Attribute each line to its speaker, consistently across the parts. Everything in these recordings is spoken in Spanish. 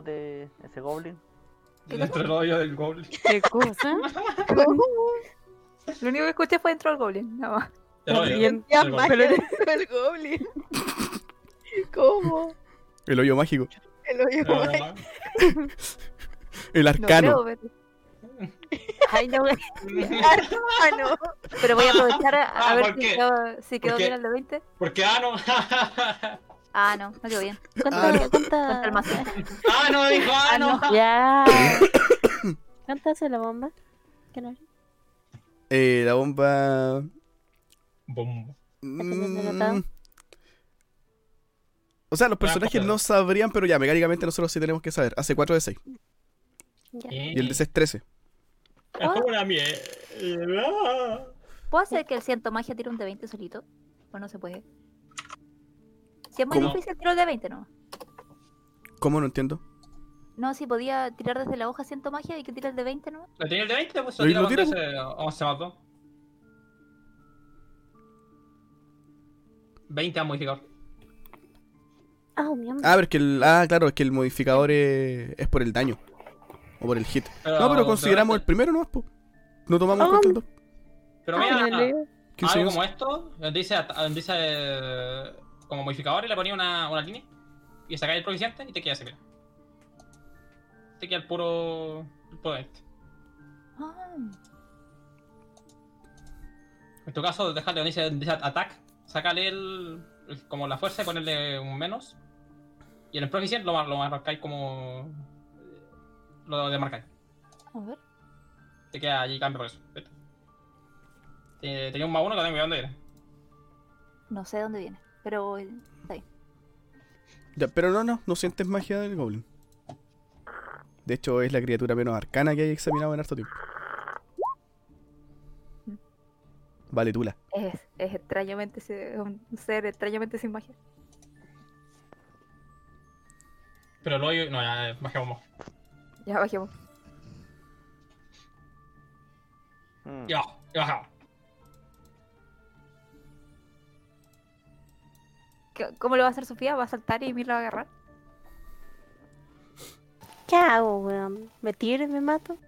Speaker 1: de ese goblin.
Speaker 2: Nuestro novio del Goblin.
Speaker 3: ¿Qué cosa?
Speaker 4: Lo único que escuché fue dentro del goblin, nada más.
Speaker 2: El hoyo
Speaker 3: Bien,
Speaker 2: del
Speaker 5: Magia
Speaker 2: Goblin.
Speaker 5: dentro del goblin. ¿Cómo?
Speaker 6: El hoyo mágico.
Speaker 5: El hoyo
Speaker 2: No,
Speaker 5: mágico.
Speaker 2: no, no.
Speaker 6: El
Speaker 4: No
Speaker 6: arcano.
Speaker 4: creo, pero... Ay, no, güey.
Speaker 5: Arcano.
Speaker 4: pero voy a aprovechar a, a
Speaker 2: Ah,
Speaker 4: ver
Speaker 2: ¿por
Speaker 4: si
Speaker 2: qué?
Speaker 4: quedó, si quedó
Speaker 2: ¿Por qué?
Speaker 4: bien el de 20.
Speaker 2: ¿Por qué? Ah, no. ah,
Speaker 4: Ah, no, no quedó bien.
Speaker 3: ¿Cuánta,
Speaker 6: Ah,
Speaker 4: Cuenta el
Speaker 3: cuánta,
Speaker 4: más.
Speaker 2: no, dijo, ah,
Speaker 4: Ah, no.
Speaker 2: no.
Speaker 3: ya. ¿Cuánta hace la bomba? ¿Qué no?
Speaker 6: Eh, la bomba.
Speaker 2: Bum.
Speaker 3: teniendo anotado.
Speaker 6: Mm. O sea, los personajes no sabrían, pero ya, mecánicamente nosotros sí tenemos que saber. Hace 4 de 6.
Speaker 3: Ya.
Speaker 6: Y el DC es 13.
Speaker 2: Eh. Es como una mierda.
Speaker 4: ¿Puedo hacer que el ciento magia tire un de 20 solito? ¿O no se puede? Si es muy
Speaker 6: ¿Cómo?
Speaker 4: difícil, tiro el de 20 nomás.
Speaker 6: ¿Cómo no entiendo?
Speaker 4: No, si podía tirar desde la hoja ciento magia y que tire el de 20 nomás.
Speaker 2: ¿Lo tenía el de 20? Pues
Speaker 6: ¿Lo-
Speaker 2: lo
Speaker 6: lo
Speaker 2: tira con
Speaker 6: tira?
Speaker 2: 13, 11 más 2. 20 a modificador.
Speaker 3: Ah, mi hombre.
Speaker 6: Ah, pero es que el. Ah, claro, es que el modificador es, es por el daño. O por el hit.
Speaker 2: Ah,
Speaker 6: No, pero consideramos
Speaker 2: este
Speaker 6: el primero, ¿no? Po. No tomamos en
Speaker 4: Ah.
Speaker 6: cuenta el 2.
Speaker 2: Pero
Speaker 3: Ah, me
Speaker 2: mira,
Speaker 3: leo.
Speaker 2: algo como esto, donde dice, at- donde dice eh, como modificador y le ponía una, una línea y sacáis el coeficiente y te queda ese, mira. Te queda el puro. el puro este.
Speaker 4: Ah,
Speaker 2: En tu caso, dejarle donde dice, dice attack, sácale el, el- como la fuerza y ponerle un menos. Y en el proficient lo, mar- lo marcáis como. Lo demarcáis.
Speaker 4: a ver.
Speaker 2: Te queda allí cambio por eso. ¿viste? Te- Tenía un más uno que no tengo idea dónde era.
Speaker 4: No sé de dónde viene, pero eh, está bien.
Speaker 6: Ya, pero no, no, no sientes magia del Goblin. De hecho, es la criatura menos arcana que hay examinado en harto tiempo. Vale, Tula.
Speaker 4: Es, es extrañamente se- un ser extrañamente sin magia.
Speaker 2: Pero luego. No, ya, eh, más que vamos.
Speaker 4: Ya bajemos.
Speaker 1: Mm.
Speaker 2: Ya, ya bajamos.
Speaker 4: ¿Qué- ¿Cómo lo va a hacer Sofía? ¿Va a saltar y Mir lo va a agarrar?
Speaker 3: ¿Qué hago, weón? ¿Me tiro y me mato?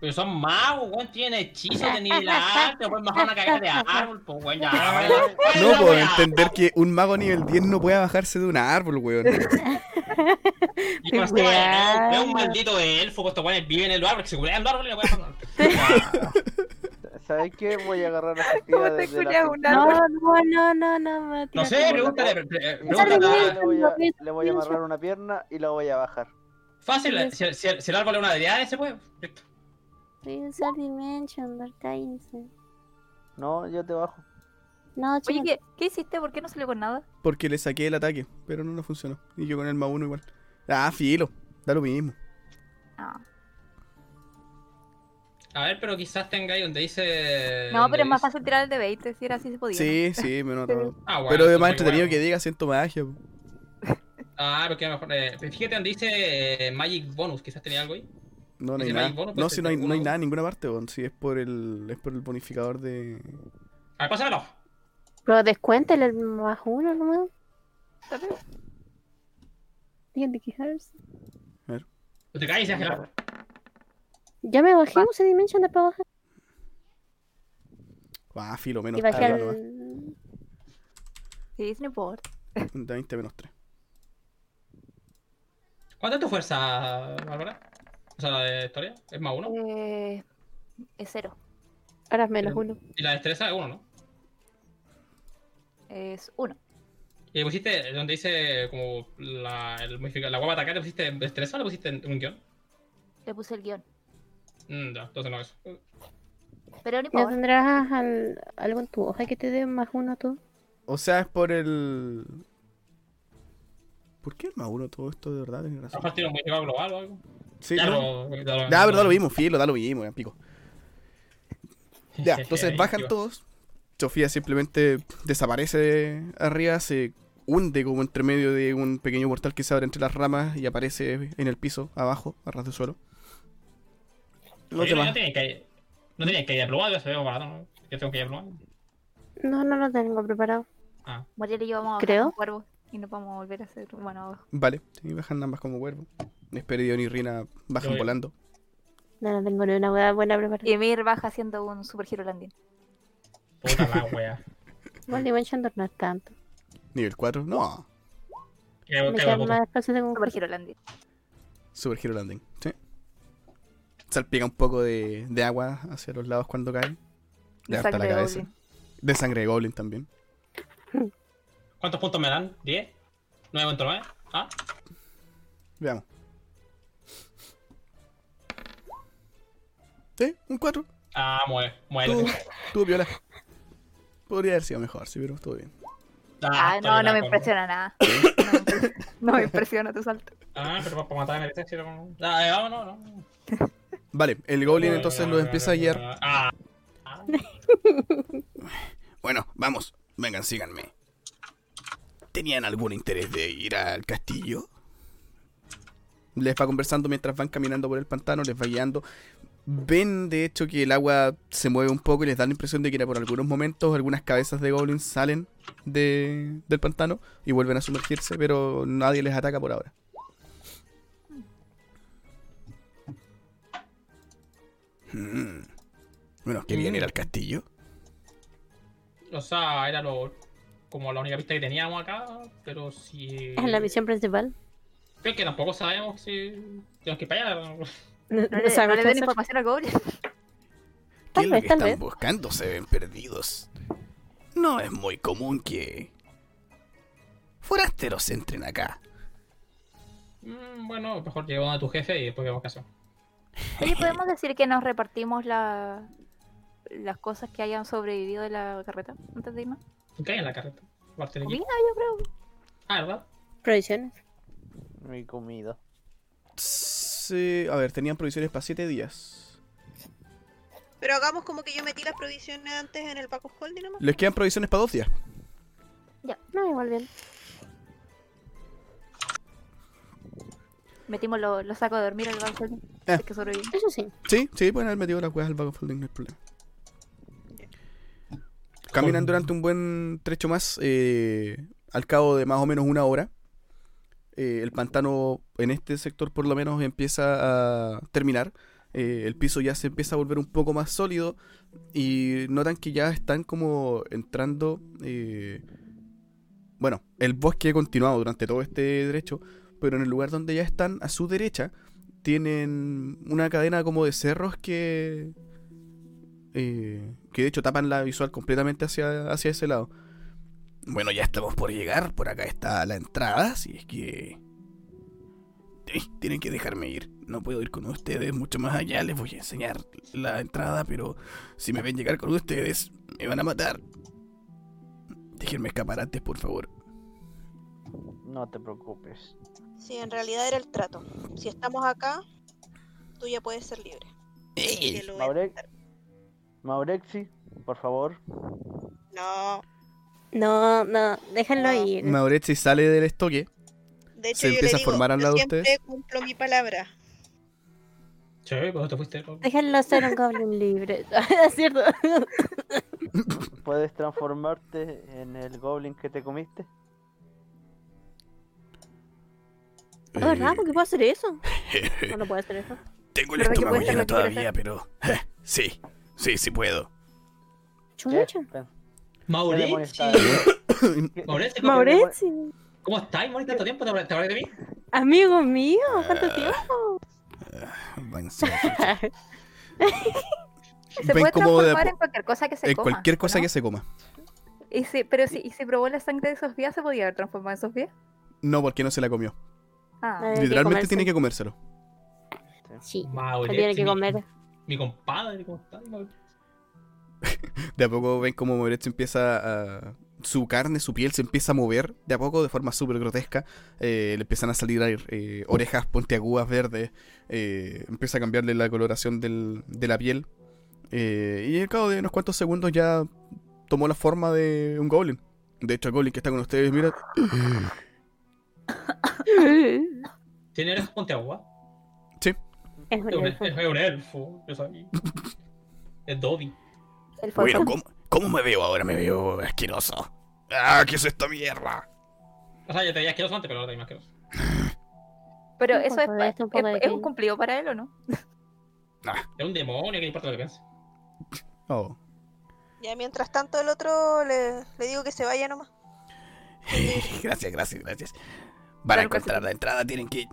Speaker 2: Pero son magos, weón, tienen hechizos de nivelarte, weón, bajar una cagada de árbol, pues weón, ya.
Speaker 6: No
Speaker 4: pues,
Speaker 6: puedo
Speaker 4: este
Speaker 6: entender que un mago nivel 10 no pueda bajarse de un árbol, weón.
Speaker 2: Y con
Speaker 3: Sí,
Speaker 2: esto,
Speaker 3: weón.
Speaker 2: Es un maldito elfo, pues estos weones viven en el árbol, que se culean el árbol y le pueden pasar.
Speaker 1: ¿Sabes qué? Voy a agarrar a
Speaker 4: ¿Cómo
Speaker 1: Sofía
Speaker 4: te
Speaker 1: desde la cintura.
Speaker 4: culias un
Speaker 3: No,
Speaker 4: árbol?
Speaker 3: no, no, no, no, me voy a
Speaker 2: No
Speaker 3: tirar.
Speaker 2: sé, pregúntale, pre- pregúntale. a-
Speaker 1: Le voy a- le voy a amarrar una pierna y la voy a bajar.
Speaker 2: Fácil, si, si- si el árbol es una deidad, ese puede. Listo.
Speaker 3: Voy a usar Dimension, Lord, cállense.
Speaker 1: No, yo te bajo.
Speaker 3: No,
Speaker 4: Oye,
Speaker 3: chicos.
Speaker 4: ¿qué, qué hiciste? ¿Por qué no salió con nada?
Speaker 6: Porque le saqué el ataque, pero no, no funcionó. Y yo con el más uno igual. Ah, filo. Da lo mismo.
Speaker 4: No,
Speaker 2: A ver, pero quizás tenga ahí donde dice.
Speaker 4: no pero es más
Speaker 2: donde
Speaker 4: fácil tirar el de 20, si era así se podía.
Speaker 6: Sí, sí, me noto.
Speaker 2: dice- Ah, bueno,
Speaker 6: Pero es
Speaker 2: entonces,
Speaker 6: más entretenido que
Speaker 2: bueno.
Speaker 6: diga siento magia. po.
Speaker 2: Ah, pero queda mejor. eh, fíjate donde dice eh, Magic Bonus, quizás tenía algo ahí.
Speaker 6: No, no hay
Speaker 2: Ese
Speaker 6: nada.
Speaker 2: Magic Bonus,
Speaker 6: No,
Speaker 2: pues,
Speaker 6: si no hay, no hay
Speaker 2: uno-
Speaker 6: nada en ninguna parte, weón. Si es por el, es por el bonificador de.
Speaker 2: A ver, pásamelo.
Speaker 3: Pero descuéntale el más uno nomás.
Speaker 4: ¿no? Está bien.
Speaker 3: Tienen que quejarse.
Speaker 2: No te caes, Ángela.
Speaker 3: Ya me bajé,
Speaker 5: Ah.
Speaker 3: usé Dimension de para bajar.
Speaker 6: Ah, filo, menos
Speaker 3: Y
Speaker 6: 3.
Speaker 3: bajé al.
Speaker 4: Sí, no importa.
Speaker 6: 20 menos 3.
Speaker 2: ¿Cuánto es tu fuerza, Bárbara? O sea, la de historia. Es más uno.
Speaker 4: Eh, es cero.
Speaker 3: Ahora es menos uno.
Speaker 2: Y la destreza es uno, ¿no?
Speaker 4: Es uno.
Speaker 2: Y le pusiste, donde dice como la, el modifica- la guapa atacar, le pusiste destreza o le pusiste un guión.
Speaker 4: Le puse el guión.
Speaker 2: Mm, ya, entonces no es.
Speaker 4: Pero no
Speaker 3: ¿Ya
Speaker 4: importa.
Speaker 3: tendrás al- algo en tu hoja que te dé más uno tú?
Speaker 6: O sea, es por el. ¿Por qué el más uno todo esto de verdad?
Speaker 2: A
Speaker 6: Tenés
Speaker 2: lo
Speaker 6: razón.
Speaker 2: mejor tiene un modificador global o algo.
Speaker 6: Sí,
Speaker 2: ya,
Speaker 6: no.
Speaker 2: lo, ya lo-
Speaker 6: Ya, pero da lo mismo, filo, da lo mismo, ya pico. Ya, entonces bajan todos. Sofía simplemente desaparece de arriba, se hunde como entre medio de un pequeño portal que se abre entre las ramas y aparece en el piso, abajo, a ras de suelo. Los
Speaker 2: Oye, no,
Speaker 6: demás.
Speaker 2: no tienen que ir. No tienen que ir a plumado, ya se ve barato, ¿no? Yo tengo que ir a plumado.
Speaker 3: No, no lo tengo preparado.
Speaker 4: Mariel y yo vamos a
Speaker 3: Creo.
Speaker 4: cuervo. Y nos vamos a volver a hacer humano abajo.
Speaker 6: Vale, sí, bajan ambas como cuervo. Esperidion y Rina bajan
Speaker 2: Yo-
Speaker 6: volando.
Speaker 3: No, no tengo ni una hueá buena preparada.
Speaker 4: Y Mir baja haciendo un super giro landing.
Speaker 2: Puta la wea.
Speaker 3: Igual Demon Chandor no es tanto.
Speaker 6: Nivel 4, no.
Speaker 2: Qué,
Speaker 3: Me
Speaker 2: qué
Speaker 3: quedan
Speaker 2: huevo.
Speaker 3: más espacios de
Speaker 4: Super
Speaker 3: concurso.
Speaker 4: giro landing.
Speaker 6: Super Hero Landing, sí. Salpica un poco de, de agua hacia los lados cuando cae.
Speaker 4: Y
Speaker 6: Le harta la
Speaker 4: sangre de
Speaker 6: cabeza.
Speaker 4: goblin.
Speaker 6: De sangre de Goblin también.
Speaker 2: ¿Cuántos puntos me dan? ¿10? ¿9.9? ¿Ah?
Speaker 6: Veamos. Sí, un 4.
Speaker 2: Ah, muere. Muere.
Speaker 6: Tú, tú, viola. Podría haber sido mejor, sí, pero estuvo bien.
Speaker 4: Ah,
Speaker 2: estoy
Speaker 4: no, no
Speaker 2: loco.
Speaker 4: me impresiona nada. No me impresiona- No me impresiona tu salto.
Speaker 2: Ah, pero para matar a MDC, si no. Ah, eh, no, no, no.
Speaker 6: Vale, el Goblin entonces lo empieza a guiar.
Speaker 2: Ah. ah.
Speaker 6: Bueno, vamos, vengan, síganme. ¿Tenían algún interés de ir al castillo? Les va conversando mientras van caminando por el pantano, les va guiando. Ven de hecho que el agua se mueve un poco y les da la impresión de que era por algunos momentos algunas cabezas de goblins salen de- del pantano y vuelven a sumergirse, pero nadie les ataca por ahora. Mm. Bueno, ¿querían ir al castillo?
Speaker 2: O sea, era lo, como la única pista que teníamos acá, pero si...
Speaker 3: Es la misión principal.
Speaker 2: Creo que tampoco sabemos si tenemos que ir para allá.
Speaker 3: No,
Speaker 4: No le,
Speaker 3: sabemos
Speaker 4: no
Speaker 3: qué
Speaker 4: le den
Speaker 3: hacer.
Speaker 4: información al goblin.
Speaker 3: Tal
Speaker 6: ¿Qué es lo
Speaker 3: vez,
Speaker 6: que
Speaker 3: tal
Speaker 6: están
Speaker 3: vez.
Speaker 6: buscando? Se ven perdidos. No es muy común que forasteros entren acá.
Speaker 2: Mm, bueno, mejor llevamos a tu jefe y después vemos qué hacemos.
Speaker 4: Oye, ¿podemos decir que nos repartimos la- las cosas que hayan sobrevivido de la carreta antes de irnos?
Speaker 2: ¿Qué hay en la carreta? Parte del
Speaker 4: Comida,
Speaker 2: equipo.
Speaker 4: yo creo.
Speaker 2: Ah, ¿verdad?
Speaker 3: Provisiones.
Speaker 1: Mi comida.
Speaker 6: Sí, a ver, tenían provisiones para 7 días.
Speaker 5: Pero hagamos como que yo metí las provisiones antes en el Paco Holding nomás.
Speaker 6: Les quedan provisiones para 2 días.
Speaker 3: No, igual bien.
Speaker 4: Metimos lo- los sacos de dormir al baúl
Speaker 6: Ah.
Speaker 4: que sobrevivió.
Speaker 3: Eso sí.
Speaker 6: Sí, sí, pueden haber metido las cuevas al vago folding, no hay problema. Caminan durante un buen trecho más, eh, al cabo de más o menos una hora. eh, el pantano en este sector por lo menos empieza a terminar. Eh, el piso ya se empieza a volver un poco más sólido y notan que ya están como entrando... eh, bueno, el bosque ha continuado durante todo este trecho, pero en el lugar donde ya están, a su derecha, tienen una cadena como de cerros que. eh, que de hecho tapan la visual completamente hacia, hacia ese lado. Bueno, ya estamos por llegar. Por acá está la entrada. Si es que. Eh, tienen que dejarme ir. No puedo ir con ustedes mucho más allá. Les voy a enseñar la entrada, pero si me ven llegar con ustedes, me van a matar. Déjenme escapar antes, por favor.
Speaker 1: No te preocupes.
Speaker 5: Sí, en realidad era el trato. Si estamos acá, tú ya puedes ser libre.
Speaker 6: ¡Ey!
Speaker 5: Que lo voy a
Speaker 1: Maurek.
Speaker 5: aceptar.
Speaker 1: Maurexi, por favor.
Speaker 5: No.
Speaker 3: No, no, déjenlo
Speaker 5: No.
Speaker 3: ir.
Speaker 6: Mauretsi sale del estoque.
Speaker 5: De hecho,
Speaker 6: Se
Speaker 5: yo
Speaker 6: empieza a
Speaker 5: le digo,
Speaker 6: formar al
Speaker 5: yo
Speaker 6: lado de
Speaker 5: siempre
Speaker 6: ustedes.
Speaker 5: cumplo mi palabra.
Speaker 2: Sí, pues te fuiste. ¿no?
Speaker 3: Déjenlo ser un goblin libre. Ah, es cierto.
Speaker 1: ¿Puedes transformarte en el goblin que te comiste?
Speaker 3: ¿Es verdad? ¿Por Oh, qué puedo hacer eso?
Speaker 6: Eh,
Speaker 3: No, no puedo hacer eso.
Speaker 6: Tengo el
Speaker 4: Pero que
Speaker 6: estómago
Speaker 4: puede ser
Speaker 6: lleno
Speaker 4: lo que quieras
Speaker 6: todavía, pero. eh, sí, sí, sí puedo.
Speaker 1: Che,
Speaker 3: Chucha.
Speaker 1: pen- ¿Qué demonios
Speaker 2: Mauricio.
Speaker 1: está haciendo? ¿Qué-
Speaker 2: Mauricio, ¿cómo-
Speaker 3: Mauricio,
Speaker 2: ¿cómo estás, Mauricio? ¿Tanto tiempo? ¿Te acordás te acordás de mí?
Speaker 3: amigo mío, ¿cuánto tiempo?
Speaker 6: Van sí.
Speaker 4: Se
Speaker 6: Ven
Speaker 4: puede
Speaker 6: como de a
Speaker 4: transformar
Speaker 6: po-
Speaker 4: en cualquier cosa que se
Speaker 6: En
Speaker 4: coma.
Speaker 6: cualquier cosa
Speaker 4: ¿no?
Speaker 6: que se coma.
Speaker 4: Y si, pero si, y si probó la sangre de Sofía, ¿se podía haber transformado en Sofía?
Speaker 6: No, porque no se la comió.
Speaker 4: Ah,
Speaker 3: Tiene que
Speaker 6: Literalmente
Speaker 3: comerse.
Speaker 6: tiene que comérselo.
Speaker 3: Sí, lo
Speaker 2: Mauricio.
Speaker 3: tiene que
Speaker 2: mi-
Speaker 3: comer.
Speaker 2: Mi compadre, ¿cómo estás? Mauricio?
Speaker 6: De a poco ven como Moretz empieza a. Su carne, su piel se empieza a mover de a poco de forma súper grotesca. Eh, le empiezan a salir eh, orejas pontiagudas verdes. eh, empieza a cambiarle la coloración del- de la piel. Eh, y al cabo de unos cuantos segundos ya tomó la forma de un goblin. De hecho, el goblin que está con ustedes, mira,
Speaker 2: ¿Tiene eres Ponteagua?
Speaker 3: Es un
Speaker 2: Es un-
Speaker 3: elfo.
Speaker 2: es un elfo, yo sabía. Es Dobby.
Speaker 4: el
Speaker 6: Bueno,
Speaker 4: fondo.
Speaker 6: ¿cómo, cómo me veo ahora? Me veo asqueroso. ¡Ah, qué es esta mierda!
Speaker 2: O sea, ya te veía asqueroso antes, pero ahora te veía más asqueroso.
Speaker 4: Pero
Speaker 3: Un
Speaker 4: eso
Speaker 3: poco
Speaker 4: es,
Speaker 3: de
Speaker 4: pa-
Speaker 3: esto, un poco
Speaker 4: es-
Speaker 3: de
Speaker 4: es un
Speaker 3: aquello.
Speaker 4: cumplido para él o no?
Speaker 2: Es un demonio, que importa lo que piense.
Speaker 6: Oh.
Speaker 5: Ya mientras tanto el otro le, le digo que se vaya nomás.
Speaker 6: gracias, gracias, gracias.
Speaker 4: Claro,
Speaker 6: Para encontrar
Speaker 4: gracias.
Speaker 6: la entrada tienen que ir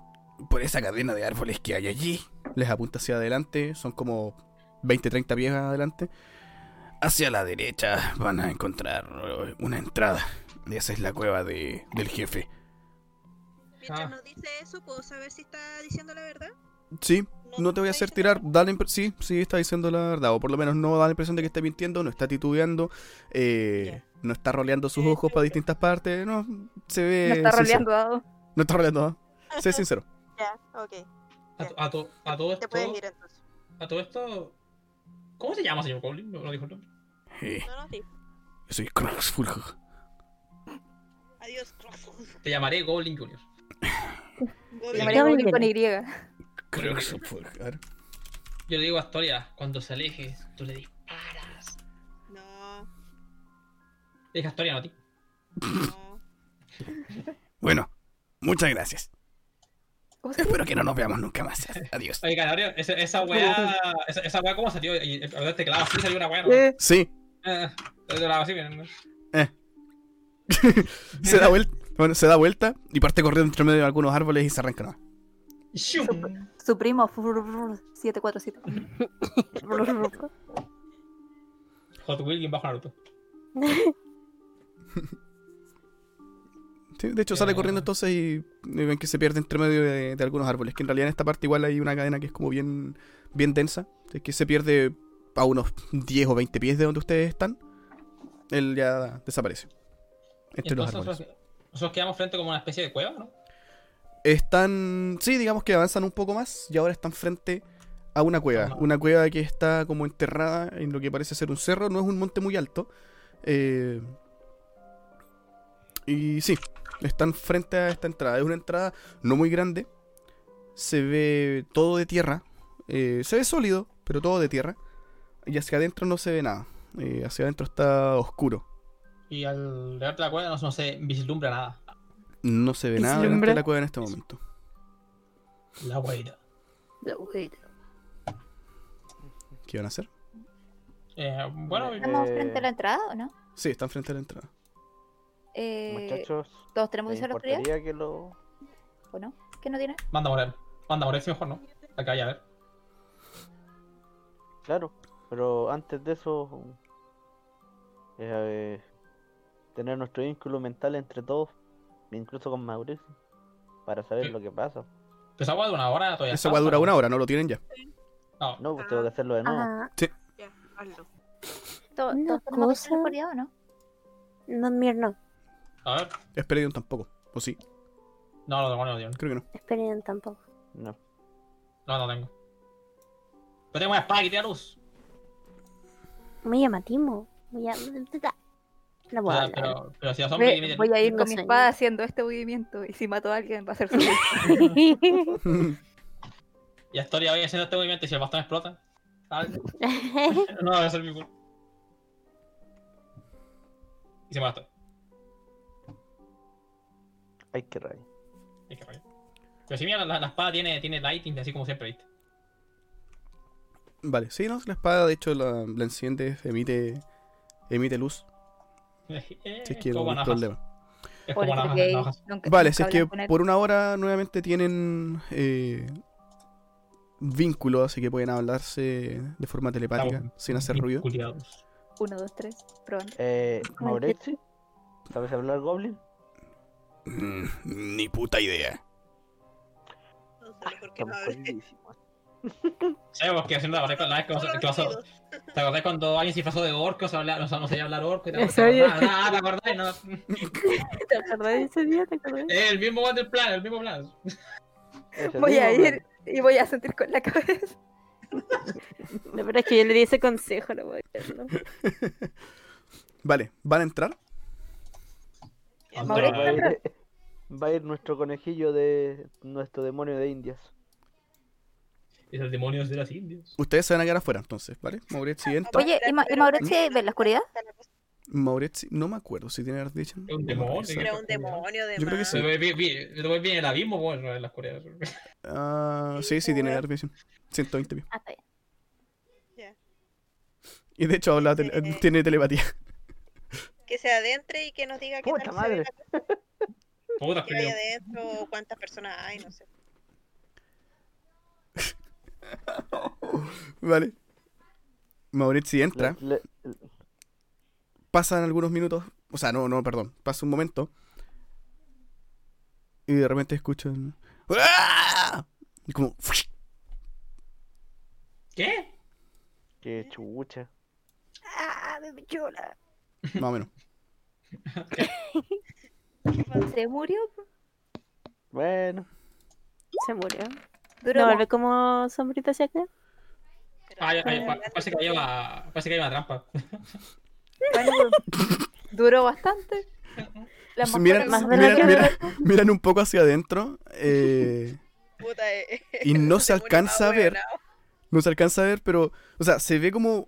Speaker 6: por esa cadena de árboles que hay allí. Les apunta hacia adelante, son como 20, 30 pies adelante. Hacia la derecha van a encontrar eh, una entrada. Y esa es la cueva de, del jefe.
Speaker 5: Mientras
Speaker 2: Ah.
Speaker 5: nos dice eso, ¿puedo saber si está diciendo la verdad?
Speaker 6: Sí, no te voy a
Speaker 5: está
Speaker 6: hacer
Speaker 5: diciendo
Speaker 6: tirar. Da la impre- sí, sí, está diciendo la verdad. O por lo menos no da la impresión de que esté mintiendo, no está titubeando, eh, no está roleando sus ojos para distintas partes. No, se ve.
Speaker 4: no está
Speaker 6: sincero.
Speaker 4: roleando dado.
Speaker 6: No está roleando. ¿no? Sé sincero.
Speaker 5: la- Ya, ok.
Speaker 2: A, to- a to- a todo
Speaker 5: Te
Speaker 2: esto.
Speaker 5: puedes ir entonces.
Speaker 2: A todo esto. ¿Cómo se llama, señor Goblin? No, no dijo el nombre.
Speaker 6: Eh,
Speaker 5: No, no, sí.
Speaker 6: soy Kroxfulg.
Speaker 5: Adiós.
Speaker 2: Te llamaré Goblin Jr.
Speaker 4: Llamaría
Speaker 3: Goblin.
Speaker 4: Goblin con Y.
Speaker 6: Kroxfulg. A ver.
Speaker 2: Yo le digo a Astoria, cuando se aleje, tú le disparas.
Speaker 5: No,
Speaker 2: Le dije a Astoria, no a ti.
Speaker 5: no.
Speaker 6: Bueno, muchas gracias.
Speaker 4: ¿Cómo se llama?
Speaker 6: Espero que no nos veamos nunca más. Adiós.
Speaker 2: Oye, Canario, esa, esa weá. Esa, esa weá, ¿cómo salió? Y el el teclado así salió una weá. ¿no?
Speaker 4: Eh,
Speaker 6: Sí,
Speaker 2: Eh, el teclado así, miren. ¿no?
Speaker 6: se da vuelta. Bueno, se da vuelta y parte corriendo entre medio de algunos árboles y se arranca nada.
Speaker 2: ¡Shum!
Speaker 4: Su primo, 747.
Speaker 2: Hot Wheels bien bajo Naruto.
Speaker 6: Sí, de hecho, sale
Speaker 2: Eh.
Speaker 6: corriendo entonces y, y ven que se pierde entre medio de, de algunos árboles. Que en realidad en esta parte igual hay una cadena que es como bien, bien densa. Es que se pierde a unos 10 o 20 pies de donde ustedes están. Él ya desaparece. Entre Este los
Speaker 2: Entonces
Speaker 6: árboles.
Speaker 2: nosotros, nosotros quedamos frente como a una especie de cueva, ¿no?
Speaker 6: Están, sí, digamos que avanzan un poco más y ahora están frente a una cueva.
Speaker 2: Ajá.
Speaker 6: Una cueva que está como enterrada en lo que parece ser un cerro, no es un monte muy alto. Eh, y sí, están frente a esta entrada. Es una entrada no muy grande. Se ve todo de tierra. Eh, se ve sólido, pero todo de tierra. Y hacia adentro no se ve nada. Eh, hacia adentro está oscuro.
Speaker 2: Y al levarte la cueva no, no se vislumbra nada.
Speaker 6: No se ve nada delante de la cueva en este momento.
Speaker 2: La weá.
Speaker 6: ¿Qué van a hacer?
Speaker 2: Eh, bueno,
Speaker 1: Eh,
Speaker 4: ¿Estamos frente a la entrada o no?
Speaker 6: Sí, están frente a la entrada.
Speaker 4: Eh,
Speaker 1: Muchachos,
Speaker 4: ¿Todos tenemos
Speaker 1: ¿les
Speaker 4: visión autoridad
Speaker 1: importaría que lo...
Speaker 4: o no? ¿Qué no tiene?
Speaker 2: manda a morir. Manda a morir, si mejor, ¿no? Acá ya, a ver.
Speaker 1: Claro, pero antes de eso... eh, tener nuestro vínculo mental entre todos, incluso con Mauricio, para saber
Speaker 2: Sí.
Speaker 1: lo que pasa.
Speaker 2: Pero esa weá dura una hora todavía.
Speaker 6: Esa
Speaker 2: está,
Speaker 6: weá dura
Speaker 2: ¿no?
Speaker 6: una hora, no lo tienen ya.
Speaker 2: No,
Speaker 1: No, pues tengo que hacerlo de nuevo.
Speaker 3: Ah,
Speaker 5: Ya, hazlo.
Speaker 4: ¿Todos,
Speaker 3: Una
Speaker 4: todos tenemos visión
Speaker 3: cosa-
Speaker 4: autoridad o no?
Speaker 3: no, Mir, no.
Speaker 2: a ver.
Speaker 6: Esperidion tampoco. O sí,
Speaker 2: No, no tengo, no tengo.
Speaker 6: creo que no.
Speaker 3: Esperen tampoco.
Speaker 1: No.
Speaker 2: No, no tengo. Pero tengo una espada que tira luz.
Speaker 3: Muy llamativo. Muy llamativo. No
Speaker 2: O
Speaker 3: voy a
Speaker 2: sea,
Speaker 3: hablar.
Speaker 2: pero, pero si los
Speaker 4: Ve,
Speaker 2: hombres emiten
Speaker 4: voy a ir
Speaker 3: No
Speaker 4: con mi
Speaker 3: sé.
Speaker 4: espada haciendo este movimiento y si mato a alguien va a ser su
Speaker 2: Y a Astoria voy haciendo este movimiento y si el bastón explota. ah, No, va a ser mi culpa. Y se muere Astoria.
Speaker 1: Ay, qué rayo.
Speaker 2: Ay, qué rayo. Pero si mira, la, la espada tiene, tiene lighting, así como siempre, ¿viste?
Speaker 6: vale, sí, no, la espada, de hecho, la, la enciendes, emite, emite luz. Si es que no
Speaker 2: como
Speaker 6: hay
Speaker 2: navajas.
Speaker 6: problema.
Speaker 2: Es como
Speaker 4: Pobre
Speaker 2: navajas,
Speaker 4: gay,
Speaker 2: navajas.
Speaker 4: nunca-
Speaker 6: Vale,
Speaker 4: nunca
Speaker 6: si es que
Speaker 4: hablan con él.
Speaker 6: por una hora nuevamente tienen eh, vínculo, así que pueden hablarse de forma telepática,
Speaker 2: Estamos
Speaker 6: sin hacer ruido.
Speaker 2: vinculiados.
Speaker 4: Uno, dos, tres, probando.
Speaker 1: Eh,
Speaker 3: qué-
Speaker 1: Mauricio, ¿sabes hablar Goblin?
Speaker 6: Mm, ni puta idea.
Speaker 5: No sé por
Speaker 6: Ah,
Speaker 5: qué no
Speaker 1: Estamos
Speaker 5: hablé.
Speaker 1: jodidísimos.
Speaker 2: Sabemos que haciendo la verdad, la vez que vas- que vas a- ¿Te acordás cuando alguien se disfrazó de orco? Se habla- no, no sabía hablar orco. y tal?
Speaker 3: Eso
Speaker 2: ¿Te
Speaker 3: es.
Speaker 2: acordás? Ah, ¿te acordás? No.
Speaker 3: ¿Te acordás de ese día? ¿Te acordás?
Speaker 2: Eh, El mismo one del plan, el mismo plan.
Speaker 1: Ese
Speaker 4: Voy a
Speaker 1: mismo
Speaker 4: ir y voy a sentir con la cabeza.
Speaker 3: No, pero es que yo le di ese consejo, no voy a hacerlo.
Speaker 6: Vale, ¿van a entrar?
Speaker 5: Ya,
Speaker 2: Mauricio,
Speaker 1: Goblin. Va a
Speaker 4: Mauricio,
Speaker 1: ir, va a ir nuestro conejillo de nuestro demonio de Indias.
Speaker 2: Es el demonio de las indias.
Speaker 6: Ah, Ustedes se van a quedar afuera, entonces, ¿vale? Mauricio, si entra.
Speaker 4: Oye, ¿y, Ma y Mauricio ve la oscuridad?
Speaker 6: Mauretsi, no me acuerdo si tiene Ardichen.
Speaker 2: Es un demonio.
Speaker 5: Era un demonio de
Speaker 6: Yo creo que sí.
Speaker 5: más.
Speaker 2: Después vi- vi- después viene el abismo, bueno, en la oscuridad.
Speaker 6: Ah, sí, sí tiene Ardichen. 120 mil.
Speaker 4: Ah, está bien.
Speaker 6: Y de hecho habla tele-
Speaker 5: Eh.
Speaker 6: tiene telepatía.
Speaker 5: Que se adentre y que nos diga qué
Speaker 1: Puta
Speaker 5: tal se
Speaker 1: madre.
Speaker 5: ve la-
Speaker 2: Puta,
Speaker 5: qué hay
Speaker 2: creo.
Speaker 5: adentro, cuántas personas hay, no sé.
Speaker 6: Vale. Mauretsi entra.
Speaker 1: Le- le-
Speaker 6: pasan algunos minutos, o sea, no, no, perdón, pasa un momento y de repente escuchan ¡Ah! y como ¡fush!
Speaker 2: ¿Qué?
Speaker 1: Qué chucha.
Speaker 4: Ah, bebé chola.
Speaker 6: más o menos.
Speaker 4: Se murió.
Speaker 1: Bueno,
Speaker 3: Se murió.
Speaker 4: Duró
Speaker 3: ¿No vuelve como sombrita hacia acá?
Speaker 5: Pero
Speaker 2: Ah, ya,
Speaker 5: estamos
Speaker 2: ahí pa-
Speaker 5: hablando
Speaker 2: parece que
Speaker 5: de-
Speaker 2: lleva, parece que hay una trampa.
Speaker 4: Bueno, duró bastante. La
Speaker 6: Entonces, miran,
Speaker 4: mascota-
Speaker 3: más de la
Speaker 6: miran,
Speaker 3: que-
Speaker 6: miran- miran un poco hacia adentro eh,
Speaker 5: Puta, eh,
Speaker 6: y no se
Speaker 5: demonio
Speaker 6: alcanza a ver,
Speaker 5: ahueonado.
Speaker 6: no se alcanza a ver, pero, o sea, se ve como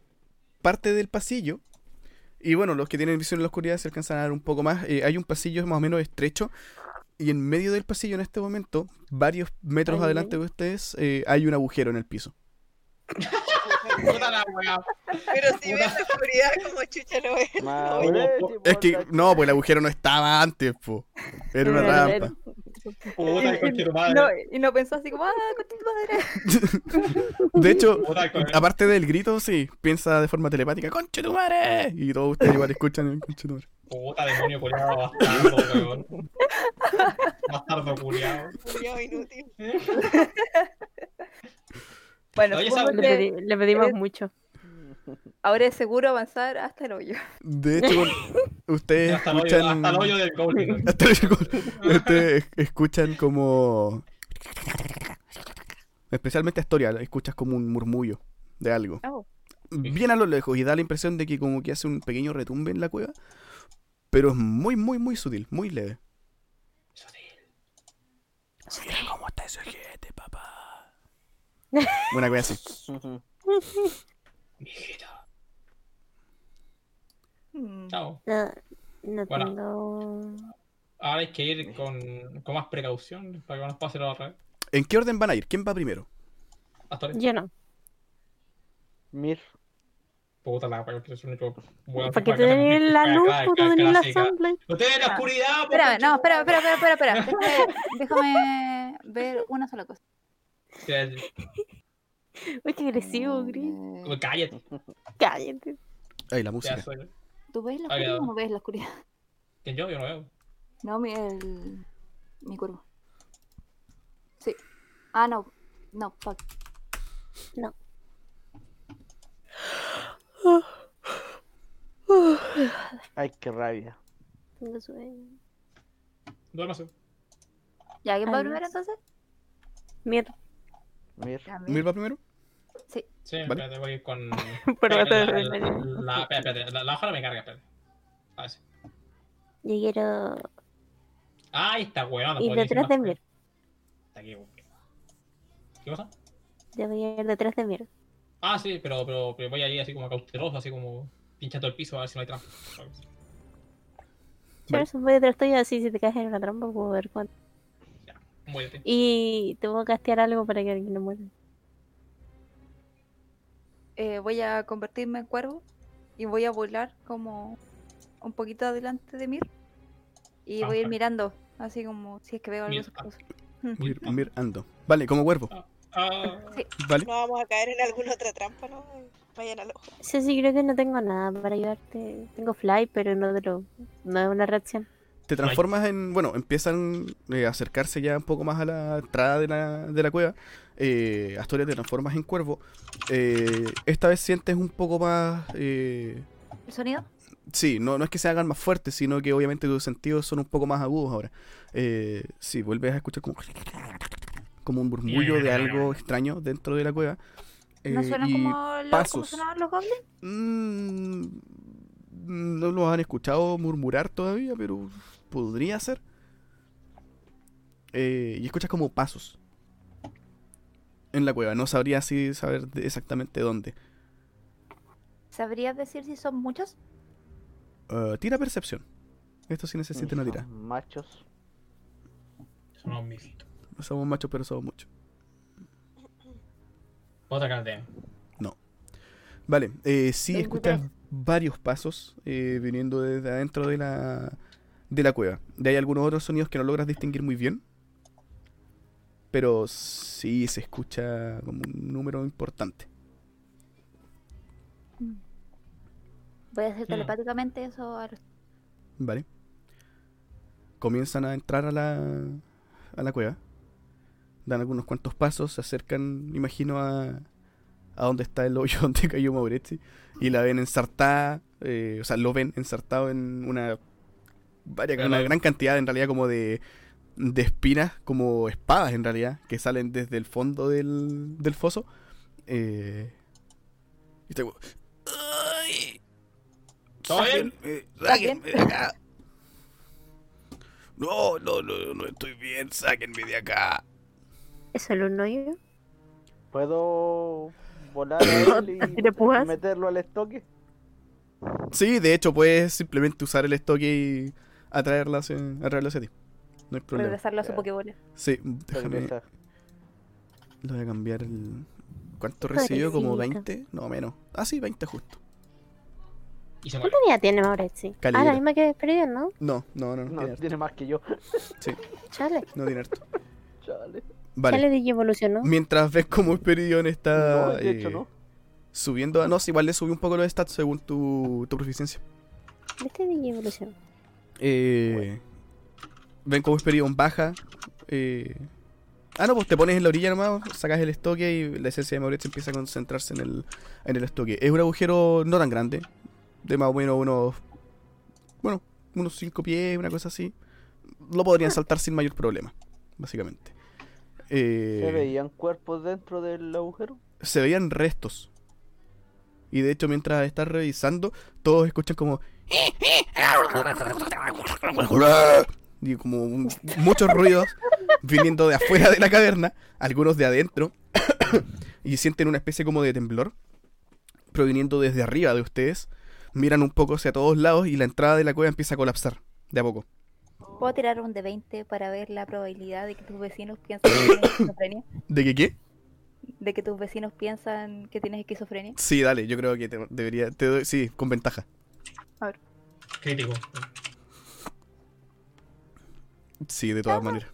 Speaker 6: parte del pasillo. Y bueno, los que tienen visión en la oscuridad se alcanzan a dar un poco más. Eh, hay un pasillo más o menos estrecho. Y en medio del pasillo, en este momento, varios metros
Speaker 3: Ay.
Speaker 6: adelante de ustedes, eh, hay un agujero en el piso.
Speaker 2: Puta la weá.
Speaker 5: Pero si ves la oscuridad como chucha no es.
Speaker 1: Mauretti,
Speaker 6: Es que,
Speaker 1: puta,
Speaker 6: no, pues el agujero no estaba antes, po. Era una
Speaker 3: Era- era-
Speaker 6: rampa.
Speaker 2: Puta el coche de tu madre.
Speaker 4: No, y no pensó así como, ah, con tu madre.
Speaker 6: De hecho,
Speaker 2: Puta el coche.
Speaker 6: aparte del grito, sí, piensa de forma telepática, ¡Conche tu madre! Y todos ustedes igual escuchan el conche tu madre.
Speaker 2: Puta demonio culiado, bastardo, weón. Bastardo culiado.
Speaker 5: Culiao inútil.
Speaker 4: Bueno,
Speaker 2: Oye,
Speaker 4: supongo
Speaker 2: esa-
Speaker 3: Le,
Speaker 4: que
Speaker 3: pedi- le pedimos mucho.
Speaker 4: ahora es seguro avanzar hasta el hoyo.
Speaker 6: De hecho, bueno, ustedes
Speaker 2: Hasta el hoyo,
Speaker 6: Eh, escuchan.
Speaker 2: hasta el hoyo del goblin.
Speaker 6: Hasta el hoyo. Ustedes Este, escuchan como. Especialmente a Astoria, escuchas como un murmullo de algo.
Speaker 4: Oh.
Speaker 6: Bien a lo lejos y da la impresión de que como que hace un pequeño retumbe en la cueva. Pero es muy, muy, muy sutil, muy leve. Mira cómo está ese ojete, papá. Una cosa así.
Speaker 1: Ujú.
Speaker 2: Mijita.
Speaker 4: Mm.
Speaker 2: Chao.
Speaker 3: No, no
Speaker 2: Bueno.
Speaker 3: tengo.
Speaker 2: Ahora hay que ir con, con más precaución para que no nos pase lo revés.
Speaker 6: ¿En qué orden van a ir? ¿Quién va primero?
Speaker 2: Hasta ahora.
Speaker 3: Yo no.
Speaker 1: Mir.
Speaker 2: Puta la weá, que es el único weón
Speaker 3: ¿Para qué
Speaker 2: que puede
Speaker 3: tener la
Speaker 2: acá,
Speaker 3: luz?
Speaker 2: acá,
Speaker 3: ¿Para
Speaker 2: acá,
Speaker 3: tener la
Speaker 2: acá, acá.
Speaker 3: sombra?
Speaker 2: No te ve la oscuridad, po,
Speaker 4: Espérame, no,
Speaker 2: conchetumare.
Speaker 4: espera, espera, espera, espera, espera. Déjame, déjame ver una sola cosa.
Speaker 3: Uy, qué agresivo, Gris.
Speaker 2: Ya, Cállate.
Speaker 3: Cállate.
Speaker 6: Ay, la
Speaker 2: Ya
Speaker 6: música.
Speaker 2: soy.
Speaker 4: ¿Tú ves la
Speaker 2: Ah, ya.
Speaker 4: oscuridad o no ves la oscuridad?
Speaker 2: ¿Quién yo? Yo no veo.
Speaker 4: No, mi, el... mi cuervo. Sí. Ah, no. No, fuck.
Speaker 3: No.
Speaker 1: Ay, qué rabia.
Speaker 3: Tengo sueño.
Speaker 2: Duérmase.
Speaker 4: ¿Ya quién va
Speaker 3: Adiós.
Speaker 4: primero entonces?
Speaker 3: Mierda.
Speaker 1: Mir.
Speaker 6: ¿Mir va primero?
Speaker 2: Sí,
Speaker 6: Vale.
Speaker 2: espérate, voy a ir con.
Speaker 3: Pero va a
Speaker 2: espérate,
Speaker 3: ser-
Speaker 2: la- la- espérate, espérate, la- la hoja no me carga, espérate. A ver. sí.
Speaker 3: Yo quiero.
Speaker 2: Ah, Ahí está, weón.
Speaker 3: Y detrás de Mir.
Speaker 2: Está aquí, weón. ¿Qué pasa?
Speaker 3: Yo voy a ir detrás de Mir.
Speaker 2: Ah, sí, pero, pero, pero voy a ir así como cauteloso, así como pinchando el piso a ver si no hay trampa.
Speaker 3: Yo
Speaker 6: Vale.
Speaker 3: eso voy detrás tuyo así. Si te caes en la trampa, puedo ver cuánto.
Speaker 2: Muérete.
Speaker 3: Y te voy a castear algo para que alguien no muera.
Speaker 4: Eh, voy a convertirme en cuervo y voy a volar como un poquito adelante de Mir. Y
Speaker 6: Ah,
Speaker 4: voy a ir
Speaker 2: Ajá.
Speaker 4: mirando, así como si es que veo algo
Speaker 2: Mir-
Speaker 4: sospechoso.
Speaker 6: Mir, Mir ando. Vale, como cuervo.
Speaker 2: Ah,
Speaker 6: Vale.
Speaker 5: No vamos a caer en alguna otra trampa, ¿no? Vayan al ojo.
Speaker 3: Sí, sí, creo que no tengo nada para ayudarte. Tengo fly, pero no, de lo... no es una reacción.
Speaker 6: Te transformas en. Bueno, empiezan eh, a acercarse ya un poco más a la entrada de la, de la cueva. Eh, Astoria te transformas en cuervo. Eh, esta vez sientes un poco más. eh,
Speaker 4: ¿El sonido?
Speaker 6: sí, no, no es que se hagan más fuertes, sino que obviamente tus sentidos son un poco más agudos ahora. Eh, sí, vuelves a escuchar como. Como un murmullo de algo extraño dentro de la cueva.
Speaker 4: ¿No
Speaker 6: Eh,
Speaker 4: suena
Speaker 6: y-
Speaker 4: como los, como
Speaker 6: pasos.
Speaker 4: sonaban los goblins?
Speaker 6: Mm, no lo han escuchado murmurar todavía, pero podría ser. Eh, y escuchas como pasos en la cueva. No sabría así saber de- exactamente dónde.
Speaker 4: ¿Sabrías decir si son muchos?
Speaker 6: Eh, tira percepción. Esto sí necesita una
Speaker 1: Son
Speaker 6: tira.
Speaker 1: Machos.
Speaker 2: Son unos mijitos.
Speaker 6: No somos machos, pero somos muchos.
Speaker 2: Otra cartera.
Speaker 6: Vale, eh, sí
Speaker 3: Tengo
Speaker 6: escuchas
Speaker 3: tres.
Speaker 6: varios pasos eh, viniendo desde adentro de la, de la cueva. De ahí algunos otros sonidos que no logras distinguir muy bien. Pero sí se escucha como un número importante.
Speaker 3: Voy a hacer
Speaker 2: Mm.
Speaker 3: telepáticamente eso a los-
Speaker 6: Vale. Comienzan a entrar a la, a la cueva. Dan algunos cuantos pasos, se acercan, me imagino, a, a donde está el hoyo donde cayó Mauretti. Y la ven ensartada, eh, o sea, lo ven ensartado en una, varia- una gran cantidad, en realidad, como de, de espinas, como espadas, en realidad, que salen desde el fondo del, del foso. Eh, y está como, "Ay,
Speaker 2: ¿Todo bien?
Speaker 6: eh,
Speaker 4: ¿Estás bien?
Speaker 6: sáquenme de acá. No, no, no, no estoy bien, sáquenme de acá.
Speaker 3: ¿Es solo un hoyo?
Speaker 1: ¿Puedo volar a él y
Speaker 3: ¿Le pujas?
Speaker 1: meterlo al estoque?
Speaker 6: Sí, de hecho puedes simplemente usar el estoque y atraerla hacia, atraerla hacia ti. No hay problema.
Speaker 4: Regresarlo a su
Speaker 1: Ya.
Speaker 4: Pokébola.
Speaker 6: Sí, déjame.
Speaker 1: Regresa.
Speaker 6: Lo voy a cambiar el. ¿Cuánto recibió? ¿Como
Speaker 3: Pobrecito.
Speaker 6: 20? No, menos. Ah, sí, 20 justo.
Speaker 2: Y se muere.
Speaker 3: ¿Cuánta vida tiene Mauretsi? Ah,
Speaker 6: Calibra.
Speaker 3: la misma que perdió, ¿no?
Speaker 6: No, no, no, no,
Speaker 1: No,
Speaker 6: tiene harto.
Speaker 1: tiene más que yo.
Speaker 3: Chale.
Speaker 6: No tiene harto.
Speaker 1: Chale.
Speaker 6: Vale.
Speaker 3: Chale de evolucionó.
Speaker 6: Mientras ves cómo Esperidion está
Speaker 1: no, de hecho,
Speaker 6: eh,
Speaker 1: no.
Speaker 6: subiendo. a- No, sí, igual le subí un poco los stats según tu, tu proficiencia.
Speaker 3: ¿Viste de evolucionó?
Speaker 6: Eh, ven cómo Hesperion baja. eh, ah, no, pues te pones en la orilla nomás, sacas el estoque y la esencia de Mauretz empieza a concentrarse en el, en el estoque. Es un agujero no tan grande, de más o menos unos. Bueno, unos 5 pies, una cosa así. Lo podrían saltar sin mayor problema, básicamente. Eh,
Speaker 1: ¿Se veían cuerpos dentro del agujero?
Speaker 6: se veían restos. Y de hecho, mientras estás revisando, todos escuchan como. Y como un- muchos ruidos viniendo de afuera de la caverna, algunos de adentro, y sienten una especie como de temblor proviniendo desde arriba de ustedes. Miran un poco hacia todos lados y la entrada de la cueva empieza a colapsar de a poco.
Speaker 4: ¿Puedo tirar un de 20 para ver la probabilidad de que tus vecinos piensan que tienes esquizofrenia?
Speaker 6: ¿De qué qué?
Speaker 4: ¿De que tus vecinos piensan que tienes esquizofrenia?
Speaker 6: Sí, dale, yo creo que te debería. Te doy, sí, con ventaja.
Speaker 2: Crítico.
Speaker 6: Sí, de todas maneras.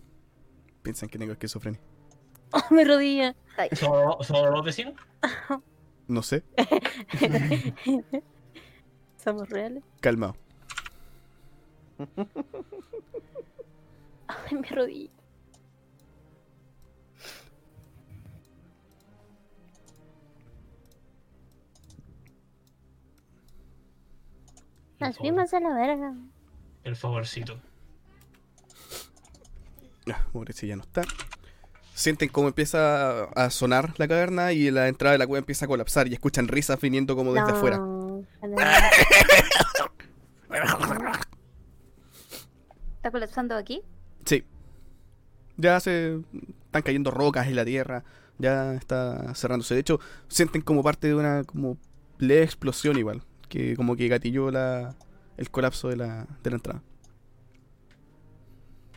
Speaker 6: Piensan que tengo esquizofrenia.
Speaker 3: ¡Oh, mi rodilla!
Speaker 2: ¿Solo, solo los vecinos?
Speaker 6: No sé,
Speaker 3: ¿Somos reales?
Speaker 6: calmado.
Speaker 3: ¡Ay, mi rodilla!
Speaker 2: El,
Speaker 3: Las
Speaker 2: favor-
Speaker 3: primas a la verga.
Speaker 2: el favorcito.
Speaker 6: Ah, Moretti ya no está. Sienten cómo empieza a sonar la caverna y la entrada de la cueva empieza a colapsar y escuchan risas viniendo como desde afuera.
Speaker 3: No, ojalá.
Speaker 4: ¿Está colapsando aquí?
Speaker 6: Sí. Ya se están cayendo rocas en la tierra, ya está cerrándose. De hecho, sienten como parte de una como leve explosión igual, que como que gatilló la, el colapso de la, de la entrada.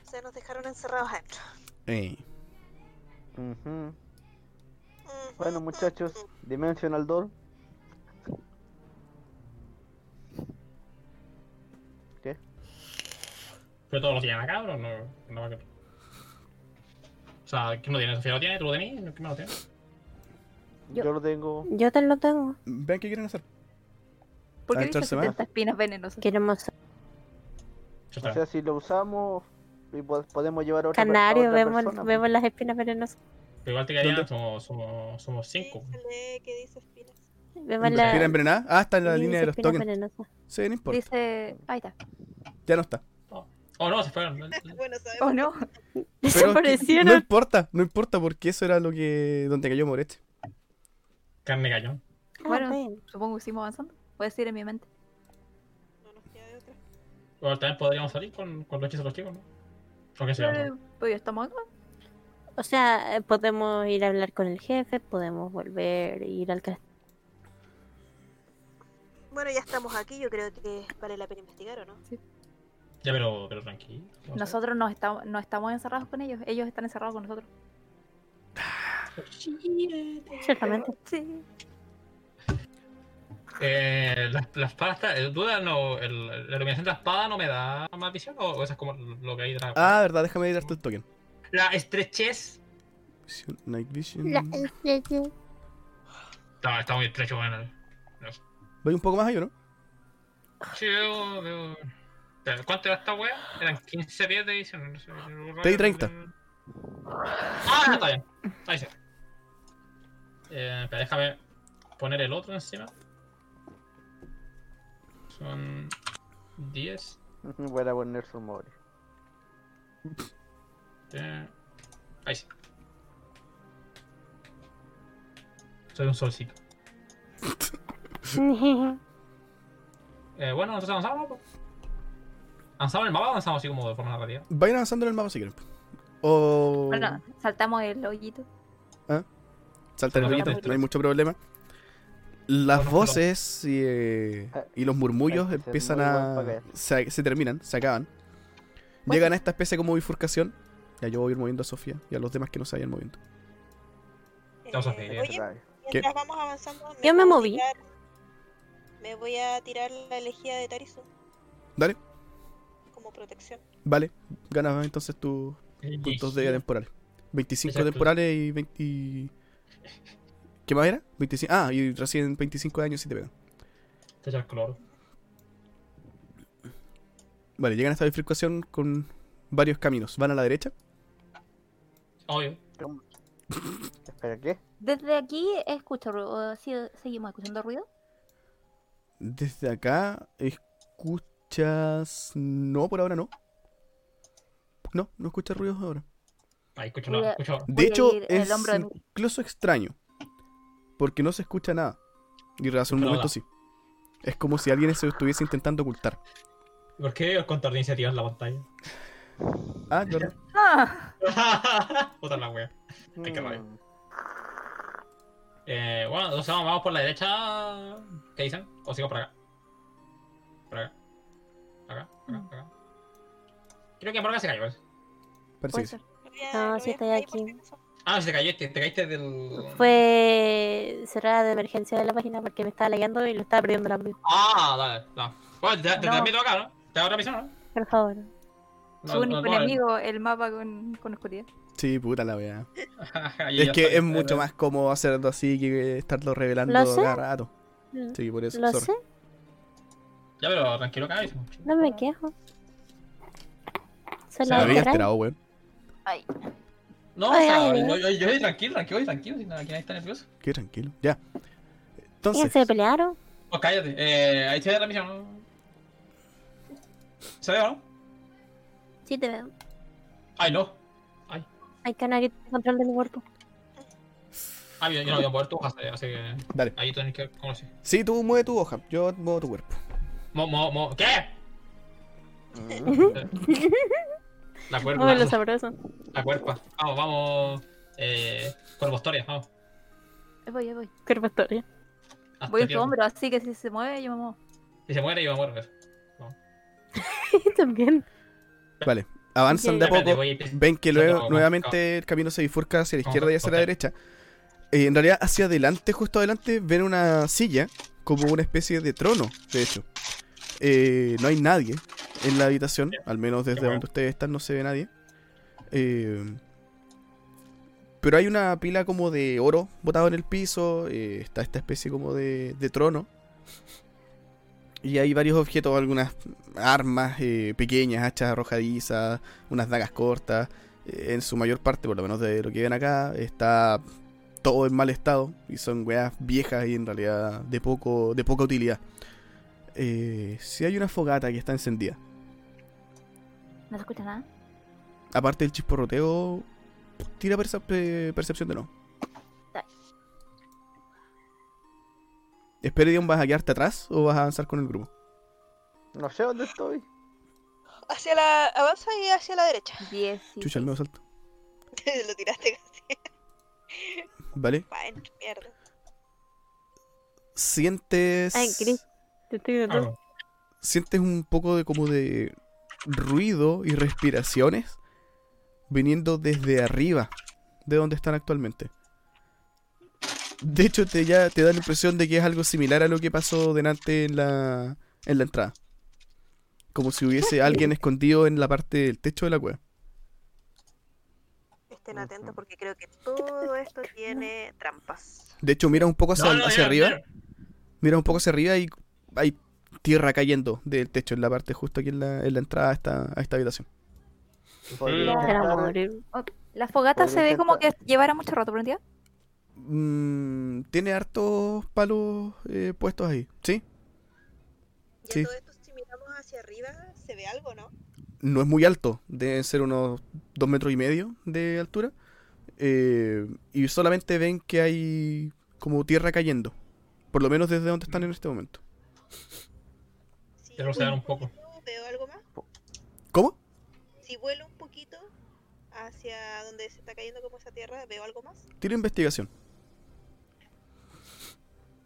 Speaker 5: Se nos dejaron encerrados adentro.
Speaker 6: Eh,
Speaker 1: Ujú.
Speaker 5: Mm,
Speaker 1: Bueno,
Speaker 5: mm,
Speaker 1: muchachos, Dimensional Door.
Speaker 2: Pero todos los tienen acá, ¿o no? no va a- o sea, ¿quién lo tiene? ¿Sofía lo tiene? ¿Tú lo tenés? ¿Quién más lo tiene?
Speaker 1: Yo,
Speaker 3: Yo.
Speaker 1: lo tengo.
Speaker 3: Yo te lo tengo.
Speaker 6: Vean qué quieren hacer.
Speaker 4: ¿Por qué
Speaker 6: Ah,
Speaker 4: dices
Speaker 6: echarse más.
Speaker 4: 70 espinas venenosas?
Speaker 3: Queremos
Speaker 2: Ya
Speaker 1: O
Speaker 2: está.
Speaker 1: sea, si lo usamos y po- podemos llevar a otra, per- a
Speaker 3: canarios,
Speaker 1: otra
Speaker 3: vemos,
Speaker 1: persona.
Speaker 3: vemos las espinas venenosas.
Speaker 2: Pero igual te quedarían,
Speaker 6: ¿Dónde?
Speaker 2: somos, somos, somos cinco.
Speaker 5: Se lee que dice espinas.
Speaker 3: Vemos la,
Speaker 6: ¿Respiran envenenar? Ah, está en la
Speaker 3: sí,
Speaker 6: línea de los
Speaker 3: espinas
Speaker 6: tokens.
Speaker 3: venenosas.
Speaker 6: Sí, no importa.
Speaker 4: Dice... Ahí está.
Speaker 6: Ya no está.
Speaker 2: Oh, no, se fueron.
Speaker 5: Bueno, sabemos.
Speaker 4: ¿O Oh, no?
Speaker 6: Pero es que No
Speaker 3: Desaparecieron.
Speaker 6: importa, no importa, porque eso era lo que. donde cayó Moretti.
Speaker 2: Carne de cañón.
Speaker 3: Ah,
Speaker 4: Bueno.
Speaker 3: bueno.
Speaker 4: Supongo que seguimos avanzando. Voy a decir en mi mente.
Speaker 5: No nos queda de otra.
Speaker 2: Bueno, también podríamos salir con, con los hechizos de los chicos, ¿no? ¿O qué se llama?
Speaker 4: Eh, Pues ya estamos acá.
Speaker 3: O sea, eh, podemos ir a hablar con el jefe, podemos volver, ir al castillo.
Speaker 5: Bueno, ya estamos aquí, yo creo que vale la pena investigar, ¿o no?
Speaker 2: Ya, pero, pero tranquilo. No sé.
Speaker 4: Nosotros no estamos, no estamos encerrados con ellos, ellos están encerrados con nosotros.
Speaker 3: Ciertamente.
Speaker 4: Sí.
Speaker 2: Eh, la, la espada está. eh, Duda, no. el- la iluminación de la espada no me da más visión, o, o eso es como lo que hay de la.
Speaker 6: Ah, verdad, déjame editarte el token.
Speaker 2: La estrechez.
Speaker 6: Vision, Night Vision.
Speaker 3: La- la- la-
Speaker 2: Está, está muy estrecho, bueno.
Speaker 6: Voy un poco más allá, ¿no?
Speaker 2: Sí, veo. veo- Pero, ¿Cuánto era esta wea? Eran 15 pies de visión. no sé,
Speaker 6: Te di 30.
Speaker 2: Ah, está bien. Ahí sí. Eh, pero déjame poner el otro encima. Son 10.
Speaker 1: Voy a poner su mori.
Speaker 2: Eh, ahí sí. Soy un solcito. Eh, bueno, entonces avanzamos, ¿no? ¿Avanzamos en el mapa o avanzamos así como de forma narrativa?
Speaker 6: Vayan avanzando en el mapa si quieren. O.
Speaker 4: Bueno, saltamos el hoyito.
Speaker 6: Saltan
Speaker 2: Bueno,
Speaker 6: el hoyito,
Speaker 2: bueno.
Speaker 6: no hay mucho problema. Las
Speaker 2: Bueno,
Speaker 6: voces y, eh,
Speaker 1: Ah,
Speaker 6: y los murmullos
Speaker 1: este es
Speaker 6: empiezan
Speaker 1: muy buen
Speaker 6: a.
Speaker 1: paquete.
Speaker 6: Se, se terminan, se acaban. Llegan a esta especie como bifurcación. Ya yo voy a ir moviendo a Sofía y a los demás que no se vayan moviendo.
Speaker 2: Vamos a hacer-
Speaker 5: Eh, oye, mientras vamos avanzando...
Speaker 3: Yo me
Speaker 5: voy a
Speaker 3: moví.
Speaker 5: tirar- me voy a tirar la elegía de Tarisu
Speaker 6: Dale,
Speaker 5: como protección.
Speaker 6: vale. Ganas entonces tus
Speaker 2: Eh,
Speaker 6: puntos de temporales. 25
Speaker 2: Este. Exacto.
Speaker 6: temporales y 20. y- ¿Qué más era? 25. Ah, y recién 25 años si te pegan.
Speaker 2: Te echa este el cloro.
Speaker 6: Vale, llegan a esta bifurcación con varios caminos. Van a la derecha.
Speaker 2: Obvio.
Speaker 1: Espera, ¿qué?
Speaker 3: Desde aquí escucho ruido. ¿sí, ¿Seguimos escuchando ruido?
Speaker 6: Desde acá escuchas. No, por ahora no. No, no escuchas ruidos ahora.
Speaker 2: Ahí escucho la. Escucho.
Speaker 6: De
Speaker 3: Voy a
Speaker 6: hecho,
Speaker 3: ir el
Speaker 6: es
Speaker 3: hombro de mi-
Speaker 6: incluso extraño. Porque no se escucha nada. Y hace un
Speaker 2: Pero
Speaker 6: momento
Speaker 2: la-
Speaker 6: sí. Es como si alguien se estuviese intentando ocultar.
Speaker 2: ¿Por qué el contador de iniciativa en la pantalla?
Speaker 6: Ah, claro.
Speaker 4: Ah,
Speaker 2: Puta la wea. Ay, qué rabia.
Speaker 1: Mm,
Speaker 2: Eh, bueno, entonces vamos, vamos por la derecha. ¿Qué dicen? ¿O sigo por acá? Por acá. Acá, acá, acá. Creo que por acá se cayó. pues.
Speaker 6: Parece
Speaker 4: puede
Speaker 6: que sí.
Speaker 4: ser.
Speaker 5: Lo voy a-
Speaker 3: No,
Speaker 5: lo
Speaker 3: Ah, sí
Speaker 5: voy
Speaker 3: estoy
Speaker 5: a dejar ahí por
Speaker 3: aquí.
Speaker 5: si acaso.
Speaker 2: Ah, si te caíste, te caíste del.
Speaker 3: Fue cerrada de emergencia de la página porque me estaba leyendo y lo estaba perdiendo la vista.
Speaker 2: Ah, dale, no. Bueno, te, te
Speaker 4: No.
Speaker 2: transmito acá, ¿no? Te hago otra misión, ¿no?
Speaker 3: Por favor.
Speaker 4: Su único enemigo, el mapa con, con oscuridad.
Speaker 6: Sí, puta la wea. Es que es mucho más cómodo hacerlo así que estarlo revelando
Speaker 3: ¿Lo sé?
Speaker 6: cada rato.
Speaker 3: Mm,
Speaker 6: Sí, por eso.
Speaker 3: Lo
Speaker 6: sorry.
Speaker 3: sé,
Speaker 2: Ya, pero tranquilo, acá dicen.
Speaker 3: no me quejo. Solo
Speaker 2: Se
Speaker 6: Me había
Speaker 3: otra-
Speaker 6: esperado, weón.
Speaker 2: No, o
Speaker 3: Ay,
Speaker 2: sea,
Speaker 3: ay, ay.
Speaker 2: yo, yo, yo voy tranquilo, tranquilo, voy tranquilo, si nadie está nervioso.
Speaker 6: Qué tranquilo. Ya.
Speaker 3: ¿Ya
Speaker 6: Entonces.
Speaker 3: se pelearon?
Speaker 2: Pues cállate, eh, ahí estoy de la misión, ¿no? ¿Se ve o no?
Speaker 3: Sí, te veo.
Speaker 2: Ay, no.
Speaker 3: Hay que nadie tiene control de mi cuerpo.
Speaker 2: Ah, yo, yo no voy a poder tu hoja, así que
Speaker 6: Dale.
Speaker 2: ahí tenés que conocer.
Speaker 6: Sí, tú mueve tu hoja. Yo muevo tu cuerpo.
Speaker 2: Mo, mo, mo, ¿Qué?
Speaker 1: mm.
Speaker 2: La
Speaker 3: Oh,
Speaker 2: cuerpa.
Speaker 3: lo
Speaker 2: La,
Speaker 3: sabroso.
Speaker 2: cuerpa. Vamos, vamos. Eh, Corvostoria, vamos.
Speaker 4: Ahí Voy, ahí voy.
Speaker 3: Cuerpo historia.
Speaker 2: Hasta
Speaker 4: Voy en
Speaker 2: que-
Speaker 4: su hombro, así que si se mueve, yo me muevo.
Speaker 2: Si se muere, yo me muero.
Speaker 3: También.
Speaker 6: Vale. Avanzan de a
Speaker 3: Ya,
Speaker 2: Espérate,
Speaker 6: poco.
Speaker 2: voy a ir-
Speaker 6: Ven que
Speaker 2: Saltamos,
Speaker 6: luego
Speaker 2: vamos,
Speaker 6: nuevamente el camino se bifurca hacia la
Speaker 2: Vamos,
Speaker 6: izquierda y hacia la
Speaker 2: ok.
Speaker 6: derecha. Eh, en realidad, hacia adelante, justo adelante, ven una silla como una especie de trono, de hecho. Eh, no hay nadie en la habitación, al menos desde
Speaker 2: Qué bueno.
Speaker 6: donde ustedes están no se ve nadie. Eh, pero hay una pila como de oro botado en el piso, eh, está esta especie como de, de trono. Y hay varios objetos, algunas armas eh, pequeñas, hachas arrojadizas, unas dagas cortas. Eh, en su mayor parte, por lo menos de lo que ven acá, está todo en mal estado y son weas viejas y en realidad de poco de poca utilidad. Eh, si hay una fogata que está encendida,
Speaker 4: No se escucha nada.
Speaker 6: aparte del chisporroteo, tira perce- eh, percepción de no.
Speaker 4: Dale.
Speaker 6: Esperidion, ¿vas a quedarte atrás o vas a avanzar con el grupo?
Speaker 1: No sé dónde estoy.
Speaker 5: Hacia la... Avanza y hacia la derecha.
Speaker 4: 10.
Speaker 6: Chucha, el nuevo salto.
Speaker 5: Lo tiraste casi.
Speaker 6: ¿Vale?
Speaker 5: Pa' dentro, mierda.
Speaker 6: Sientes.
Speaker 3: Ay, Cristo. Te estoy tratando.
Speaker 2: Claro.
Speaker 6: sientes un poco de como de ruido y respiraciones viniendo desde arriba de donde están actualmente. De hecho, te, ya te da la impresión de que es algo similar a lo que pasó delante en la, en la entrada. Como si hubiese alguien escondido en la parte del techo de la cueva.
Speaker 5: Estén atentos porque creo que todo esto tiene trampas.
Speaker 6: De hecho, mira un poco hacia,
Speaker 2: No, no,
Speaker 6: hacia
Speaker 2: no,
Speaker 6: arriba.
Speaker 2: no.
Speaker 6: Mira un poco hacia arriba y hay tierra cayendo del techo en la parte justo aquí en la, en la entrada a esta, a esta habitación.
Speaker 1: Podría
Speaker 4: Ya.
Speaker 3: Para
Speaker 1: intentar,
Speaker 3: morir.
Speaker 4: La fogata
Speaker 1: Podría
Speaker 4: se ve como que
Speaker 1: intentar.
Speaker 4: llevará mucho rato, ¿prendida?
Speaker 6: Mm, tiene hartos palos eh, puestos ahí, ¿sí?
Speaker 5: Y a
Speaker 6: Sí.
Speaker 5: todo esto, si miramos hacia arriba, se ve algo, ¿no?
Speaker 6: No es muy alto, deben ser unos dos metros y medio de altura. eh, y solamente ven que hay como tierra cayendo. Por lo menos desde donde están en este momento.
Speaker 5: Si
Speaker 2: Te rocean
Speaker 5: vuelo
Speaker 2: un poco.
Speaker 5: poquito, ¿Veo algo más?
Speaker 6: ¿Cómo?
Speaker 5: Si vuelo un poquito hacia donde se está cayendo como esa tierra, ¿veo algo más?
Speaker 6: Tiro investigación.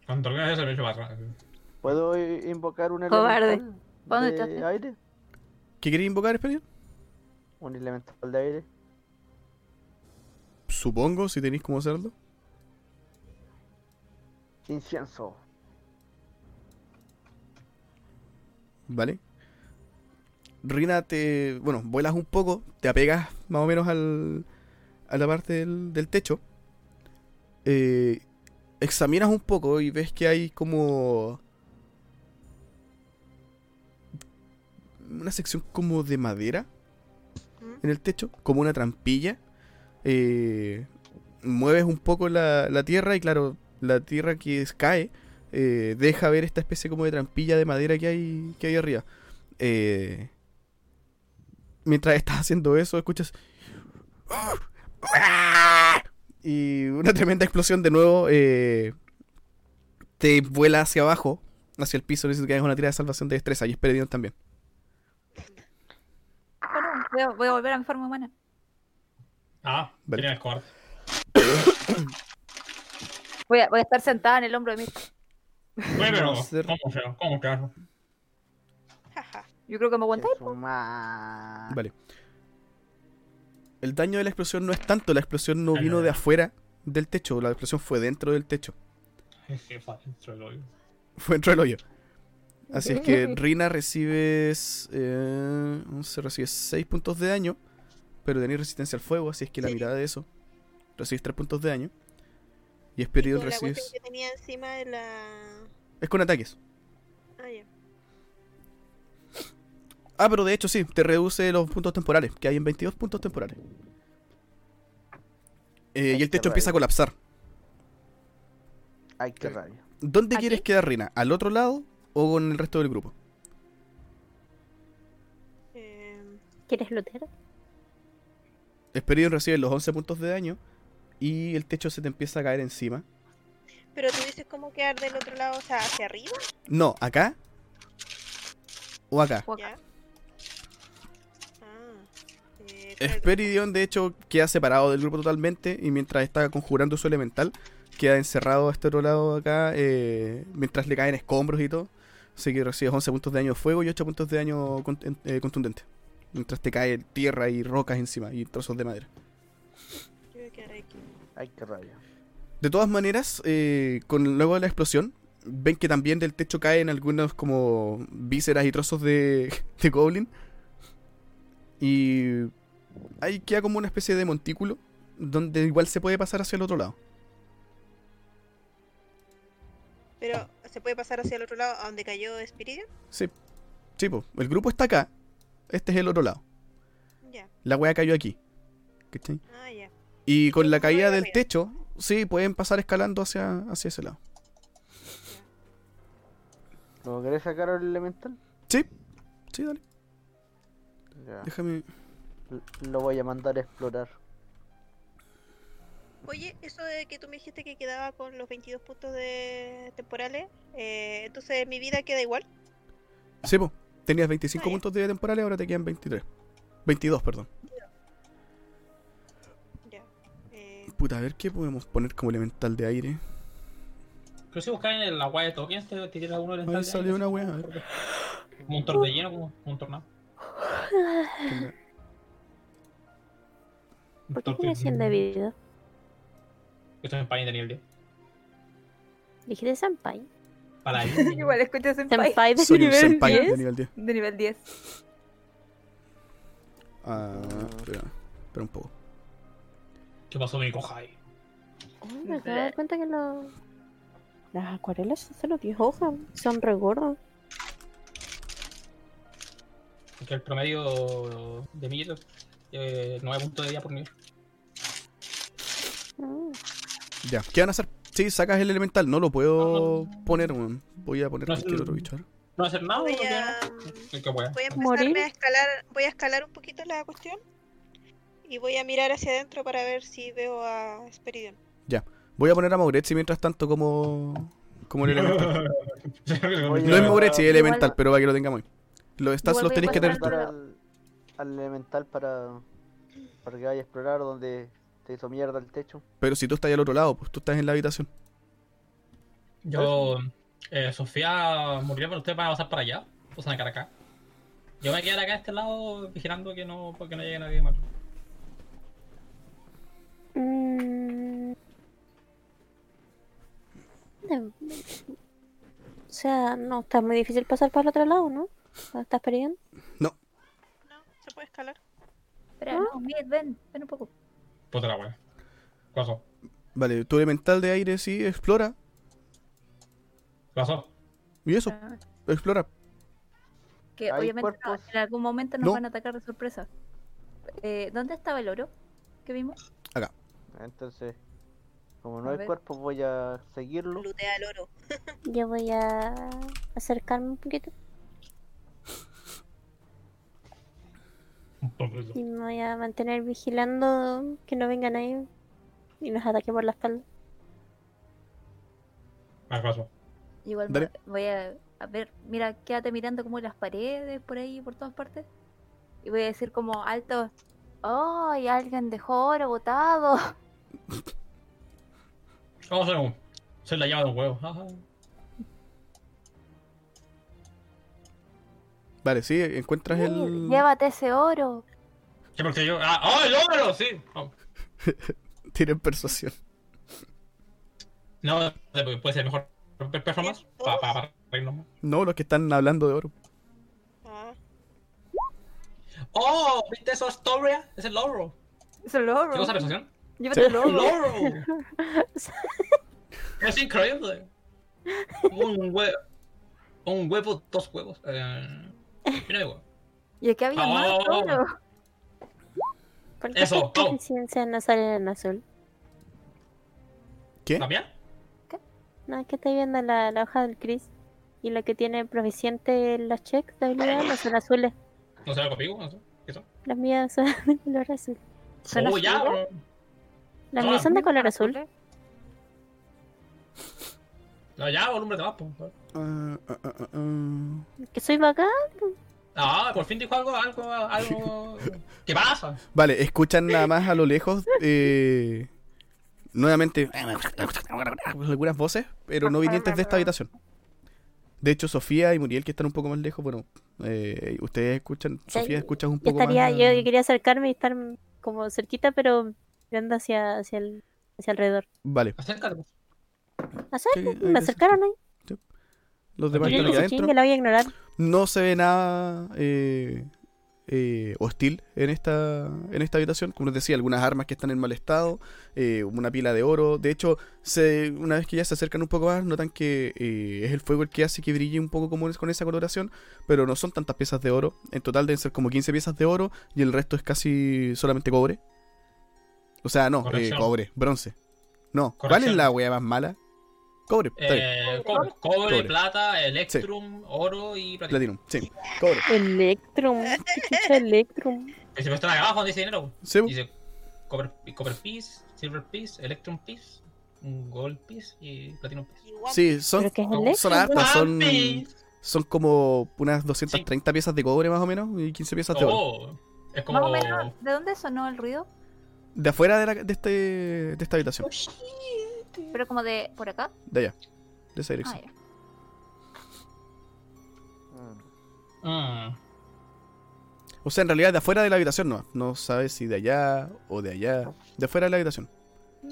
Speaker 2: Cuando terminas eso, me echo para atrás.
Speaker 1: ¿Puedo i- invocar un
Speaker 3: Cobarde.
Speaker 1: elemental
Speaker 4: ¿Dónde
Speaker 1: de
Speaker 4: te hace?
Speaker 1: aire?
Speaker 6: ¿Qué queréis invocar, Esperian?
Speaker 1: Un elemental de aire.
Speaker 6: Supongo, si tenéis cómo hacerlo.
Speaker 1: Incienso.
Speaker 6: ¿Vale? Rina, te. Bueno, vuelas un poco, te apegas más o menos al, a la parte del, del techo. Eh, examinas un poco y ves que hay como. Una sección como de madera
Speaker 5: ¿Mm?
Speaker 6: en el techo, como una trampilla. Eh, mueves un poco la, la tierra y, claro, la tierra que es- cae eh, deja ver esta especie como de trampilla de madera que hay, que hay arriba. Eh, mientras estás haciendo eso, escuchas. Y una tremenda explosión de nuevo eh, te vuela hacia abajo, hacia el piso. Necesito que hagas una tira de salvación de destreza y es perdido también.
Speaker 4: Bueno, voy a, voy a volver a mi forma humana.
Speaker 2: Ah,
Speaker 6: Vale.
Speaker 2: tiene el score.
Speaker 4: Voy a, voy a estar sentada en el hombro de Mir.
Speaker 2: Bueno,
Speaker 6: No sé.
Speaker 2: ¿cómo feo? ¿Cómo feo?
Speaker 5: Jaja.
Speaker 4: Yo creo que me aguanté.
Speaker 1: Su ma-
Speaker 6: Vale. El daño de la explosión no es tanto, la explosión no
Speaker 2: Ah,
Speaker 6: vino
Speaker 2: ya.
Speaker 6: de afuera del techo, la explosión fue dentro del techo.
Speaker 2: Jefa, dentro del hoyo.
Speaker 6: Fue dentro del hoyo. Así es que Rina recibes. Eh, se recibe 6 puntos de daño. Pero tenéis resistencia al fuego, así es que la
Speaker 5: Sí.
Speaker 6: mirada de eso. Recibes 3 puntos de daño. Y
Speaker 5: Y
Speaker 6: Spirit
Speaker 5: con la cuestión
Speaker 6: recibes.
Speaker 5: que tenía encima de la...
Speaker 6: Es con ataques.
Speaker 5: Ah, ya.
Speaker 6: Ah, pero de hecho sí, te reduce los puntos temporales, que hay en 22 puntos temporales. Eh, y el
Speaker 1: Qué
Speaker 6: techo empieza a
Speaker 1: rabia.
Speaker 6: colapsar.
Speaker 1: Ay, qué
Speaker 6: Sí.
Speaker 1: rabia.
Speaker 6: ¿Dónde
Speaker 4: ¿Aquí?
Speaker 6: quieres quedar, Rina? ¿Al otro lado o con el resto del grupo?
Speaker 5: Eh,
Speaker 3: ¿Quieres lootear?
Speaker 6: Esperidion recibe los 11 puntos de daño y el techo se te empieza a caer encima.
Speaker 5: pero tú dices cómo quedar del otro lado, o sea, hacia arriba,
Speaker 6: No, acá o acá.
Speaker 4: O acá.
Speaker 5: ¿ya? Ah. Eh, claro que-
Speaker 6: Esperidion, de hecho, queda separado del grupo totalmente y mientras está conjurando su elemental, queda encerrado a este otro lado de acá, eh, mientras le caen escombros y todo. Así que recibes 11 puntos de daño de fuego y 8 puntos de daño cont- en- eh, contundente. Mientras te cae tierra y rocas encima y trozos de madera.
Speaker 5: Yo voy a quedar aquí.
Speaker 1: Ay, qué rabia.
Speaker 6: De todas maneras, eh, con luego de la explosión, ven que también del techo caen algunos como vísceras y trozos de, de goblin. Y ahí queda como una especie de montículo donde igual se puede pasar hacia el otro lado.
Speaker 5: Pero, ¿se puede pasar hacia el otro lado, a donde cayó Spiridion?
Speaker 6: Sí, sí, po. el grupo está acá. Este es el otro lado.
Speaker 5: Ya,
Speaker 6: La wea cayó aquí. ¿Cachai?
Speaker 5: ah, ya.
Speaker 6: Y con la
Speaker 5: Yo voy
Speaker 6: caída
Speaker 5: a
Speaker 6: del
Speaker 5: ver.
Speaker 6: techo, sí, pueden pasar escalando hacia, hacia ese lado.
Speaker 1: ¿No querés sacar el elemental?
Speaker 6: Sí, sí, dale.
Speaker 1: Ya.
Speaker 6: Déjame.
Speaker 1: L- Lo voy a mandar a explorar.
Speaker 5: Oye, eso de que tú me dijiste que quedaba con los 22 puntos de temporales, eh, entonces mi vida queda igual.
Speaker 6: Sí, po. Tenías 25
Speaker 5: Ah, ya.
Speaker 6: puntos de vida temporales, ahora te quedan 23. 22, perdón.
Speaker 5: Ya. Eh,
Speaker 6: Puta, a ver qué podemos poner como elemental de aire.
Speaker 2: Inclusive buscar en el agua de tokens, te, te tiras uno de los
Speaker 6: Ahí
Speaker 2: instantes,
Speaker 6: salió una weá. a ver.
Speaker 2: Como un torbellino, como como un tornado.
Speaker 6: ¿Qué onda?
Speaker 3: ¿Por qué tiene 100 de vida?
Speaker 2: Esto es en Pain de nivel 10.
Speaker 3: Dijiste Senpai.
Speaker 2: Para ahí.
Speaker 4: Igual escuché senpai.
Speaker 3: Senpai de
Speaker 6: Soy un
Speaker 3: nivel
Speaker 6: senpai
Speaker 3: 10.
Speaker 6: de nivel 10.
Speaker 4: De nivel 10.
Speaker 6: Ah, espera, espera un poco.
Speaker 2: ¿Qué pasó, mi cojai?
Speaker 3: Oh, me acabo de dar cuenta que los... las acuarelas son solo 10 hojas. Son re gordas.
Speaker 2: Porque el promedio de Miguel eh, 9 puntos de vida por nivel.
Speaker 3: Mm.
Speaker 6: Ya, ¿qué van a hacer? Sí, sacas el elemental, no lo puedo poner, weón. Voy a poner
Speaker 2: No,
Speaker 6: cualquier
Speaker 2: sí.
Speaker 6: otro bicho. a ver.
Speaker 2: No hacer nada,
Speaker 5: Voy
Speaker 2: porque
Speaker 5: a- mm,
Speaker 2: no. Que wea.
Speaker 5: Voy a
Speaker 3: ¿Morir?
Speaker 5: empezarme a escalar, voy a escalar un poquito la cuestión y voy a mirar hacia adentro para ver si veo a Speridion.
Speaker 6: Voy a poner a Mauretsi mientras tanto como, como el elemental.
Speaker 1: Oye,
Speaker 6: No es
Speaker 1: Igual-
Speaker 6: Mauretsi, es elemental,
Speaker 3: igual-
Speaker 6: pero para que lo tengamos ahí. Los stats
Speaker 3: igual
Speaker 6: los
Speaker 3: voy
Speaker 6: tenéis que tener.
Speaker 3: encontrando-
Speaker 1: Mandar al, al elemental para, para que vaya a explorar donde te hizo mierda el techo.
Speaker 6: Pero si tú estás ahí al otro lado, pues tú estás en la habitación.
Speaker 2: Yo, eh, Sofía, moriría por ustedes para pasar para allá. O sea, cara acá. Yo me quedaré acá a este lado vigilando que no, porque no llegue nadie más.
Speaker 3: Mm. De- O sea, no, está muy difícil pasar para el otro lado, ¿no? ¿Lo ¿Estás perdiendo?
Speaker 5: No, se puede escalar.
Speaker 4: Espera, no, Miguel, ven, ven un poco.
Speaker 2: Puta la wea. ¿Qué pasó?
Speaker 6: Vale, tu elemental de aire sí explora.
Speaker 2: ¿Qué pasó?
Speaker 6: Y eso,
Speaker 4: Ah,
Speaker 6: explora.
Speaker 4: Que
Speaker 1: Hay
Speaker 4: obviamente no,
Speaker 1: cuerpos.
Speaker 4: en algún momento nos
Speaker 6: No.
Speaker 4: van a atacar de sorpresa. Eh, ¿Dónde estaba el oro que vimos?
Speaker 1: Entonces, como no
Speaker 4: A
Speaker 1: hay
Speaker 4: ver.
Speaker 1: cuerpo, voy a seguirlo.
Speaker 5: Lutea al oro.
Speaker 3: Yo voy a acercarme un poquito y me voy a mantener vigilando que no venga nadie y nos ataque por la espalda.
Speaker 2: Ah, ¿Qué pasó?
Speaker 4: Igual
Speaker 6: Dale.
Speaker 4: me- voy a, a ver, mira, quédate mirando como las paredes por ahí, por todas partes. Y voy a decir como alto, ¡ay, alguien dejó oro botado!
Speaker 2: Vamos a un. Soy la llave de un huevo. Ajá.
Speaker 6: Vale, sí, encuentras el.
Speaker 4: Llévate ese oro.
Speaker 2: ¿Qué porque yo? ¡Ah! ¡Oh, el oro! Sí. Oh.
Speaker 6: Tienen persuasión.
Speaker 2: No, eh, puede ser mejor per- performance. Para pa, pa, reírnos más.
Speaker 6: No, los que están hablando de oro.
Speaker 5: Ah,
Speaker 2: ¡Oh! ¿Viste eso, Astoria? Es el oro.
Speaker 4: Es el oro.
Speaker 2: ¿Qué cosa persuasión?
Speaker 4: Llévate el
Speaker 2: ¡El
Speaker 4: oro.
Speaker 2: oro! es increíble. Un huevo. Un huevo, dos huevos. Eh, mira, huevo.
Speaker 4: Y es que había más
Speaker 2: Oh.
Speaker 4: oro.
Speaker 3: ¿Por qué
Speaker 2: Eso,
Speaker 3: estas
Speaker 2: go.
Speaker 3: ciencias no salen en azul?
Speaker 6: ¿Qué?
Speaker 2: ¿También?
Speaker 3: No, es que estoy viendo la, la hoja del Chris y la que tiene proficiente en los checks de habilidad no son azules.
Speaker 2: No sé, algo pico, no sé. ¿Qué son?
Speaker 3: Las mías son de color azul.
Speaker 4: ¿Son
Speaker 2: ¡Oh, ya!
Speaker 4: azules?
Speaker 2: bro.
Speaker 3: Las
Speaker 2: Ah.
Speaker 3: mías son de color azul.
Speaker 2: No, ya, volumen de mapa.
Speaker 6: Ah, ah, ah, ah, ah.
Speaker 3: Que soy vaca.
Speaker 2: Ah, por fin dijo algo, algo, algo. ¿Qué pasa?
Speaker 6: Vale, escuchan nada más a lo lejos. eh, nuevamente, algunas voces, pero no vinientes de esta habitación. De hecho, Sofía y Muriel, que están un poco más lejos, bueno, eh, ustedes escuchan. Sofía, escuchas un
Speaker 3: Yo
Speaker 6: poco
Speaker 3: estaría,
Speaker 6: más.
Speaker 3: yo
Speaker 6: a-
Speaker 3: quería acercarme y estar como cerquita, pero mirando hacia, hacia el, hacia alrededor.
Speaker 6: Vale,
Speaker 2: Acércate.
Speaker 3: Acer-
Speaker 6: Sí, ahí
Speaker 3: pues, me acercaron ahí.
Speaker 6: los demás
Speaker 2: Aquí
Speaker 6: están
Speaker 2: hay
Speaker 6: aquí
Speaker 3: Ese
Speaker 6: adentro.
Speaker 3: chingue la voy a ignorar.
Speaker 6: No se ve nada eh, eh, hostil en esta, en esta habitación. Como les decía, algunas armas que están en mal estado, eh, una pila de oro. De hecho, se, una vez que ya se acercan un poco más, notan que eh, es el fuego el que hace que brille un poco como es- con esa coloración, pero no son tantas piezas de oro. En total deben ser como 15 piezas de oro y el resto es casi solamente cobre. O sea, no, eh,
Speaker 2: Corrección.
Speaker 6: cobre, bronce. No, ¿cuál es
Speaker 2: Corrección.
Speaker 6: la wea más mala? Cobre, está bien,
Speaker 2: Eh, cobre, cobre,
Speaker 6: Cobre.
Speaker 2: plata, electrum, oro y platino.
Speaker 6: platinum, sí, cobre.
Speaker 3: Electrum. ¿Qué chucha Electrum?
Speaker 2: Que se muestra abajo donde dice dinero.
Speaker 6: Sí,
Speaker 2: Dice cobre, cobre piece, silver piece, electrum piece, gold piece y platinum piece.
Speaker 5: y guau,
Speaker 6: sí, son
Speaker 3: ¿Pero qué es
Speaker 2: son-
Speaker 3: Electrum?
Speaker 6: Son hartas, son,
Speaker 2: One Piece.
Speaker 6: son como unas 230 piezas de cobre más o menos y 15 piezas de oro.
Speaker 2: Oh, es
Speaker 4: Más o
Speaker 2: como.
Speaker 4: menos, ¿de dónde sonó el ruido?
Speaker 6: De afuera de, la- de este, de esta habitación,
Speaker 4: Pero como de por acá.
Speaker 6: de allá. de esa dirección.
Speaker 4: Ah, ya.
Speaker 2: Mm.
Speaker 6: O sea, en realidad de afuera de la habitación no. No sabes si de allá o de allá. De afuera de la habitación.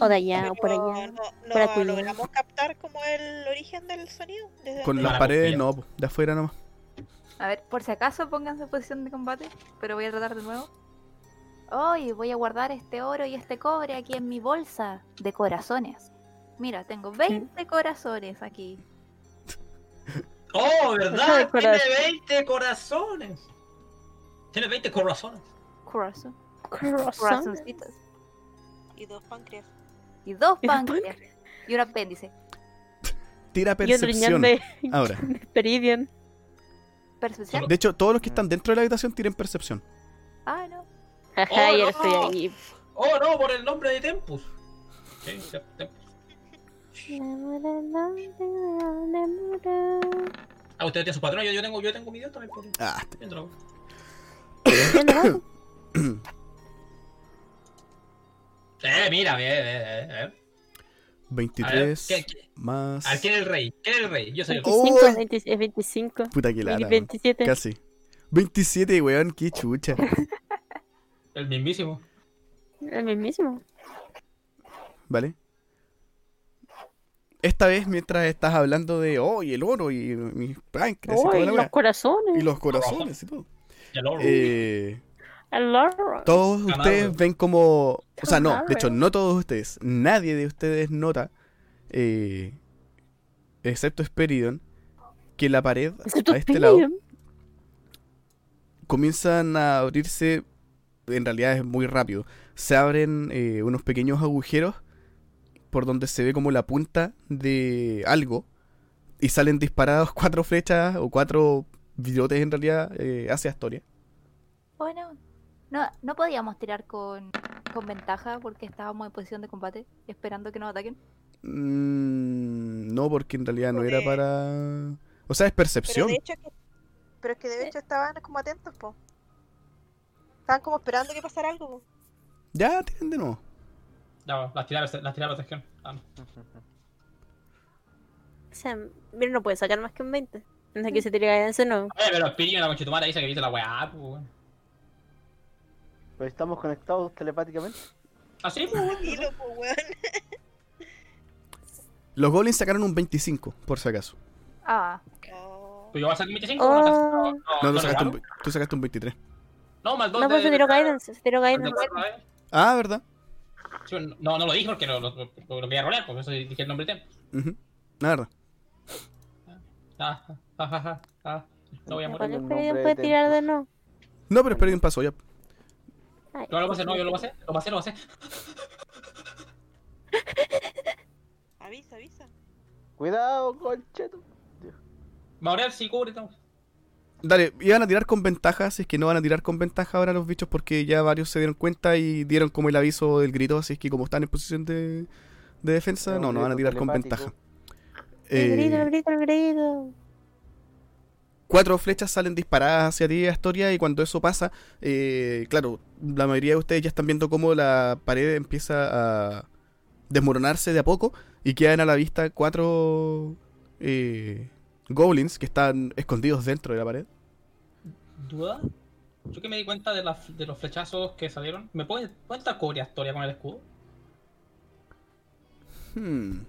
Speaker 3: O de allá, o por
Speaker 5: Pero
Speaker 3: allá.
Speaker 5: No,
Speaker 3: por
Speaker 5: no
Speaker 3: acullá.
Speaker 5: logramos captar como el origen del sonido. Desde
Speaker 6: Con
Speaker 5: donde-
Speaker 6: las
Speaker 2: Para
Speaker 6: paredes
Speaker 2: confiar.
Speaker 6: no, po, de afuera nomás.
Speaker 4: A ver, por si acaso pónganse en posición de combate, pero voy a tratar de nuevo. Hoy voy a guardar este oro y este cobre aquí en mi bolsa de corazones. Mira, tengo 20 corazones aquí.
Speaker 2: Oh,
Speaker 3: Caja
Speaker 2: ¿verdad?
Speaker 3: de
Speaker 2: Tiene
Speaker 3: corazones.
Speaker 2: 20 corazones. Tiene 20 corazones.
Speaker 4: Corazón,
Speaker 3: Corazón.
Speaker 4: corazoncitos.
Speaker 5: Y dos páncreas.
Speaker 4: Y dos
Speaker 3: Y dos
Speaker 4: páncreas. Y un apéndice.
Speaker 3: Y
Speaker 6: Tira
Speaker 3: otro riñón
Speaker 6: percepción.
Speaker 3: de,
Speaker 6: Ahora.
Speaker 3: de Peridion.
Speaker 4: Percepción.
Speaker 6: De hecho, todos los que están dentro de la habitación tiren percepción.
Speaker 4: Ah, no.
Speaker 3: Ajá,
Speaker 2: Oh,
Speaker 3: y ahora
Speaker 2: no.
Speaker 3: estoy ahí.
Speaker 2: Oh, no, por el nombre de Tempus. Sí, sí, Tempus. Ah, usted tiene su patrón. Yo, yo tengo, yo tengo mi dios también. Por...
Speaker 6: Ah,
Speaker 2: Entra, güey. Eh, mira, bien, bien, bien, bien. A ver,
Speaker 6: 23
Speaker 2: ¿qué- qué-
Speaker 6: más.
Speaker 2: a ver, ¿quién es el rey? ¿Quién es el rey? Yo soy el rey.
Speaker 3: 25,
Speaker 6: Oh.
Speaker 3: 20 es 25.
Speaker 6: Puta que
Speaker 3: Y
Speaker 6: lata. weón.
Speaker 3: 27.
Speaker 6: Casi. 27, weón, qué chucha.
Speaker 2: El mismísimo.
Speaker 3: El mismísimo.
Speaker 6: ¿Vale? Esta vez, mientras estás hablando de, oh, y el oro, y mis páncreas, y
Speaker 3: Oh,
Speaker 6: toda
Speaker 3: y
Speaker 6: la
Speaker 3: los
Speaker 6: weá, y
Speaker 3: corazones.
Speaker 6: los corazones y todo.
Speaker 2: Y el oro.
Speaker 6: Eh,
Speaker 3: El loro.
Speaker 6: todos
Speaker 2: Ganado.
Speaker 6: ustedes ven como. O sea, no,
Speaker 3: Ganado.
Speaker 6: de hecho, no todos ustedes. Nadie de ustedes nota, eh, excepto Speridon, que la pared
Speaker 3: Excepto
Speaker 6: a este lado
Speaker 3: Peridion.
Speaker 6: comienzan a abrirse, en realidad es muy rápido, se abren eh, unos pequeños agujeros por donde se ve como la punta de algo y salen disparados cuatro flechas o cuatro virotes en realidad eh, hacia Astoria.
Speaker 4: Oh, no. No, no podíamos tirar con, con ventaja porque estábamos en posición de combate, esperando que nos ataquen.
Speaker 6: Mm, no, porque en realidad no era
Speaker 5: Porque-
Speaker 6: para... O sea, es
Speaker 5: Pero
Speaker 6: percepción.
Speaker 5: de hecho, es que- pero es que de hecho estaban como atentos, po. Estaban como esperando que pasara algo, po.
Speaker 6: Ya, tienen de nuevo.
Speaker 2: No, las tiradas, las tiradas de protección. Ah, no.
Speaker 3: O sea, mira, no puede sacar más que un 20. Anda que se tire guidance, no.
Speaker 2: Oye, Eh, pero Spirion, la conchetumara, dice que viste la weá, pues, weón.
Speaker 1: Pero Pues estamos conectados telepáticamente.
Speaker 2: Así, pues, weón.
Speaker 5: Dilo, po, weón.
Speaker 6: Los goblins sacaron un 25, por si acaso.
Speaker 4: Ah,
Speaker 5: Oh.
Speaker 2: Pues yo voy a sacar 25.
Speaker 3: Oh.
Speaker 2: No, no,
Speaker 6: No, tú
Speaker 2: no,
Speaker 6: sacaste,
Speaker 2: no,
Speaker 6: un, ve- tú sacaste un 23.
Speaker 2: no, más dos
Speaker 3: No,
Speaker 2: de-
Speaker 3: pues se tiró
Speaker 2: de-
Speaker 3: guidance. Se tiró
Speaker 2: de- de-
Speaker 3: guidance.
Speaker 6: Ah, ¿verdad?
Speaker 2: Sí, No, no lo dije porque lo, lo, lo, lo quería rolear, porque eso dije el nombre de Tempus.
Speaker 6: Ujú, La verdad.
Speaker 2: Ah, ah, ah, ah, ah. No voy a morir.
Speaker 3: Igual el
Speaker 1: Nombre
Speaker 3: Peridion
Speaker 1: de
Speaker 3: este puede tirar de
Speaker 1: templo.
Speaker 3: no.
Speaker 6: No, pero Speridon pasó ya.
Speaker 3: Ay,
Speaker 2: Yo lo pasé, no, yo lo pasé, lo pasé, lo pasé.
Speaker 5: Avisa, avisa.
Speaker 1: Cuidado, concheto.
Speaker 2: Maureal sí cubre, no.
Speaker 6: Dale, iban a tirar con ventaja, si es que no van a tirar con ventaja ahora los bichos porque ya varios se dieron cuenta y dieron como el aviso del grito, así es que como están en posición de, de defensa,
Speaker 1: Es un
Speaker 6: no, no van a
Speaker 1: grito
Speaker 6: tirar con
Speaker 1: telepático.
Speaker 6: ventaja.
Speaker 3: El grito, el
Speaker 6: Eh,
Speaker 3: grito, el grito.
Speaker 6: cuatro flechas salen disparadas hacia ti, Astoria, y cuando eso pasa, eh, claro, la mayoría de ustedes ya están viendo cómo la pared empieza a desmoronarse de a poco y quedan a la vista cuatro eh, goblins que están escondidos dentro de la pared.
Speaker 2: ¿Duda? Yo que me di cuenta de, las- de los flechazos que salieron. ¿Me puede, puede estar cubre Astoria con el escudo?
Speaker 6: Hmm.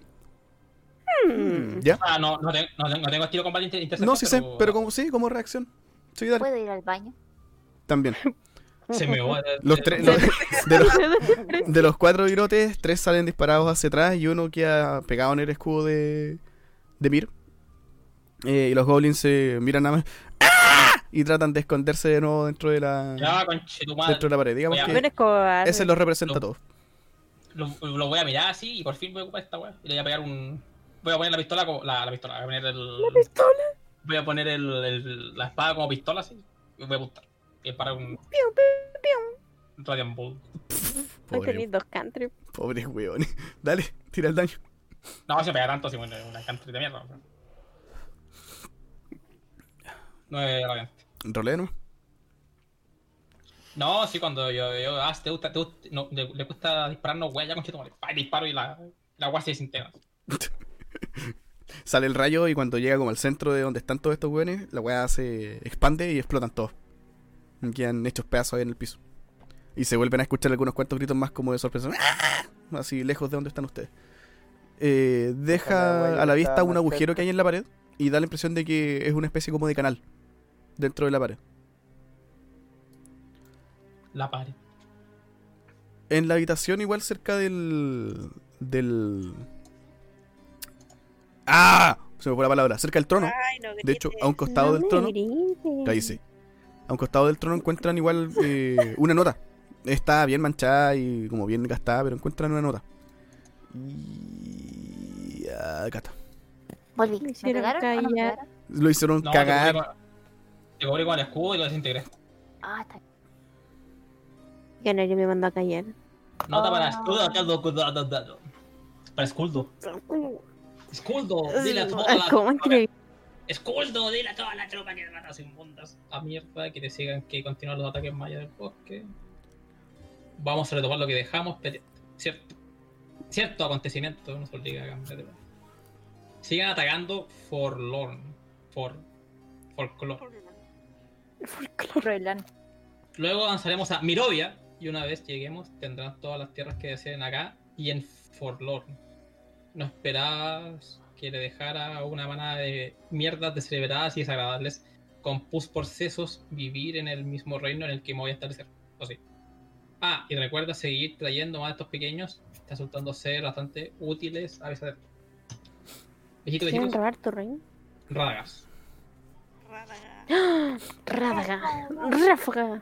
Speaker 3: Hmm.
Speaker 6: ¿Ya?
Speaker 2: Ah, no, no, tengo- no, tengo- no tengo estilo combate inter interceptor,
Speaker 6: No, sí sé, pero como, sí, como reacción. Sí, dale.
Speaker 4: ¿puedo ir al baño?
Speaker 6: También.
Speaker 2: Se me va. eh,
Speaker 6: Los
Speaker 2: eh,
Speaker 6: tres, los- de, los, de los cuatro virotes, tres salen disparados hacia atrás y uno queda pegado en el escudo de, de Mir. Eh, y los goblins se miran nada más ¡Ah! y tratan de esconderse de nuevo dentro de la,
Speaker 2: Ya, conchetumadre.
Speaker 6: dentro de la pared. Digamos
Speaker 2: Voy a
Speaker 6: que
Speaker 3: Menos cobarde.
Speaker 6: ese los representa a todos.
Speaker 2: Lo, lo voy a mirar así y por fin voy a ocupar esta weá. Y le voy a pegar un. Voy a poner la pistola como. La, la pistola. Voy a poner el. ¿La pistola? Voy a poner el, el- la espada como pistola así. Y voy a apuntar. Y es para un. Piu, piu, piu. Radiant Bolt.
Speaker 3: Hoy
Speaker 6: Pobre,
Speaker 3: tenéis dos country.
Speaker 6: pobres hueones. Dale, tira el daño.
Speaker 2: No, se pega tanto si bueno, es una country de mierda. o sea. No es Radiant.
Speaker 6: Rolea nomás.
Speaker 2: No, sí, cuando yo. yo ah, te gusta. Te gusta no, le, le gusta dispararnos, weá, ya con disparo y la. La weá se desintegra.
Speaker 6: Sale el rayo y cuando llega como al centro de donde están todos estos weones, la weá se expande y explotan todos. Y Quedan hechos pedazos ahí en el piso. Y se vuelven a escuchar algunos cuantos gritos más como de sorpresa. ¡Ah! Así lejos de donde están ustedes. Eh,
Speaker 1: Ojalá,
Speaker 6: deja
Speaker 1: güey,
Speaker 6: a la
Speaker 1: yo
Speaker 6: vista
Speaker 1: estaba
Speaker 6: un
Speaker 1: más
Speaker 6: agujero
Speaker 1: cerca.
Speaker 6: que hay en la pared y da la impresión de que es una especie como de canal dentro de la pared.
Speaker 2: La pared.
Speaker 6: En la habitación igual cerca del... del... ¡Ah! Se me fue la palabra. Cerca del trono.
Speaker 5: Ay, Ah, no,
Speaker 6: De hecho,
Speaker 5: grites.
Speaker 6: a un costado
Speaker 3: No
Speaker 6: del
Speaker 3: me
Speaker 6: trono...
Speaker 3: grites.
Speaker 6: Cállese. A un costado del trono encuentran igual eh, una nota. Está bien manchada y como bien gastada, pero encuentran una nota. Y... ah, Acá está.
Speaker 4: Volví.
Speaker 3: Me
Speaker 4: ¿Me
Speaker 3: hicieron
Speaker 4: pegaron o no me
Speaker 3: callar.
Speaker 4: pegaron?
Speaker 6: Lo hicieron
Speaker 2: No,
Speaker 6: cagar.
Speaker 2: Te cubrí, con, te cubrí con el escudo y lo desintegré.
Speaker 4: Ah, está bien.
Speaker 3: Que no, yo me mando a callar.
Speaker 2: Nota
Speaker 4: Ah.
Speaker 2: para escudo. caldo, caldo, caldo, caldo. Para escudo. Escudo, dile a toda la
Speaker 3: ¿Cómo escribí?
Speaker 2: Escudo, dile a toda la tropa que mata sin mundas. A mierda, que te sigan, que continúan los ataques mayas del bosque. Vamos a retomar lo que dejamos, pero cierto. Cierto acontecimiento nos obliga a cambiar de plan. Sigan atacando Forlorn. For. Forlorn.
Speaker 4: Roland.
Speaker 2: Luego avanzaremos a Mirovia y una vez lleguemos tendrán todas las tierras que deseen acá y en Forlorn. No esperabas que le dejara una manada de mierdas descerebradas y desagradables con pus por sesos vivir en el mismo reino en el que me voy a establecer. O sí. Ah, y recuerda seguir trayendo más de estos pequeños, resultando ser bastante útiles a veces. Viejito,
Speaker 3: ¿Quieren
Speaker 2: viejitos,
Speaker 3: robar tu reino?
Speaker 2: rádagas.
Speaker 5: Ráfaga.
Speaker 3: Ráfaga. Ráfaga.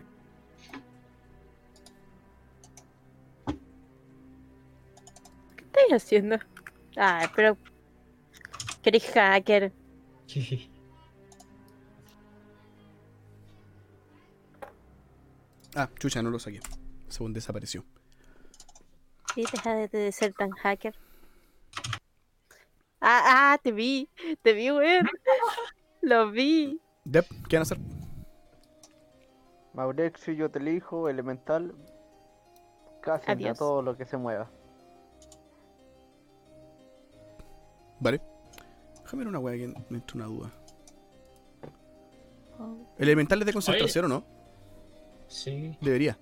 Speaker 3: ¿Qué estáis haciendo? Ay, pero. Que eres hacker.
Speaker 6: Ah, chucha, no lo saqué. Según desapareció.
Speaker 3: Sí, deja de, de ser tan hacker. Ah, ah, te vi. Te vi, weón. Lo vi.
Speaker 6: Dep, ¿qué van a hacer?
Speaker 1: Maurexio, yo te elijo, elemental. Casi a
Speaker 3: Adiós.
Speaker 1: todo lo que se mueva.
Speaker 6: Vale. Déjame ver una wea que me entró una duda. ¿Elemental es de concentración o no?
Speaker 2: Sí,
Speaker 6: Debería.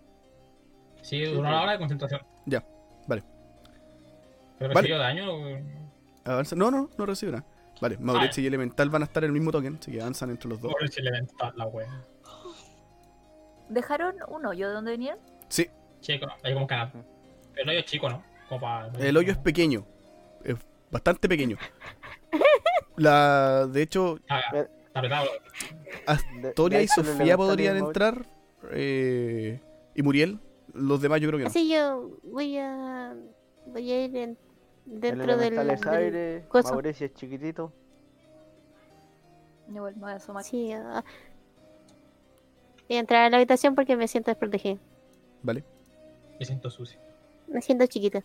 Speaker 2: sí, duró una hora de concentración.
Speaker 6: Ya, vale.
Speaker 2: Pero
Speaker 6: Vale.
Speaker 2: recibió daño.
Speaker 6: Avanza. No, no, no recibe nada. Vale, Mauricio y Elemental van a estar en el mismo token, así que avanzan entre los dos.
Speaker 2: Por el elemental, la wea.
Speaker 4: ¿Dejaron un hoyo de donde vinieron?
Speaker 6: Sí,
Speaker 2: Chico, hay como un canal. El hoyo es chico, ¿no? Como para...
Speaker 6: el hoyo es pequeño. Es bastante pequeño. La, de hecho,
Speaker 2: Ah, ya, está apretado.
Speaker 1: De-
Speaker 6: Toria
Speaker 1: de
Speaker 6: y
Speaker 1: hecho, el
Speaker 6: Sofía
Speaker 1: elemental
Speaker 6: podrían
Speaker 1: es Maure-
Speaker 6: entrar. eh, y Muriel. Los demás yo creo que no.
Speaker 3: Así yo voy a. Voy a ir en-
Speaker 1: El
Speaker 3: dentro del.
Speaker 1: elemental es
Speaker 3: del-
Speaker 1: aire,
Speaker 3: coso.
Speaker 1: Mauricio es chiquitito.
Speaker 4: Igual me voy a asomar.
Speaker 3: Sí, ah. Voy a entrar a la habitación porque me siento desprotegida.
Speaker 6: Vale.
Speaker 2: Me siento sucio.
Speaker 3: Me siento chiquita.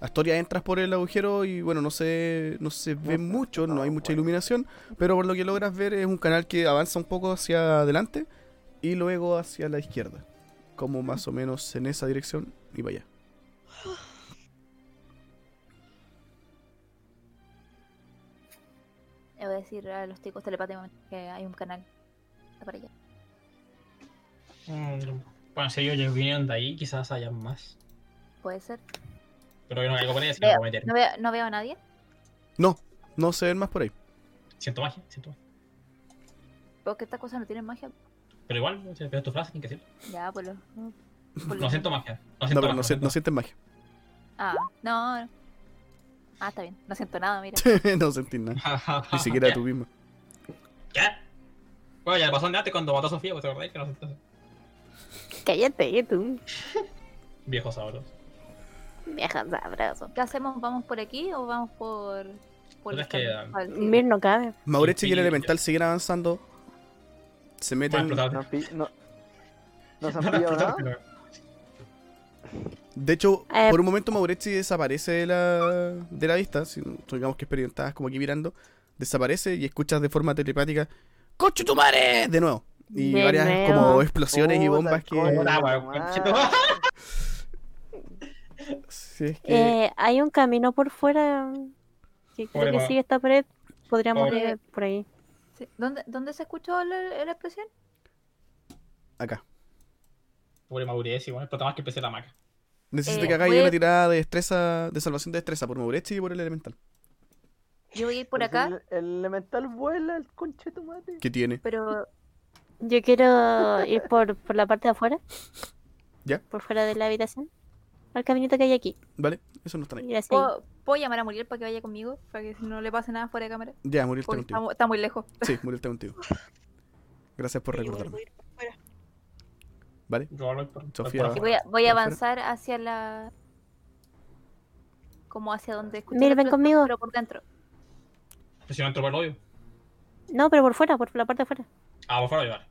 Speaker 6: Astoria entras por el agujero y bueno, no se, no se ve mucho, no hay mucha iluminación, pero por lo que logras ver es un canal que avanza un poco hacia adelante y luego hacia la izquierda, como más o menos en esa dirección y vaya.
Speaker 4: Le voy a decir a los chicos telepáticamente que hay un canal. Está para allá.
Speaker 2: Mm, Bueno, si ellos vinieron de ahí, quizás hayan más.
Speaker 4: Puede ser.
Speaker 2: Pero yo no caigo con ella, si no voy a meter.
Speaker 4: No veo, no veo a nadie.
Speaker 6: No, no se ven más por ahí.
Speaker 2: Siento magia, siento magia.
Speaker 4: Porque estas cosas no tienen magia.
Speaker 2: Pero igual, no sé, pero es tu frase, sin que decirlo.
Speaker 4: Ya, pues lo. por lo-
Speaker 2: No siento magia. No
Speaker 6: No,
Speaker 2: siento magia.
Speaker 6: pero no, se- no sienten magia.
Speaker 4: Ah, no. Ah, está bien. No siento nada, mira.
Speaker 6: no sentís nada,
Speaker 2: siento-
Speaker 6: ni siquiera tú misma.
Speaker 2: ¿Qué? Bueno, ya le pasó antes cuando mató a Sofía, pues te acordáis que no sentó
Speaker 3: Cállate, eh, tú.
Speaker 2: viejos sabros.
Speaker 3: Vieja sabroso.
Speaker 4: ¿Qué hacemos? ¿Vamos por aquí o vamos por.? por
Speaker 2: Pero
Speaker 4: el
Speaker 2: es que,
Speaker 4: camino? Ah, sí.
Speaker 3: Mir no cabe.
Speaker 6: Maureche y el
Speaker 2: Infinito.
Speaker 6: elemental siguen avanzando, se
Speaker 2: Van a
Speaker 6: meten
Speaker 2: explotar.
Speaker 1: No, han pi- no, no se han
Speaker 2: Van a
Speaker 1: pillado
Speaker 2: explotar,
Speaker 1: nada.
Speaker 2: pero-
Speaker 6: De hecho,
Speaker 3: Eh,
Speaker 6: por un momento Mauretti desaparece de la, de la vista, si digamos que experimentadas como aquí mirando, desaparece y escuchas de forma telepática ¡Coche tu madre! de nuevo. Y
Speaker 3: De
Speaker 6: varias
Speaker 3: nuevo.
Speaker 6: como explosiones y
Speaker 1: Puta,
Speaker 6: bombas que...
Speaker 1: coño,
Speaker 2: Ah, bueno,
Speaker 1: madre.
Speaker 2: conchito.
Speaker 6: Si es que-
Speaker 3: Eh, hay un camino por fuera. que
Speaker 2: Pobre
Speaker 3: creo que
Speaker 2: ma-
Speaker 3: sigue esta pared, podríamos
Speaker 2: Pobre-
Speaker 3: ir por ahí.
Speaker 4: Sí. ¿Dónde, ¿Dónde se escuchó la, la explosión?
Speaker 6: Acá.
Speaker 2: Pobre madurez, igual. Explota más que empecé la maca.
Speaker 6: Necesito
Speaker 4: Eh,
Speaker 6: que hagáis
Speaker 4: voy a-
Speaker 6: una tirada de destreza, de salvación de destreza por Maurechi y por el elemental.
Speaker 4: Yo voy a ir por
Speaker 3: Pues
Speaker 1: Pero si
Speaker 4: acá,
Speaker 1: El, el elemental vuela, el conche tu madre.
Speaker 6: ¿Qué tiene?
Speaker 4: pero
Speaker 3: Yo quiero ir por, por la parte de afuera.
Speaker 6: Ya.
Speaker 3: Por fuera de la habitación. Al caminito que hay aquí.
Speaker 6: ¿Vale? Eso no está ahí.
Speaker 3: Ir así.
Speaker 4: ¿puedo, puedo llamar a Muriel para que vaya conmigo? Para que no le pase nada fuera de cámara.
Speaker 6: Ya, Muriel está
Speaker 4: Porque está,
Speaker 6: contigo.
Speaker 4: mu- está muy lejos.
Speaker 6: Sí, Muriel está contigo. Gracias por
Speaker 5: Yo igual
Speaker 6: recordarme.
Speaker 5: voy a ir para afuera.
Speaker 6: ¿Vale?
Speaker 2: Yo voy por, voy
Speaker 6: Sofía.
Speaker 2: por
Speaker 4: Y
Speaker 2: afuera.
Speaker 4: voy a, voy a
Speaker 6: Por
Speaker 4: avanzar hacia la. Como hacia donde escuché.
Speaker 3: Mira,
Speaker 4: la
Speaker 3: ven
Speaker 4: explosión,
Speaker 3: conmigo.
Speaker 4: Pero por dentro.
Speaker 2: Pero si no entro por el hoyo.
Speaker 3: No, pero por fuera, por la parte de afuera.
Speaker 2: Ah, por fuera llevar.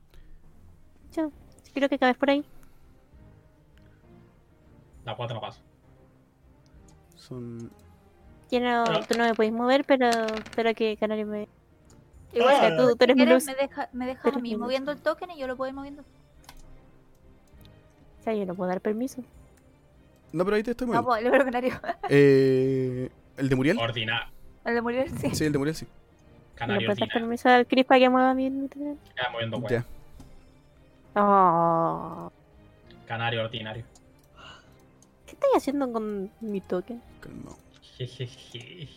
Speaker 3: Yo creo que cabes por ahí.
Speaker 2: La puerta no pasa.
Speaker 6: Son.
Speaker 3: Yo no,
Speaker 2: Ah.
Speaker 3: tú no me podés mover, pero espero que Canario me...
Speaker 4: Igual,
Speaker 3: O sea, tú, tú eres mi
Speaker 4: ¿Quieres?
Speaker 3: luz.
Speaker 4: Me deja, me deja
Speaker 3: Pero
Speaker 4: a mí
Speaker 3: mira.
Speaker 4: moviendo el token y yo lo puedo ir moviendo.
Speaker 3: O sea, yo no puedo dar permiso.
Speaker 6: No, pero ahí te estoy
Speaker 4: No,
Speaker 6: moviendo.
Speaker 4: pues, el ordinario.
Speaker 6: Eh, ¿El de Muriel?
Speaker 2: Ordinario.
Speaker 4: El de Muriel, sí.
Speaker 6: Sí, el de Muriel, sí.
Speaker 3: No
Speaker 2: Canario
Speaker 3: puedo dar
Speaker 2: ordinario.
Speaker 3: permiso al Chris para que mueva mi... mi-
Speaker 2: Queda moviendo
Speaker 6: Ya.
Speaker 2: hueá.
Speaker 3: Oh.
Speaker 2: Canario ordinario.
Speaker 3: ¿Qué estáis haciendo con mi token?
Speaker 6: Calmado.
Speaker 2: Jejeje.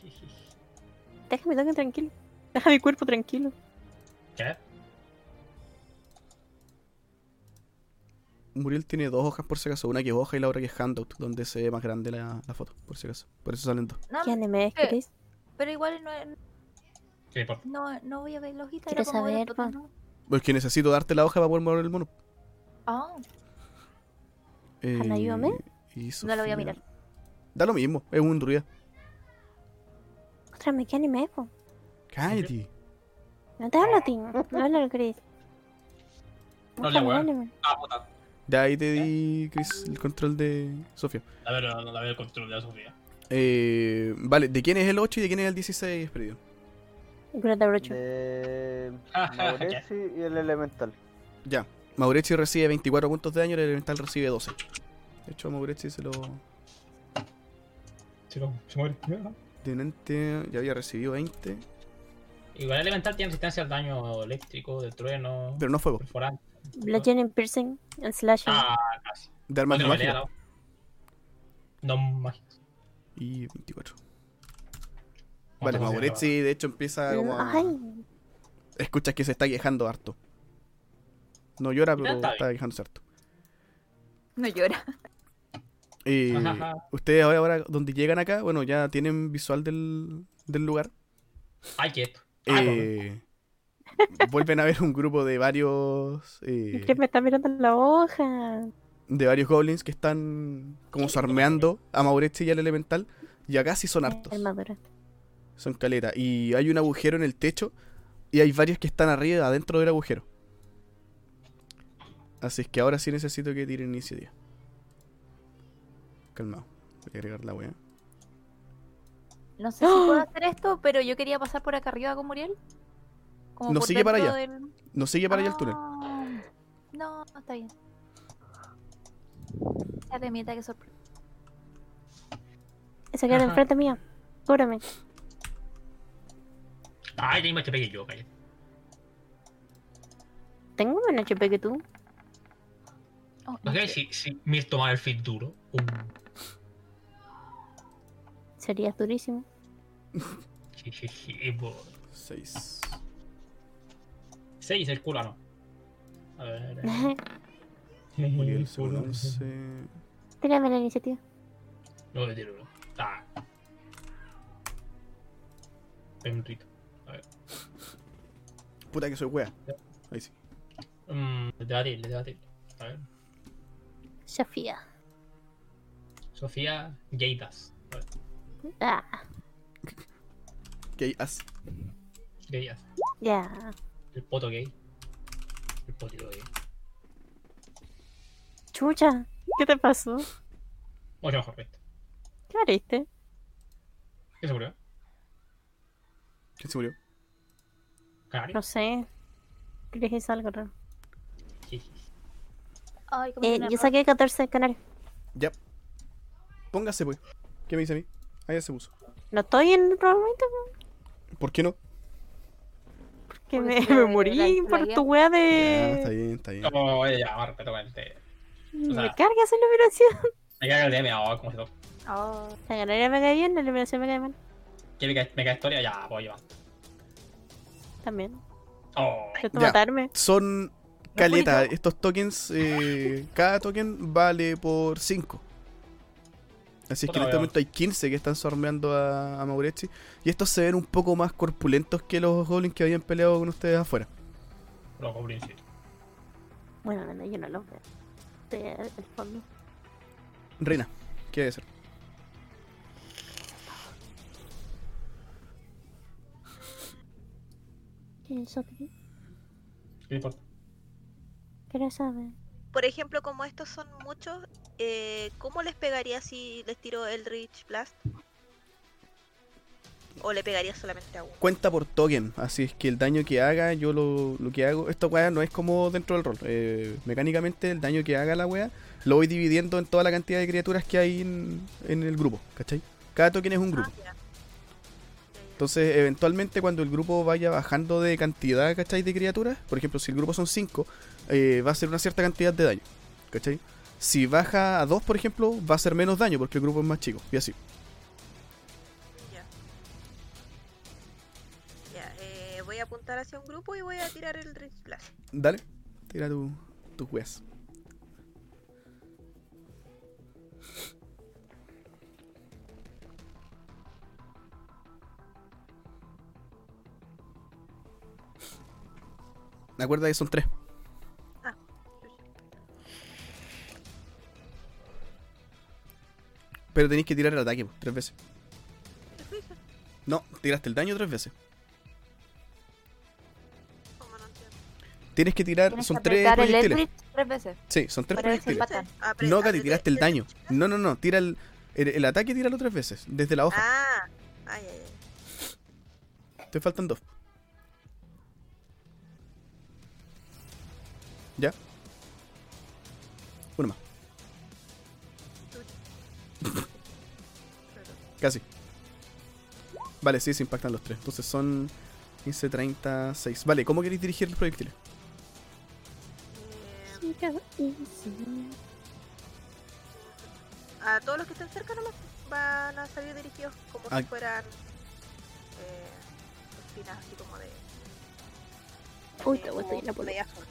Speaker 3: Deja mi token tranquilo. Deja mi cuerpo tranquilo.
Speaker 2: ¿Qué?
Speaker 6: Muriel tiene dos hojas por si acaso. Una que es hoja y la otra que es handout, donde se ve más grande la, la foto, por si acaso. Por eso salen dos.
Speaker 4: No,
Speaker 3: ¿Qué anime es,
Speaker 4: eh,
Speaker 3: Chris?
Speaker 4: pero igual no,
Speaker 2: ¿Qué importa?
Speaker 4: no, no voy a ver los hitos.
Speaker 3: Quiero
Speaker 4: era para mover el
Speaker 3: saber,
Speaker 4: botón, ¿no?
Speaker 6: Porque necesito darte la hoja para poder mover el mono.
Speaker 4: Ah,
Speaker 6: Eh,
Speaker 3: Ana, ayúdame.
Speaker 6: y
Speaker 4: No la voy a
Speaker 6: Sofía.
Speaker 4: mirar.
Speaker 6: Da lo mismo, es un druida.
Speaker 3: Otra, ¿qué anime es, po?
Speaker 6: Cállate.
Speaker 3: No te hablo a ti. No hablo al Chris.
Speaker 2: No le
Speaker 3: Déjame,
Speaker 2: hueá.
Speaker 3: háblame.
Speaker 2: Ah, puta.
Speaker 6: De ahí te di, Chris, el control de Sofía.
Speaker 2: La veo, la veo el control de la Sofía.
Speaker 6: Eh, vale, ¿de quién es el 8 y de quién es el 16, Esperidion?
Speaker 3: Y con otra brocha.
Speaker 1: De Maurici y el elemental.
Speaker 6: Ya. Maurechi recibe 24 puntos de daño y el elemental recibe 12. De hecho, a Maurechi se lo...
Speaker 2: Se, lo- se muere.
Speaker 6: Tenente ya había recibido 20,
Speaker 2: Igual elemental tiene resistencia al daño eléctrico, de trueno,
Speaker 6: pero no fuego.
Speaker 2: perforante.
Speaker 3: Bludgeon and piercing and slashing.
Speaker 2: Ah,
Speaker 6: De armas
Speaker 2: no
Speaker 6: no
Speaker 2: pelea. la- No mágicas.
Speaker 6: Y 24. Vale, Maurechi de hecho empieza como a...
Speaker 3: Mm, Ay,
Speaker 6: Escuchas que se está quejando harto. No llora, pero
Speaker 2: Ya está
Speaker 6: está quejándose harto.
Speaker 4: no llora.
Speaker 6: Eh,
Speaker 2: Ajá.
Speaker 6: ustedes ahora, ahora donde llegan acá, bueno, ya tienen visual del, del lugar.
Speaker 2: Ay, quieto.
Speaker 6: Eh, vuelven a ver un grupo de varios eh,
Speaker 3: Chris me está mirando la hoja.
Speaker 6: de varios goblins que están como sarmeando a Maurechi y al elemental. Y acá sí son hartos.
Speaker 3: Armadura.
Speaker 6: Son caleta. Y hay un agujero en el techo. Y hay varios que están arriba, adentro del agujero. Así es que ahora sí necesito que tire iniciativa. Calmado. Voy a agregar la wea.
Speaker 4: No sé si
Speaker 6: ¡Ah!
Speaker 4: puedo hacer esto, pero yo quería pasar por acá arriba con Muriel. Como
Speaker 6: No,
Speaker 4: por
Speaker 6: sigue para
Speaker 4: dentro
Speaker 6: allá.
Speaker 4: del-
Speaker 6: No sigue para allá el túnel.
Speaker 4: Ah, No, no está bien. Ya te mira que sorpresa.
Speaker 3: Esa cara
Speaker 2: Ajá.
Speaker 3: enfrente mía. Cúbrame.
Speaker 2: Ay, tengo que pegué yo, calla.
Speaker 3: Tengo menos HP que tú.
Speaker 4: Oh,
Speaker 2: ¿No sé
Speaker 6: eh.
Speaker 2: si, si Mir tomara el feed duro? Um,
Speaker 3: Serías durísimo.
Speaker 2: jejeje, bo-
Speaker 6: 6.
Speaker 2: Seis, el culo, ah, no. A ver.
Speaker 6: Muriel,
Speaker 2: el
Speaker 6: según
Speaker 2: culo.
Speaker 6: 11.
Speaker 3: Tírame la iniciativa.
Speaker 2: No, le tiro uno. Ah. Ven un rito.
Speaker 6: Puta que soy wea. Ahí sí.
Speaker 2: Mm, le da a ti, le da a ti. A ver.
Speaker 3: Sofía.
Speaker 2: Sofía Gaitas. A ver,
Speaker 3: Ah,
Speaker 6: Gay as.
Speaker 2: Gaitas.
Speaker 3: ya.
Speaker 2: El poto gay. El potito gay.
Speaker 3: Chucha. ¿Qué te pasó?
Speaker 2: Mucho mejor, ¿viste?
Speaker 3: ¿Qué hariste?
Speaker 2: ¿Qué se murió?
Speaker 6: ¿Quién se murió?
Speaker 2: Canario.
Speaker 3: No sé. Chris hizo algo raro.
Speaker 2: Jeje.
Speaker 4: Ay, como
Speaker 3: Eh,
Speaker 4: una
Speaker 3: yo
Speaker 4: rosa.
Speaker 3: saqué 14 canarios.
Speaker 6: Ya. Póngase, pues. ¿Qué me dice a mí? Ahí se puso.
Speaker 3: No estoy en Roll20
Speaker 6: ¿Por qué no?
Speaker 3: porque
Speaker 4: Porque
Speaker 3: me,
Speaker 4: si la-
Speaker 3: me
Speaker 4: la
Speaker 3: morí por
Speaker 4: incluía.
Speaker 3: tu wea
Speaker 6: Ya, Ah, está
Speaker 3: de.
Speaker 6: bien, está bien.
Speaker 2: Como, oye, ya, más respeto con este.
Speaker 3: Me
Speaker 2: sea-
Speaker 3: carga esa iluminación.
Speaker 2: Me caga el DM, oh, como si no.
Speaker 4: Oh,
Speaker 3: La ganaría me cae bien, la iluminación me cae mal.
Speaker 2: ¿Qué me cae, me cae historia? Ya, voy, basta.
Speaker 3: También.
Speaker 2: Oh,
Speaker 3: Trato
Speaker 6: Ya.
Speaker 3: de matarme.
Speaker 6: Son caleta. Estos tokens, eh, cada token vale por 5. Así es que
Speaker 2: Puta
Speaker 6: en
Speaker 2: la
Speaker 6: este
Speaker 2: wea.
Speaker 6: momento hay 15 que están sormeando a, a Maurechi. Y estos se ven un poco más corpulentos que los goblins que habían peleado con ustedes afuera.
Speaker 2: loco, príncipe.
Speaker 3: Bueno, no, yo no lo veo. Estoy al al fondo.
Speaker 6: Reina, ¿qué debe ser?
Speaker 3: ¿Qué es eso aquí?
Speaker 2: ¿Qué te importa?
Speaker 3: Quiero saber.
Speaker 5: Por ejemplo, como estos son muchos, eh, ¿cómo les pegaría si les tiro el Rich Blast? ¿O le pegaría solamente a uno?
Speaker 6: Cuenta por token, así es que el daño que haga, yo lo, lo que hago, esta weá no es como dentro del rol. eh, mecánicamente el daño que haga la weá lo voy dividiendo en toda la cantidad de criaturas que hay en, en el grupo, ¿cachai? Cada token es un grupo.
Speaker 5: Ah, ya. Ya, ya.
Speaker 6: Entonces, eventualmente cuando el grupo vaya bajando de cantidad, ¿cachai? De criaturas, por ejemplo, si el grupo son 5, va a ser una cierta cantidad de daño, ¿cachai? Si baja a 2, por ejemplo, va a ser menos daño porque el grupo es más chico, y así.
Speaker 5: Ya. Eh, Ya, eh, voy a apuntar hacia un grupo y voy a tirar el Rich Blast.
Speaker 6: Dale, tira tu, tus weas. Acuerda que son tres.
Speaker 4: Ah.
Speaker 6: Pero tenéis que tirar el ataque po, tres veces. No, tiraste el daño tres veces.
Speaker 5: Como no entiendo.
Speaker 6: Tienes que tirar,
Speaker 4: tienes que
Speaker 6: son tres
Speaker 4: apretar el
Speaker 6: proyectiles.
Speaker 4: Eldritch tres veces.
Speaker 6: Sí, son tres
Speaker 4: para ver si
Speaker 6: proyectiles.
Speaker 4: empatan.
Speaker 5: Ah, apre-
Speaker 6: No, Katy,
Speaker 5: apreté-
Speaker 6: tiraste el daño. No, no, no, tira el, el, el ataque, tíralo tres veces, desde la hoja.
Speaker 5: Ah, ay, ay, ay.
Speaker 6: Te faltan dos. ¿Ya? Uno más. Casi. Vale, sí, se impactan los tres. Entonces son 15, 36. Vale, ¿cómo queréis dirigir el proyectil?
Speaker 5: Eh,
Speaker 3: Sí, qué- y sí.
Speaker 5: a todos los que estén cerca nomás van a salir dirigidos como
Speaker 6: Ah.
Speaker 5: si fueran eh, espinas así como de.
Speaker 3: Uy,
Speaker 5: de-
Speaker 3: te voy a
Speaker 5: como
Speaker 3: estar la polea.
Speaker 5: medias azul.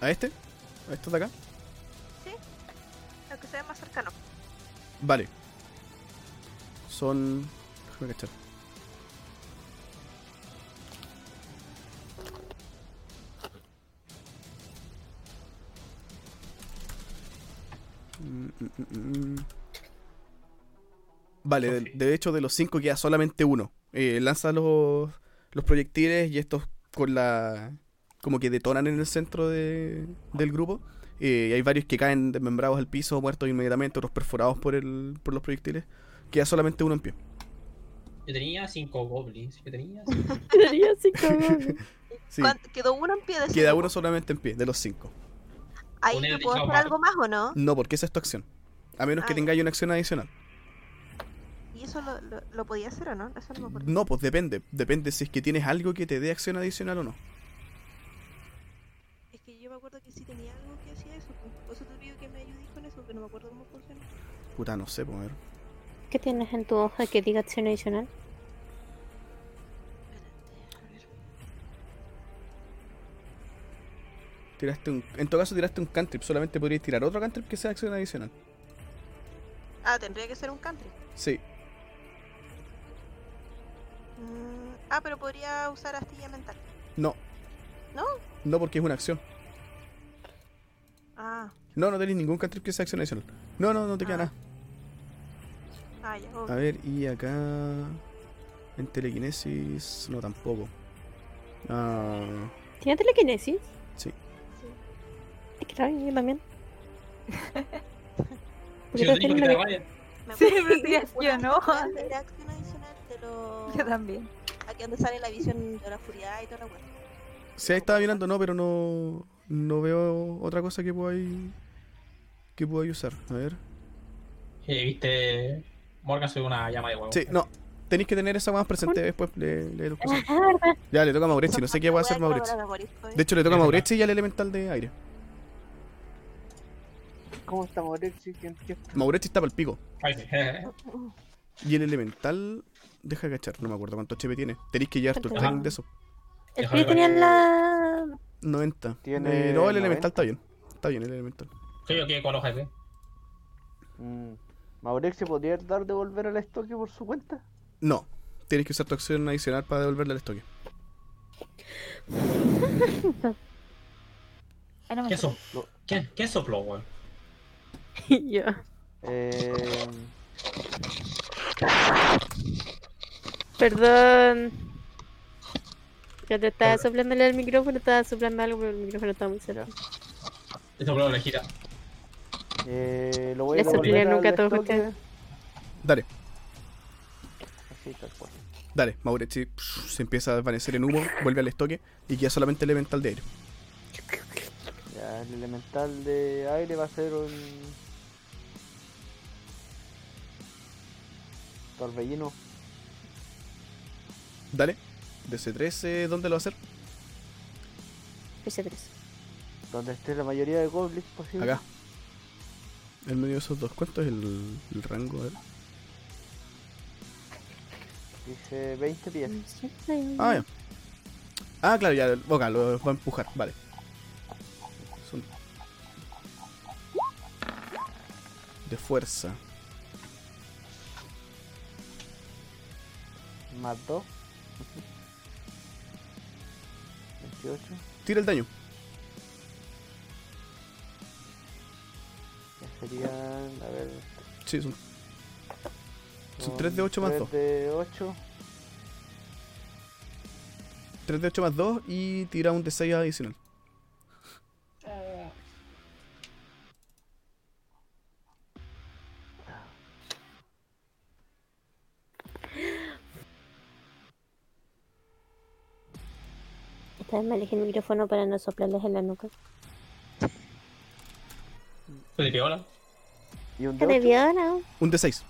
Speaker 6: ¿A este? ¿A estos de acá?
Speaker 5: Los que se ven más cercanos.
Speaker 6: Vale. Son. Déjame cachar. Mm, mm, mm, mm. Vale, de,
Speaker 2: Ok.
Speaker 6: de hecho de los cinco queda solamente uno. Eh, lanza los, los proyectiles y estos con la. como que detonan en el centro de- del grupo. Eh, hay varios que caen desmembrados al piso, muertos inmediatamente, otros perforados por, el, por los proyectiles. Queda solamente uno en pie.
Speaker 2: Yo tenía cinco goblins. Yo tenía cinco.
Speaker 3: Sería así como-
Speaker 6: Sí,
Speaker 5: ¿Cuánto- Quedó uno en pie de ese
Speaker 6: queda
Speaker 5: grupo?
Speaker 6: uno solamente en pie, de los cinco.
Speaker 5: Ahí
Speaker 2: Poner
Speaker 5: yo
Speaker 2: el
Speaker 5: puedo hacer
Speaker 2: diploma.
Speaker 5: algo más o no.
Speaker 6: No, porque esa es tu acción. A menos que
Speaker 5: Ah, ya.
Speaker 6: tengáis una acción adicional.
Speaker 5: ¿Y eso lo, lo, lo podía hacer o no? Eso no me acuerdo.
Speaker 6: No, pues depende. Depende si es que tienes algo que te dé acción adicional o no.
Speaker 5: Es que yo me acuerdo que sí tenía algo que hacía eso. pues. Por eso te pido que me ayudéis con eso, porque no me acuerdo cómo funciona.
Speaker 6: Puta, no sé, pues. a ver.
Speaker 3: ¿Qué tienes en tu hoja que diga acción adicional?
Speaker 6: Tiraste un, en todo caso, tiraste un cantrip. Solamente podrías tirar otro cantrip que sea acción adicional.
Speaker 5: Ah, tendría que ser un country.
Speaker 6: Sí,
Speaker 5: Mm, ah, pero podría usar astilla mental.
Speaker 6: no.
Speaker 5: ¿No?
Speaker 6: No, porque es una acción.
Speaker 5: Ah,
Speaker 6: No, no tenéis ningún cantrip que sea acción adicional. No, no, no te queda
Speaker 5: Ah.
Speaker 6: nada.
Speaker 5: ah, ya. ok.
Speaker 6: A ver, y acá. En telequinesis. No, tampoco. Ah,
Speaker 3: ¿Tiene telequinesis?
Speaker 6: Sí.
Speaker 5: Sí.
Speaker 3: Es que yo también. Porque
Speaker 2: Si yo tenía,
Speaker 3: todos tienen
Speaker 2: porque te
Speaker 3: la
Speaker 2: vaya.
Speaker 5: Me
Speaker 4: Sí,
Speaker 5: acuerdo
Speaker 4: pero
Speaker 5: que
Speaker 4: tienes
Speaker 5: una
Speaker 4: que o no.
Speaker 5: mental Era acción adicional de los.
Speaker 4: Yo también.
Speaker 5: Aquí donde sale la visión de la oscuridad y toda la wea.
Speaker 6: Sí, ahí estaba mirando, no, pero no, no veo otra cosa que podáis que podáis usar. A ver.
Speaker 2: Eh, Viste, Morgan soy una llama de huevo.
Speaker 6: Sí, no. tenéis que tener esa más presente después. Le, le- le-
Speaker 3: Ah, verdad.
Speaker 6: ya le toca a Maurechi, no sé qué va a hacer
Speaker 5: Bueno,
Speaker 6: Maurechi.
Speaker 5: ahora Mauricio,
Speaker 6: De hecho, le toca
Speaker 2: Es verdad.
Speaker 6: a Maurechi y al elemental de aire.
Speaker 7: ¿Cómo está Moretti? ¿Quién- quién-
Speaker 6: Maurechi está para el pico.
Speaker 2: Ay, sí.
Speaker 6: Y el elemental. Deja cachar, no me acuerdo cuánto HP tiene. Tenéis que llevar tu
Speaker 3: ¿Cuánto?
Speaker 6: strength de eso.
Speaker 3: El
Speaker 2: Déjame
Speaker 3: Chris
Speaker 2: ver.
Speaker 3: tenía la.
Speaker 6: 90.
Speaker 1: Tiene
Speaker 6: Eh, no, el
Speaker 1: 90.
Speaker 6: elemental está bien. Está bien el elemental.
Speaker 2: Sí, ok, con los jefes.
Speaker 1: Mm. Maurexi podría dar de volver al estoque por su cuenta.
Speaker 6: No. Tienes que usar tu acción adicional para devolverle al estoque.
Speaker 4: Ay, Ah, no me
Speaker 2: ¿Qué
Speaker 4: acuerdo.
Speaker 2: sopló? ¿Quién, quién sopló, weón?
Speaker 3: Y yo.
Speaker 1: Eh,
Speaker 3: Perdón. Yo te estaba soplándole el micrófono, estaba soplando algo, pero el micrófono estaba muy cerca.
Speaker 2: Esto sopló la orejita.
Speaker 1: eh, lo voy a
Speaker 3: Eso tiene
Speaker 1: devolver
Speaker 3: nunca
Speaker 1: al
Speaker 3: todo
Speaker 1: estoque.
Speaker 3: junto.
Speaker 6: Dale,
Speaker 1: Así, tal cual.
Speaker 6: dale. Maurechi psh, se empieza a desvanecer en humo, vuelve al estoque y queda solamente el elemental de aire.
Speaker 1: Ya, el elemental de aire va a ser un... Torbellino.
Speaker 6: Dale. DC13, ¿dónde lo va a hacer?
Speaker 3: Ese tres.
Speaker 1: Donde esté la mayoría de goblins posible.
Speaker 6: Acá. En medio de esos dos. ¿Cuánto es el, el rango? A ver.
Speaker 1: Dice 20 pies.
Speaker 6: Ah, ya. Ah, claro, ya. Boca, lo va a empujar. Vale. Son- De fuerza.
Speaker 3: Mm.
Speaker 1: Más 2. 28.
Speaker 6: Tira el daño.
Speaker 1: Ya serían... A ver...
Speaker 6: Sí, son- Son tres de ocho más dos.
Speaker 1: 3 de 8.
Speaker 6: 3 de 8 más 2 y tira un de 6 adicional.
Speaker 3: Esta vez me alejé el micrófono para no soplarles en la nuca.
Speaker 2: Se le pegó la.
Speaker 1: Y un
Speaker 3: ¿Te
Speaker 1: de ocho.
Speaker 3: viola?
Speaker 6: Un de 6.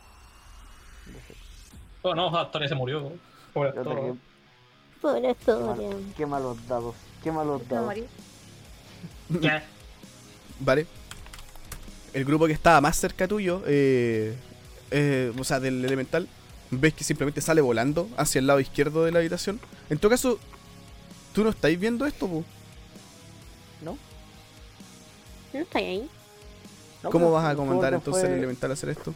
Speaker 2: Oh, no, Astoria se murió. Pobre
Speaker 1: Y otro
Speaker 2: Astoria.
Speaker 1: que-
Speaker 3: Pobre
Speaker 6: Ah.
Speaker 1: quema,
Speaker 3: historia.
Speaker 1: quema los dados. Quema los
Speaker 4: Me
Speaker 1: dados.
Speaker 4: morí.
Speaker 2: ¿Qué?
Speaker 6: Vale. El grupo que estaba más cerca tuyo, eh, eh, o sea, del elemental, ves que simplemente sale volando hacia el lado izquierdo de la habitación. En todo caso, ¿tú no estáis viendo esto? po?
Speaker 3: No estoy ahí.
Speaker 1: No,
Speaker 6: ¿Cómo
Speaker 1: pero pues.
Speaker 6: vas a
Speaker 1: el
Speaker 6: comandar
Speaker 1: gordo
Speaker 6: entonces
Speaker 1: fue-
Speaker 6: al elemental a hacer esto?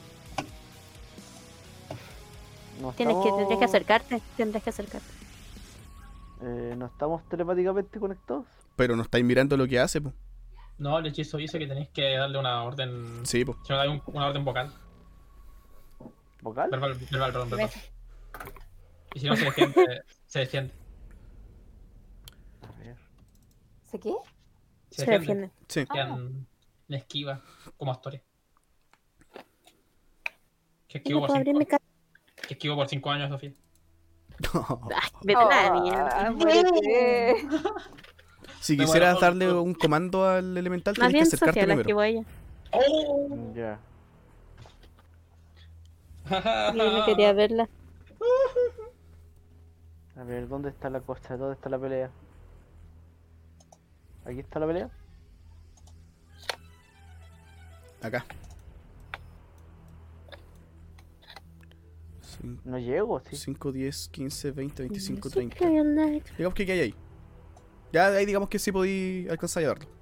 Speaker 1: nos
Speaker 3: Tienes que, tendrías que
Speaker 1: estamos-
Speaker 3: acercarte. Tendrías que acercarte.
Speaker 1: Eh, no estamos telepáticamente conectados.
Speaker 6: Pero no estáis mirando lo que hace, po.
Speaker 2: No, el hechizo dice que tenéis que darle una orden.
Speaker 6: Sí, po.
Speaker 2: Si no, dais un- una orden vocal.
Speaker 1: ¿Vocal?
Speaker 2: Verbal, verbal, perdón, verbal. Y si no, se defiende. se defiende.
Speaker 1: A ver.
Speaker 4: ¿Se qué?
Speaker 2: Se
Speaker 3: Se
Speaker 2: defiende.
Speaker 3: defiende.
Speaker 6: Sí.
Speaker 2: Quedan en esquiva, como Astoria. Que
Speaker 3: Yo no
Speaker 2: esquivó por
Speaker 3: puedo abrir mi
Speaker 2: cinco-
Speaker 3: casa.
Speaker 2: que esquivó por 5 años, Sofía.
Speaker 3: Vete a la mierda.
Speaker 4: Ah, Moretti.
Speaker 6: si
Speaker 2: Me
Speaker 6: quisieras
Speaker 2: guardo-
Speaker 6: darle un comando al elemental,
Speaker 3: Más
Speaker 6: tienes que
Speaker 3: bien Sofía
Speaker 6: acercarte
Speaker 3: la
Speaker 6: primero.
Speaker 3: esquivó a ella.
Speaker 2: ¡Oh!
Speaker 1: Ya.
Speaker 3: Yo no quería verla.
Speaker 1: A ver, ¿dónde está la cosa? ¿Dónde está la pelea? ¿Aquí está la pelea?
Speaker 6: Acá. Cin-
Speaker 1: No llego, sí.
Speaker 6: 5, 10, 15, 20, 25,
Speaker 3: No sé
Speaker 6: 30.
Speaker 3: qué onda.
Speaker 6: Digamos que ¿qué hay ahí. Ya ahí digamos que sí podí alcanzar a llevarlo.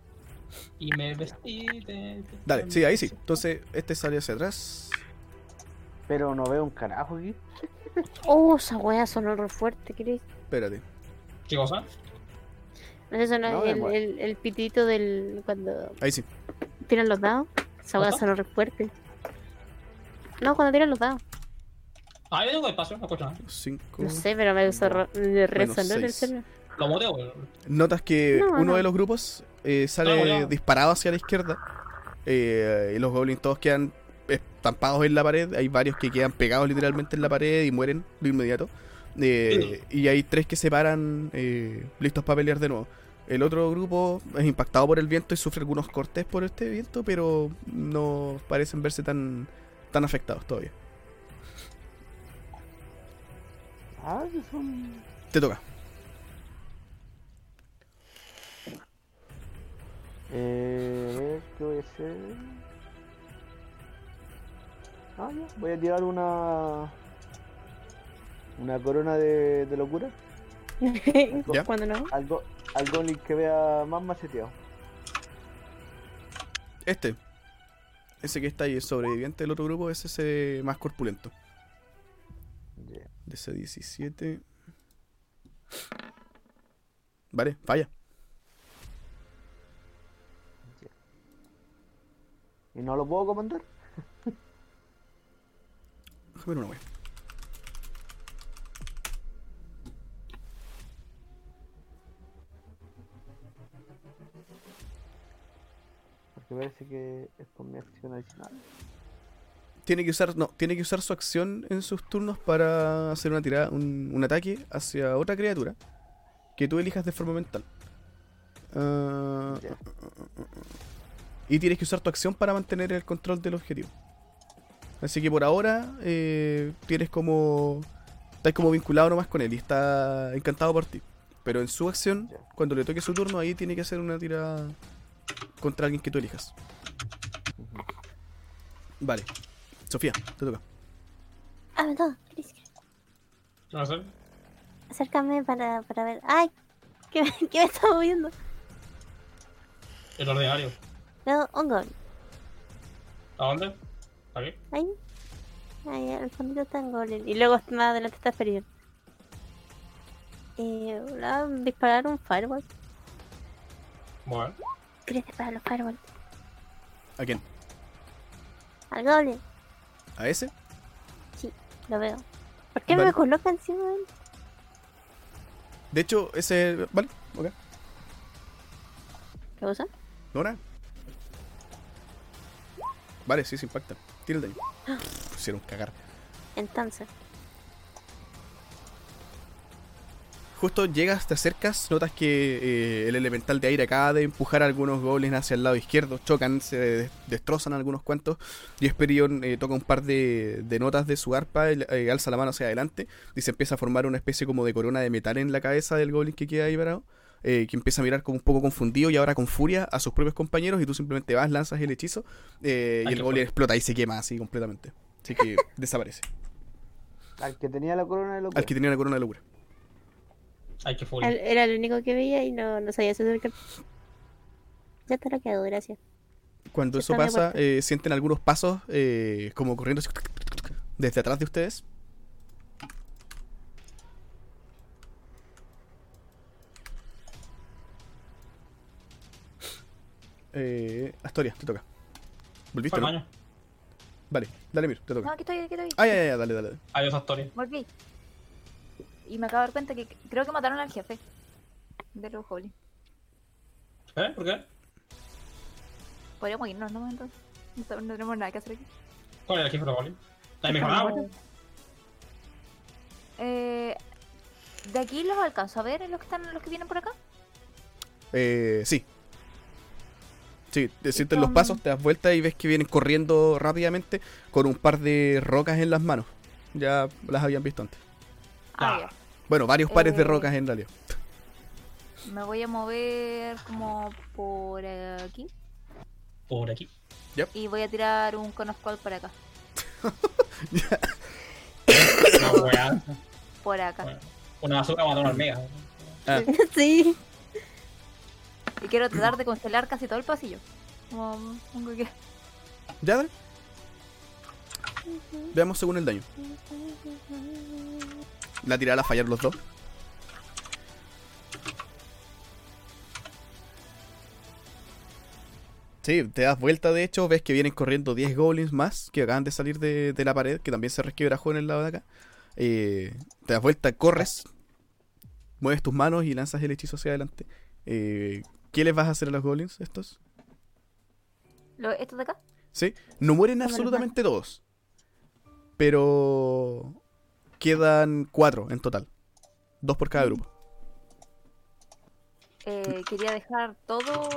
Speaker 2: Y me vestí de...
Speaker 6: Dale, sí, ahí sí. Entonces, este sale hacia atrás.
Speaker 1: Pero no veo un carajo aquí.
Speaker 3: Oh, esa wea sonó re fuerte, Chris.
Speaker 6: Espérate.
Speaker 2: ¿Qué cosa?
Speaker 3: No sé, sonó
Speaker 1: No,
Speaker 3: el,
Speaker 1: igual.
Speaker 3: el, el pitito del. cuando
Speaker 6: Ahí sí.
Speaker 3: tiran los dados. Esa wea
Speaker 2: ¿Ojo?
Speaker 3: sonó re fuerte. No, cuando tiran los dados.
Speaker 2: Ah, yo tengo espacio, no escucho nada.
Speaker 6: 5.
Speaker 3: No sé, pero me sonó- me
Speaker 6: Menos
Speaker 3: resonó en el
Speaker 6: seis.
Speaker 3: cerebro.
Speaker 2: Lo muteo, weón.
Speaker 6: Notas que
Speaker 3: No,
Speaker 6: uno
Speaker 3: no.
Speaker 6: de los grupos eh,
Speaker 2: No,
Speaker 6: sale
Speaker 2: no.
Speaker 6: disparado hacia la izquierda. eh, y los goblins todos quedan estampados en la pared. Hay varios que quedan pegados literalmente en la pared y mueren de inmediato. Eh, y hay tres que se paran eh, listos para pelear de nuevo. El otro grupo es impactado por el viento y sufre algunos cortes por este viento, pero no parecen verse tan, tan afectados todavía.
Speaker 7: Ah, que son.
Speaker 6: Te toca.
Speaker 1: Eh, a ver, ¿qué voy a hacer? Ah, ya, voy a tirar una. Una corona de, de locura
Speaker 6: Ya.
Speaker 3: Cuando no.
Speaker 1: al, go- al goblin que vea más maceteado.
Speaker 6: Este. Ese que está ahí, el sobreviviente del otro grupo, es ese más corpulento.
Speaker 1: Ya.
Speaker 6: De ese 17. Vale, falla.
Speaker 1: ¿Y no lo puedo comandar?
Speaker 6: Déjame ver una wea.
Speaker 1: Porque parece que es con mi acción adicional.
Speaker 6: Tiene que usar. No, tiene que usar su acción en sus turnos para hacer una tirada, un, un ataque hacia otra criatura. Que tú elijas de forma mental. Ah,
Speaker 1: Ya.
Speaker 6: Y tienes que usar tu acción para mantener el control del objetivo. Así que por ahora eh, tienes como. Estás como vinculado nomás con él y está encantado por ti. Pero en su acción,
Speaker 1: Ya.
Speaker 6: cuando le toque su turno, ahí tiene que hacer una tirada contra alguien que tú elijas.
Speaker 1: Ujú.
Speaker 6: Vale. Sofía, te toca.
Speaker 3: Ah, no, Chris,
Speaker 2: No lo sé.
Speaker 3: acércame para, para ver. ¡Ay! ¿Qué, qué me está moviendo?
Speaker 2: El ordinario.
Speaker 3: No, un gol.
Speaker 2: ¿A dónde? ¿A qué?
Speaker 3: Ahí. Ahí, al fondo está en Golem. Y luego más adelante está Feriel. Eh, ah, disparar un firewall.
Speaker 2: Bueno.
Speaker 3: ¿Quieres disparar los firewalls?
Speaker 6: ¿A quién?
Speaker 3: Al Golem.
Speaker 6: ¿A ese?
Speaker 3: Lo veo. ¿Por qué
Speaker 6: Vale.
Speaker 3: me coloca encima de él?
Speaker 6: De hecho, ese. Vale, ok.
Speaker 3: ¿Qué usa?
Speaker 6: No, nada. Vale, sí, se impacta. Tira el daño. Pusieron cagar.
Speaker 3: Entonces.
Speaker 6: Justo llegas, te acercas, notas que eh, el elemental de aire acaba de empujar a algunos goblins hacia el lado izquierdo, chocan, se des- destrozan algunos cuantos. Y Esperion eh, toca un par de, de notas de su arpa, él, eh, alza la mano hacia adelante y se empieza a formar una especie como de corona de metal en la cabeza del goblin que queda ahí parado. eh, que empieza a mirar como un poco confundido y ahora con furia a sus propios compañeros y tú simplemente vas, lanzas el hechizo eh, y
Speaker 2: Ay,
Speaker 6: el
Speaker 2: qué
Speaker 6: goblin
Speaker 2: fuerte.
Speaker 6: explota y se quema así completamente. Así que desaparece.
Speaker 1: Al que tenía la corona de locura.
Speaker 6: Al que tenía la corona de locura.
Speaker 2: Ay, qué full.
Speaker 3: Al- era el único que veía y no, no sabía hacer que... Ya te lo quedo, gracias. Se
Speaker 6: Cuando eso
Speaker 3: están de
Speaker 6: pasa,
Speaker 3: vuelta.
Speaker 6: eh, sienten algunos pasos eh, como corriendo así, desde atrás de ustedes. Eh, Astoria, te toca. ¿Volviste?
Speaker 2: Fue
Speaker 6: ¿no?
Speaker 2: maño.
Speaker 6: Vale, dale, Mir, te
Speaker 4: No,
Speaker 6: toca.
Speaker 4: aquí estoy, aquí estoy.
Speaker 6: Ah, ya, ya, ya, dale, dale.
Speaker 2: Adiós, Astoria.
Speaker 4: Volví. Y me acabo de dar cuenta que creo que mataron al jefe de los goblins.
Speaker 2: ¿Eh? ¿Por qué?
Speaker 4: Podríamos irnos, ¿no? Entonces. No sab- no tenemos nada que hacer aquí.
Speaker 2: ¿Cuál era el jefe de Rolling? ¿La
Speaker 4: Estamos
Speaker 2: mejorado?
Speaker 4: muertos. Eh, ¿De aquí los alcanzo a ver los que están los que vienen por acá?
Speaker 6: Eh, sí. Sí, te sienten
Speaker 4: Esto,
Speaker 6: los pasos, te das vuelta y ves que vienen corriendo rápidamente con un par de rocas en las manos. Ya las habían visto antes.
Speaker 4: Ah,
Speaker 2: Ah.
Speaker 6: Bueno, varios pares de
Speaker 4: Eh,
Speaker 6: rocas en realidad.
Speaker 4: ya. Me voy a mover como por aquí.
Speaker 2: Por aquí.
Speaker 4: Y voy a tirar un conoscol por acá.
Speaker 2: Una weá.
Speaker 4: Por acá.
Speaker 2: Bueno, Una basura mató a una hormiga.
Speaker 3: sí.
Speaker 4: Y quiero tratar de congelar casi todo el pasillo. Como un cualquier-
Speaker 6: Ya, dale. Veamos según el daño. La tirada la fallar los dos. Sí, te das vuelta de hecho, ves que vienen corriendo 10 goblins más que acaban de salir de, de la pared, que también se resquebrajó en el lado de acá. Eh, te das vuelta, corres, mueves tus manos y lanzas el hechizo hacia adelante. Eh, ¿Qué les vas a hacer a los goblins estos?
Speaker 4: Lo- ¿Estos de acá?
Speaker 6: ¿Sí? No mueren
Speaker 3: Como los
Speaker 6: absolutamente todos. Pero quedan cuatro en total. Dos por
Speaker 3: Mm.
Speaker 6: cada grupo.
Speaker 4: Eh, quería dejar todo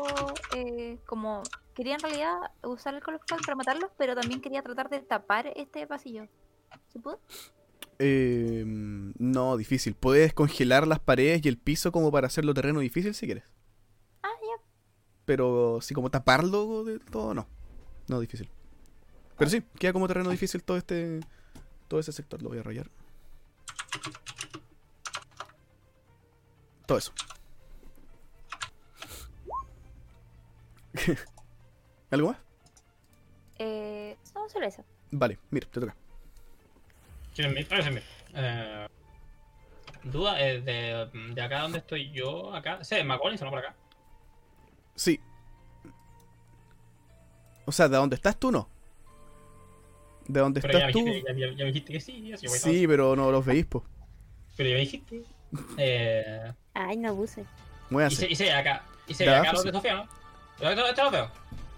Speaker 4: eh, como... Quería en realidad usar el conoscol para matarlos, pero también quería tratar de tapar este pasillo. ¿Se pudo?
Speaker 6: Eh, No, difícil. Puedes congelar las paredes y el piso como para hacerlo terreno difícil si quieres.
Speaker 4: Ah, ya.
Speaker 6: Pero sí, como taparlo de todo, no. No, difícil. Pero
Speaker 4: Ah.
Speaker 6: sí, queda como terreno difícil todo este. Todo ese sector. Lo voy a rayar. Todo eso. ¿Algo más?
Speaker 4: Eh, no, solo eso.
Speaker 6: Vale, mira, te toca.
Speaker 2: ¿Quieren ver? Parece bien. Eh, duda, eh, de, de acá donde estoy yo, acá. ¿Se Macaulay o no por acá?
Speaker 6: Sí. O sea, ¿de dónde estás tú no? ¿De dónde
Speaker 2: Pero ya
Speaker 6: estás
Speaker 2: me,
Speaker 6: tú?
Speaker 2: dijiste, ya, ya- ya me dijiste que sí, así que voy a
Speaker 6: Sí, pero no los veis, po.
Speaker 2: Pero ya me dijiste. Eh,
Speaker 3: Ay, no abuse.
Speaker 2: y, se,
Speaker 6: Muévanse.
Speaker 2: y se acá. Y se
Speaker 6: Ya,
Speaker 2: acá los
Speaker 6: pues
Speaker 2: de Sofía, ¿no? Pero Esto, esto lo veo.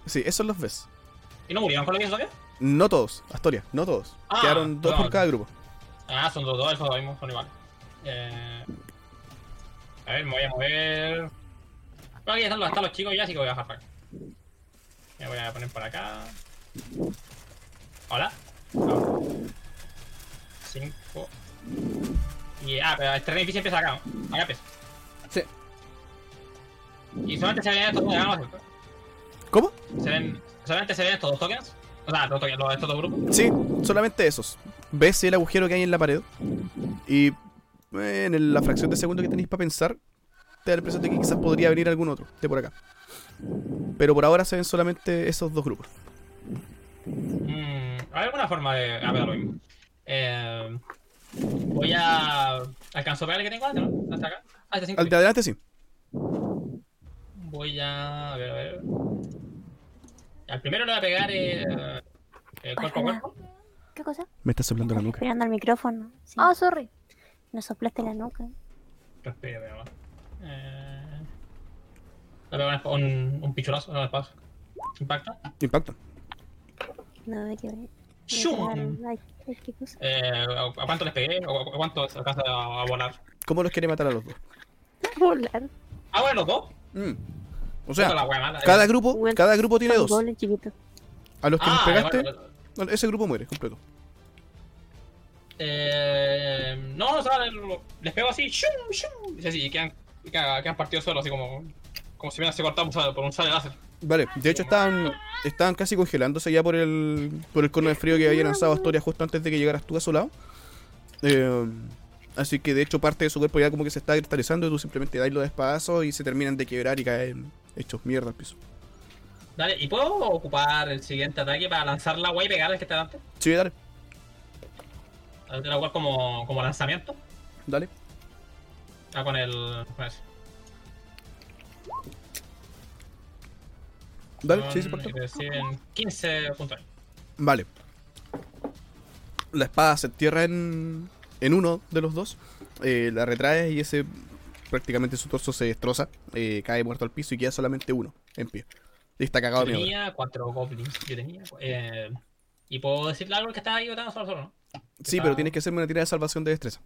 Speaker 6: Sí, esos los ves.
Speaker 2: ¿Y no murieron con los de Sofía?
Speaker 6: No todos, Astoria, no todos.
Speaker 2: Ah,
Speaker 6: Quedaron dos por
Speaker 2: perdón.
Speaker 6: cada grupo.
Speaker 2: Ah, son los dos, esos dos mismos son iguales. Eh, a ver, me voy a mover. Bueno, aquí ya están los, están los chicos ya, así que voy a bajar para acá. Me voy a poner por acá. Hola. No. Cinco. Y, ah, pero el terreno difícil empieza acá. ¿no? Acá empieza.
Speaker 6: Sí.
Speaker 2: Y solamente se ven estos tokens,
Speaker 6: ¿Cómo?
Speaker 2: Se ven, solamente se ven estos dos tokens. O sea, los tokens, los, estos dos grupos.
Speaker 6: Sí, solamente esos. Ves el agujero que hay en la pared. Y eh, en el- la fracción de segundo que tenéis para pensar, te da la impresión de que quizás podría venir algún otro de por acá. Pero por ahora se ven solamente esos dos grupos.
Speaker 2: Mm, ¿Hay alguna forma de.? A ver, da lo mismo. Eh, voy a. ¿Alcanzo a pegar el que tengo antes, no? ¿Hasta acá? Ah, este 5.
Speaker 6: Al de adelante sí.
Speaker 2: Voy a. A ver, a ver. Al primero le voy a pegar. Eh, eh, cuerpo a
Speaker 3: Ojalá.
Speaker 2: cuerpo.
Speaker 4: ¿Qué cosa?
Speaker 6: Me está soplando la nuca.
Speaker 3: Pegando al micrófono. Sí.
Speaker 4: Ah, sorry.
Speaker 3: No soplaste la nuca.
Speaker 2: Respira, pero va. Eh, le voy a pegar un, un, un pichulazo, no, espacio. Impacta.
Speaker 6: Impacto.
Speaker 3: No debería haber.
Speaker 2: ¡Shum!
Speaker 3: Ay, ay, qué cosa.
Speaker 2: Eh, ¿A a cuánto les pegué? ¿O a a cuánto alcanza a, a volar?
Speaker 6: ¿Cómo los quiere matar a los dos?
Speaker 3: Volar.
Speaker 2: Ah, bueno, los dos.
Speaker 6: Mm. O
Speaker 2: Puta la
Speaker 6: sea,
Speaker 2: wea mala. eh.
Speaker 6: cada grupo,
Speaker 3: Bueno,
Speaker 6: cada grupo tiene dos.
Speaker 3: Goles chiquitos.
Speaker 6: A los que
Speaker 2: Ah,
Speaker 6: nos pegaste,
Speaker 2: bueno,
Speaker 6: bueno, ese grupo muere completo.
Speaker 2: Eh, no, o sea, lo- les pego así, shum, shum, y, así, y quedan, y quedan, quedan partidos solo, así como, como si hubieran sido cortados por un- por un sale láser.
Speaker 6: Vale, de hecho estaban, estaban casi congelándose ya por el, por el cono de frío que había lanzado Astoria justo antes de que llegaras tú a su lado. Eh, así que de hecho parte de su cuerpo ya como que se está cristalizando y tú simplemente dais los espadazos y se terminan de quebrar y caen hechos mierda al piso.
Speaker 2: Dale, ¿y puedo ocupar el siguiente ataque para lanzar la guay y pegar al que está delante?
Speaker 6: Sí, dale,
Speaker 2: Al de la guay como, como lanzamiento.
Speaker 6: dale.
Speaker 2: Ah, con el. con ese.
Speaker 6: Dale,
Speaker 2: Con-
Speaker 6: sí, sí, por favor.
Speaker 2: y reciben 15 puntos.
Speaker 6: Vale. La espada se entierra en, en uno de los dos. eh, la retraes y ese prácticamente su torso se destroza. eh, cae muerto al piso y queda solamente uno en pie. Y está
Speaker 2: Yo
Speaker 6: cagado de miedo.
Speaker 2: tenía 4 goblins, yo tenía. Eh, y puedo decirle algo al que está ahí botando solo, solo, ¿no?
Speaker 6: Sí, pero tienes que hacerme una tirada de salvación de destreza.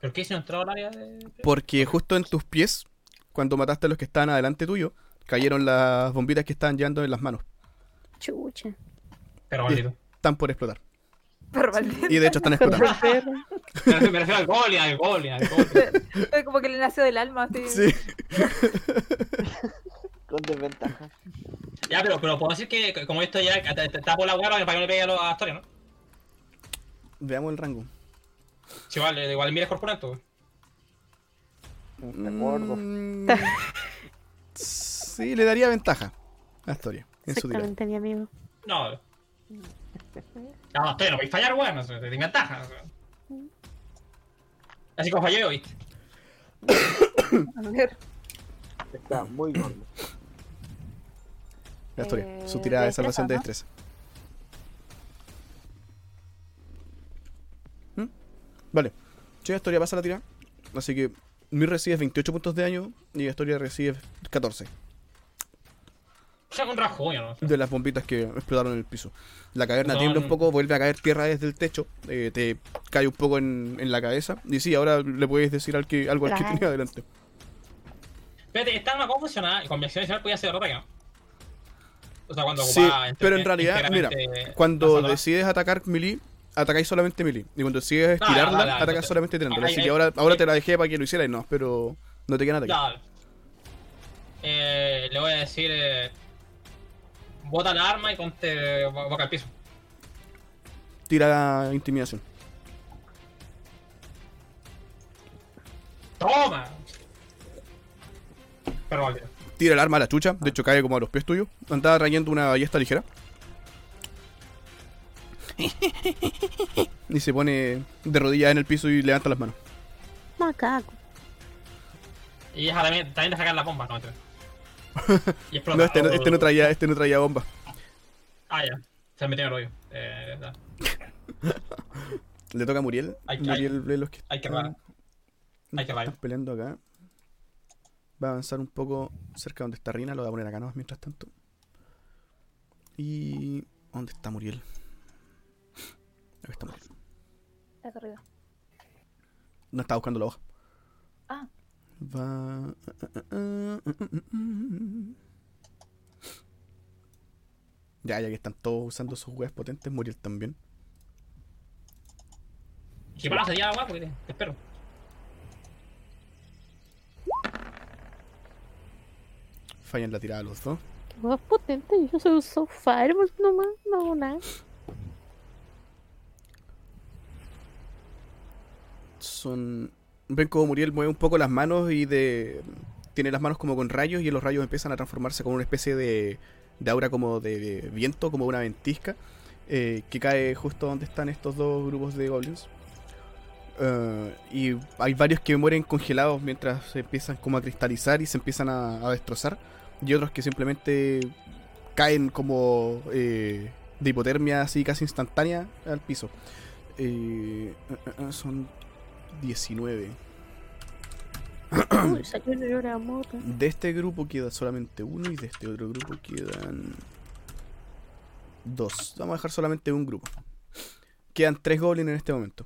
Speaker 2: ¿Pero qué si no entró al área de.?
Speaker 6: Porque justo en tus pies, cuando mataste a los que estaban adelante tuyo, cayeron las bombitas que estaban llevando en las manos.
Speaker 3: Chucha.
Speaker 2: Pero maldito.
Speaker 6: Están por explotar.
Speaker 4: Pero maldito.
Speaker 6: Y de hecho están explotando.
Speaker 2: Me refiero- me refiero al goblin, al goblin, al goblin.
Speaker 4: Es como que le nació del alma. Así.
Speaker 6: Sí.
Speaker 7: Con desventaja.
Speaker 2: Ya, pero, pero puedo decir que que como esto ya te- te- te tapo la hueá para que para que no le pegue a los actores, ¿no?
Speaker 6: Veamos el rango.
Speaker 2: Si igual, eh, igual mira es corpulento. güey.
Speaker 7: Me acuerdo.
Speaker 6: Mm, Sí, le daría ventaja a Astoria en su tirada.
Speaker 3: Exactamente, mi amigo.
Speaker 2: No. No, no estoy, no voy a fallar, weón, no sé, te di ventaja. o sea. Así como fallé, ¿viste?
Speaker 4: A ver.
Speaker 1: Está muy gordo.
Speaker 6: Astoria, su
Speaker 4: Eh,
Speaker 6: tirada de
Speaker 4: destreza,
Speaker 6: salvación de
Speaker 4: ¿no?
Speaker 6: destreza. ¿Mm? Vale. Sí, Astoria pasa la tirada. Así que Mir recibes 28 puntos de daño y Astoria recibe 14.
Speaker 2: O sea, con rajuño, ¿no?
Speaker 6: de las bombitas que explotaron en el piso. La caverna
Speaker 2: Son-
Speaker 6: tiembla un poco, vuelve a caer tierra desde el techo, eh, te cae un poco en, en la cabeza. Y sí, ahora le puedes decir al que, algo al que
Speaker 3: Claro.
Speaker 6: tiene adelante.
Speaker 2: Espérate, esta arma, ¿cómo funcionaba? Con mi acción adicional podía hacer otro ataque, ¿no? O sea, cuando
Speaker 6: Sí,
Speaker 2: ocupaba
Speaker 6: pero en
Speaker 2: íntegra-
Speaker 6: realidad, mira,
Speaker 2: íntegramente
Speaker 6: cuando
Speaker 2: lanzándola.
Speaker 6: decides atacar melee, atacáis solamente melee. Y cuando decides estirarla,
Speaker 2: dale, dale,
Speaker 6: atacas
Speaker 2: entonces-
Speaker 6: solamente tirándola.
Speaker 2: ahí-
Speaker 6: Así
Speaker 2: ahí-
Speaker 6: que ahora, ahora
Speaker 2: ahí-
Speaker 6: te la dejé para que lo hicieras, no, pero no te quedan ataques.
Speaker 2: Ya. Eh, le voy a decir. Eh, bota la arma y ponte bo- boca al piso.
Speaker 6: Tira intimidación.
Speaker 2: ¡Toma! Pero vale.
Speaker 6: Tira el arma a la chucha, de hecho cae como a los pies tuyos. Andaba rayando una ballesta ligera. Y se pone de rodillas en el piso y levanta las manos.
Speaker 3: Macaco.
Speaker 2: Y ella también, también te sacan la bomba, no mentira. Y explota.
Speaker 6: No, este no, este no traía, este no traía bomba.
Speaker 2: Ah, ya. Se metió en el rollo. Eh, ya.
Speaker 6: Le toca a Muriel.
Speaker 2: Ay, ay.
Speaker 6: Muriel ve los que
Speaker 2: Ay, qué raro. Ay, qué raro.
Speaker 6: están peleando acá. Va a avanzar un poco cerca de donde está Rina, lo voy a poner acá nomás mientras tanto. Y. ¿Dónde está Muriel? Acá está Muriel.
Speaker 4: Acá arriba.
Speaker 6: No estaba buscando la hoja.
Speaker 4: Ah.
Speaker 6: Va. ah, Ya, ya que están todos usando sus weas potentes, Muriel también.
Speaker 2: Si paras allá, guapo, te te espero.
Speaker 6: Fallan la tirada los dos.
Speaker 3: Qué más potente. Yo soy un sofá, hermano, nomás. No hago nada.
Speaker 6: son. Ven como Muriel mueve un poco las manos y de. Tiene las manos como con rayos y los rayos empiezan a transformarse como una especie de, de aura como de, de viento, como una ventisca, eh, que cae justo donde están estos dos grupos de goblins. Eh, y hay varios que mueren congelados mientras se empiezan como a cristalizar y se empiezan a, a destrozar. Y otros que simplemente caen como eh, de hipotermia así casi instantánea al piso. Eh, eh, eh, son 19.
Speaker 3: Uy, salió el olor a mota.
Speaker 6: De este grupo queda solamente uno y de este otro grupo quedan dos. Vamos a dejar solamente un grupo. Quedan tres goblins en este momento.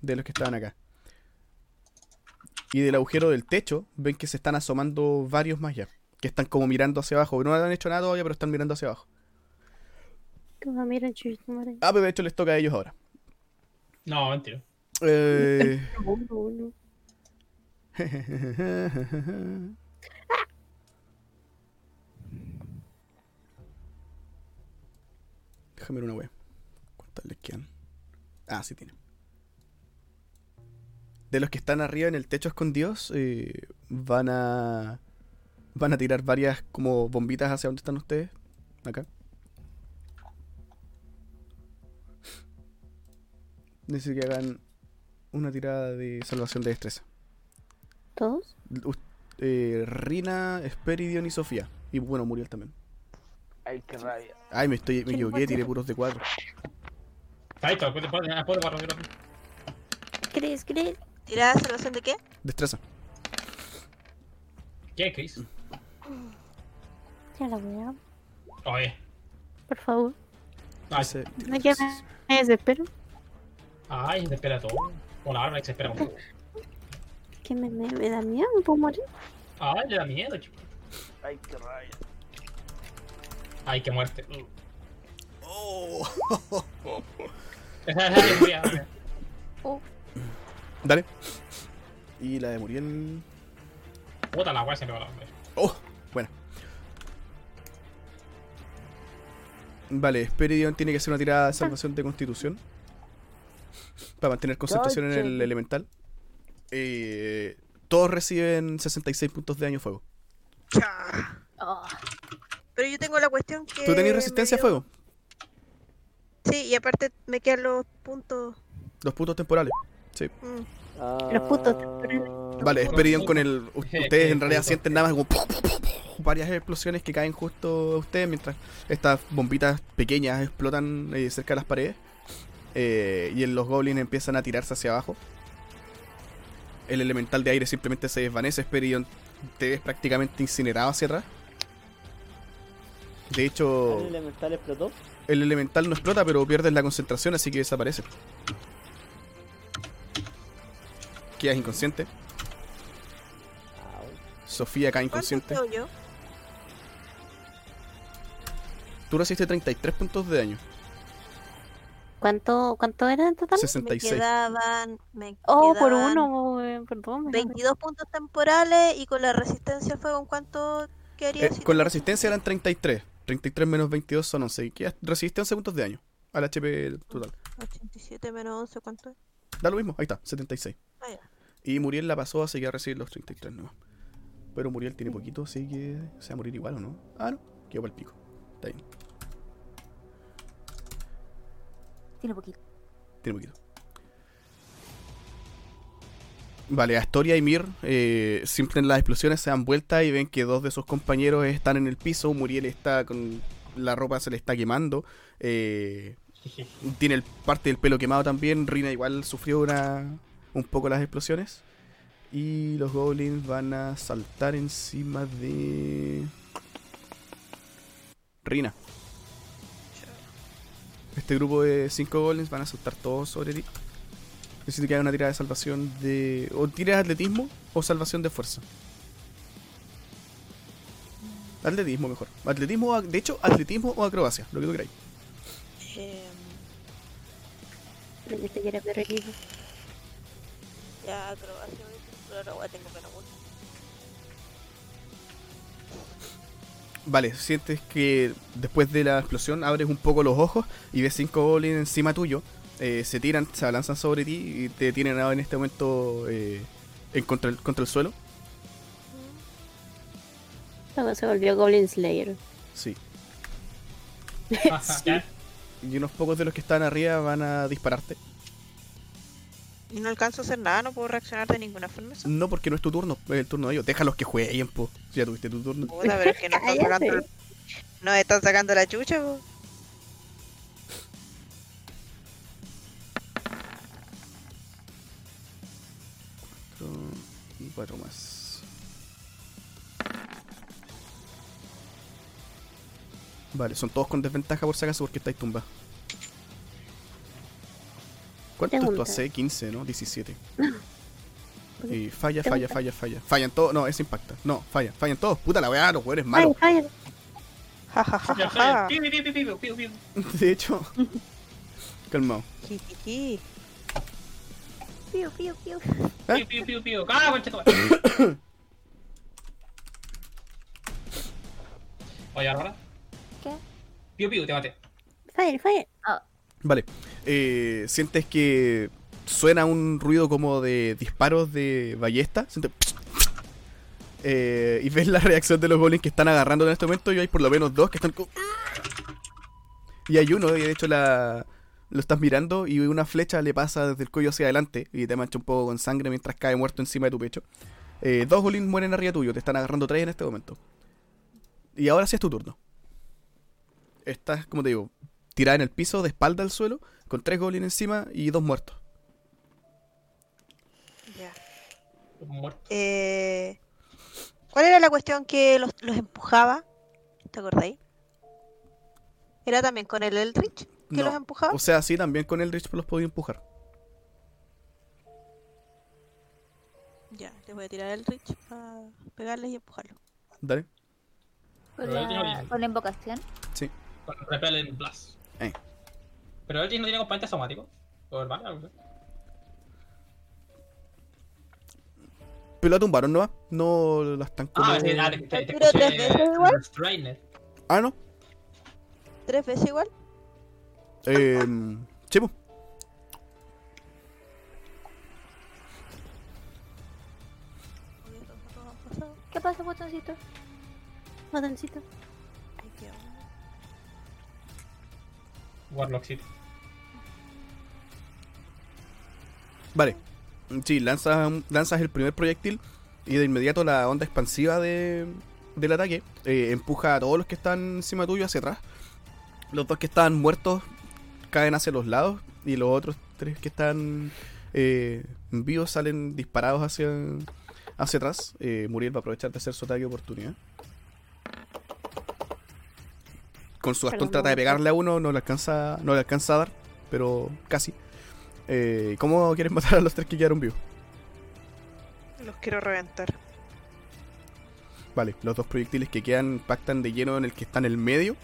Speaker 6: De los que estaban acá. Y del agujero del techo ven que se están asomando varios más ya. Que están como mirando hacia abajo. No han hecho nada todavía, pero están mirando hacia abajo.
Speaker 3: Como miren, chuchitumare.
Speaker 6: Ah, pero de hecho les toca a ellos ahora.
Speaker 2: No, mentira.
Speaker 6: Eh...
Speaker 3: Uno, uno.
Speaker 6: Déjame ver una wea. ¿Cuántas le quedan? Ah, sí tiene. De los que están arriba en el techo escondidos, eh, van a. Van a tirar varias como bombitas hacia donde están ustedes. Acá. Necesito que hagan una tirada de salvación de destreza.
Speaker 3: ¿Todos?
Speaker 6: Us- eh, Rina, Esperidion y Sofía. Y bueno, Muriel también.
Speaker 7: Ay, qué rabia.
Speaker 6: Ay, me estoy, me equivoqué, tiré puros de 4.
Speaker 2: Ahí está, después ah, después- después de cuatro minutos.
Speaker 3: ¿Crees, crees?
Speaker 5: ¿Tirada salvación de qué?
Speaker 6: Destreza.
Speaker 2: ¿Qué, Chris?
Speaker 3: Ya la voy a.
Speaker 2: Oye.
Speaker 3: Por favor.
Speaker 2: Ay,
Speaker 6: Ese-
Speaker 3: No que
Speaker 6: Pues,
Speaker 3: me desespero.
Speaker 2: ay, se espera todo. Con la arma que se espera todo.
Speaker 3: Que me, me, me da miedo, me puedo morir.
Speaker 2: Ay, le da miedo, chico.
Speaker 7: Ay, qué rabia.
Speaker 2: Ay, qué muerte.
Speaker 6: Oh.
Speaker 2: Esa esa es la que voy a-
Speaker 6: Dale. Y la de Muriel.
Speaker 2: Puta la weá, se me va la onda.
Speaker 6: Oh, buena. Vale, Esperidion tiene que hacer una tirada de salvación de constitución. Para mantener concentración en el elemental. Eh, todos reciben 66 puntos de daño fuego.
Speaker 5: Cha.
Speaker 4: Oh,
Speaker 6: Ah.
Speaker 5: Pero yo tengo la cuestión que.
Speaker 6: ¿Tú
Speaker 5: me
Speaker 6: tenés resistencia a
Speaker 5: dio-
Speaker 6: fuego?
Speaker 5: Sí, y aparte me quedan los puntos.
Speaker 6: Los puntos temporales.
Speaker 5: mm.
Speaker 3: Los putos.
Speaker 1: Ah.
Speaker 6: Vale,
Speaker 2: Bueno,
Speaker 6: Esperidion
Speaker 2: sí.
Speaker 6: con el. u-
Speaker 2: Jeje,
Speaker 6: Ustedes en realidad
Speaker 2: punto.
Speaker 6: sienten nada más como. pu- pu- pu- pu- varias explosiones que caen justo a ustedes mientras estas bombitas pequeñas explotan eh, cerca de las paredes. Eh, y en los goblins empiezan a tirarse hacia abajo. El elemental de aire simplemente se desvanece. Esperidion te ves prácticamente incinerado hacia atrás. De hecho,
Speaker 7: ¿El elemental explotó?
Speaker 6: el elemental no explota, pero pierdes la concentración, así que desaparece. Quedas inconsciente.
Speaker 7: Ah, bueno.
Speaker 6: Sofía cae
Speaker 5: ¿Cuánto
Speaker 6: inconsciente.
Speaker 5: quedo yo?
Speaker 6: Tú recibiste 33 puntos de daño.
Speaker 3: ¿Cuánto, cuánto era en total?
Speaker 5: Ah, Me
Speaker 6: 66.
Speaker 5: quedaban, me
Speaker 3: Oh, por
Speaker 5: quedaban
Speaker 3: uno, po, eh, por dos. menos.
Speaker 5: 22 puntos temporales y con la resistencia al fuego, ¿en cuánto quedaría?
Speaker 6: Eh,
Speaker 5: si
Speaker 6: con la
Speaker 5: te-
Speaker 6: resistencia eran 33. 33 menos 22 son 11. Y quedas- resiste 11 puntos de daño al HP total.
Speaker 5: 87 menos 11, ¿cuánto es?
Speaker 6: Da lo mismo, ahí está, 76.
Speaker 5: Ah, ya.
Speaker 6: Y Muriel la pasó, así que va a recibir los 33 nomás. Pero Muriel tiene poquito, así que se va a morir igual o no. Ah, no, quedó para el pico. Está bien,
Speaker 4: Tiene poquito.
Speaker 6: tiene poquito. Vale, Astoria y Mir eh, sienten las explosiones, se dan vuelta y ven que dos de sus compañeros están en el piso. Muriel está con la ropa, se le está quemando. Eh, tiene el- parte del pelo quemado también. Rina igual sufrió una, un poco las explosiones. Y los goblins van a saltar encima de... Rina. Este grupo de 5 goblins van a saltar todos sobre ti. Necesito que haga una tirada de salvación de... O tiras atletismo o salvación de fuerza. Atletismo mejor. Atletismo, o ac- de hecho, atletismo o acrobacia, lo que tú queráis.
Speaker 5: Em,
Speaker 3: Creo que este ya era perro equipo.
Speaker 5: ya, acrobacia, voy a calcular, ahora tengo menos uno.
Speaker 6: Vale, sientes que después de la explosión abres un poco los ojos y ves cinco goblins encima tuyo. Eh, se tiran, se abalanzan sobre ti y te tienen ahora en este momento eh, en contra, el, contra el suelo.
Speaker 3: Esta weá se volvió Goblin Slayer.
Speaker 6: Sí.
Speaker 2: Sí.
Speaker 6: Y unos pocos de los que están arriba van a dispararte.
Speaker 5: Y no alcanzo a hacer nada, no puedo reaccionar de ninguna forma. eso.
Speaker 6: No, porque no es tu turno, es el turno de ellos. Déjalos que jueguen, po. Si Ya tuviste tu turno.
Speaker 5: Puta, pero es que no están
Speaker 3: Cállate.
Speaker 5: sacando, el- no están sacando la chucha, po.
Speaker 6: Cuatro y cuatro más. Vale, son todos con desventaja por si acaso porque estáis tumbados. ¿Cuánto es tu
Speaker 3: Pregunta.
Speaker 6: AC? 15, ¿no? 17. Y falla, falla, falla, falla. Fallan todos. No, ese impacta. No, fallan, fallan todos. Puta la weá, los jugadores
Speaker 3: Ay,
Speaker 6: malos.
Speaker 3: ay,
Speaker 5: Ja, ja, ja, ja, ja.
Speaker 2: Pido, pido, pido, pido, pido.
Speaker 6: De hecho, calmado.
Speaker 5: Ji, ji, ji.
Speaker 4: Piu, piu, piu.
Speaker 6: ¿Eh?
Speaker 2: Pido, pido, pido, pido. ¡Ah, concha tu madre! Oye, Bárbara.
Speaker 4: ¿Qué?
Speaker 2: Pido, pido, te maté.
Speaker 3: fire, fire.
Speaker 6: Vale. Eh, sientes que suena un ruido como de disparos de ballesta. Sientes- Eh, y ves la reacción de los goblins que están agarrando en este momento. Y hay por lo menos dos que están. como- Y hay uno, y de hecho la. Lo estás mirando y una flecha le pasa desde el cuello hacia adelante y te mancha un poco con sangre mientras cae muerto encima de tu pecho. Eh, dos goblins mueren arriba tuyo, te están agarrando tres en este momento. Y ahora sí es tu turno. Estás, como te digo, tirada en el piso, de espalda al suelo, con tres goblins encima y dos muertos.
Speaker 5: Ya.
Speaker 2: Muerto.
Speaker 5: Eh, ¿Cuál era la cuestión que los, los empujaba? ¿Te acordáis? ¿Era también con el Eldritch que
Speaker 6: No,
Speaker 5: los empujaba?
Speaker 6: O sea, sí, también con Eldritch los podía empujar.
Speaker 5: Ya, te voy a tirar Eldritch para pegarles y empujarlos.
Speaker 6: Dale.
Speaker 4: Con
Speaker 2: Pero él tiene
Speaker 4: la,
Speaker 2: origen.
Speaker 4: con la invocación.
Speaker 2: Con Repel Blast.
Speaker 6: Eh.
Speaker 2: Pero Eldritch no tiene componente somático. O hermano, algo así.
Speaker 6: Pero la tumbaron, ¿no? No la están
Speaker 2: Ah,
Speaker 6: como-
Speaker 2: sí, ah, te, te, te
Speaker 5: Pero
Speaker 2: escuché,
Speaker 5: tres veces
Speaker 2: eh,
Speaker 5: igual.
Speaker 2: Restrainer.
Speaker 6: Ah, no.
Speaker 5: ¿Tres veces igual?
Speaker 6: Eh, Chivo.
Speaker 4: ¿Qué pasa, botoncito?
Speaker 3: Botoncito.
Speaker 5: Ahí queda uno.
Speaker 2: Warlock City.
Speaker 6: Vale. Sí, lanzas, un- lanzas el primer proyectil y de inmediato la onda expansiva de, del ataque eh, empuja a todos los que están encima tuyo hacia atrás. Los dos que están muertos caen hacia los lados y los otros tres que están eh, vivos salen disparados hacia, hacia atrás. Eh, Muriel va a aprovechar de hacer su ataque de oportunidad. Con su bastón
Speaker 3: Perdón,
Speaker 6: trata de
Speaker 3: me
Speaker 6: pegarle a uno, no le alcanza, no le alcanza a dar, pero casi. Eh, ¿Cómo quieres matar a los tres que quedaron vivos?
Speaker 5: Los quiero reventar.
Speaker 6: Vale, los dos proyectiles que quedan impactan de lleno en el que está en el medio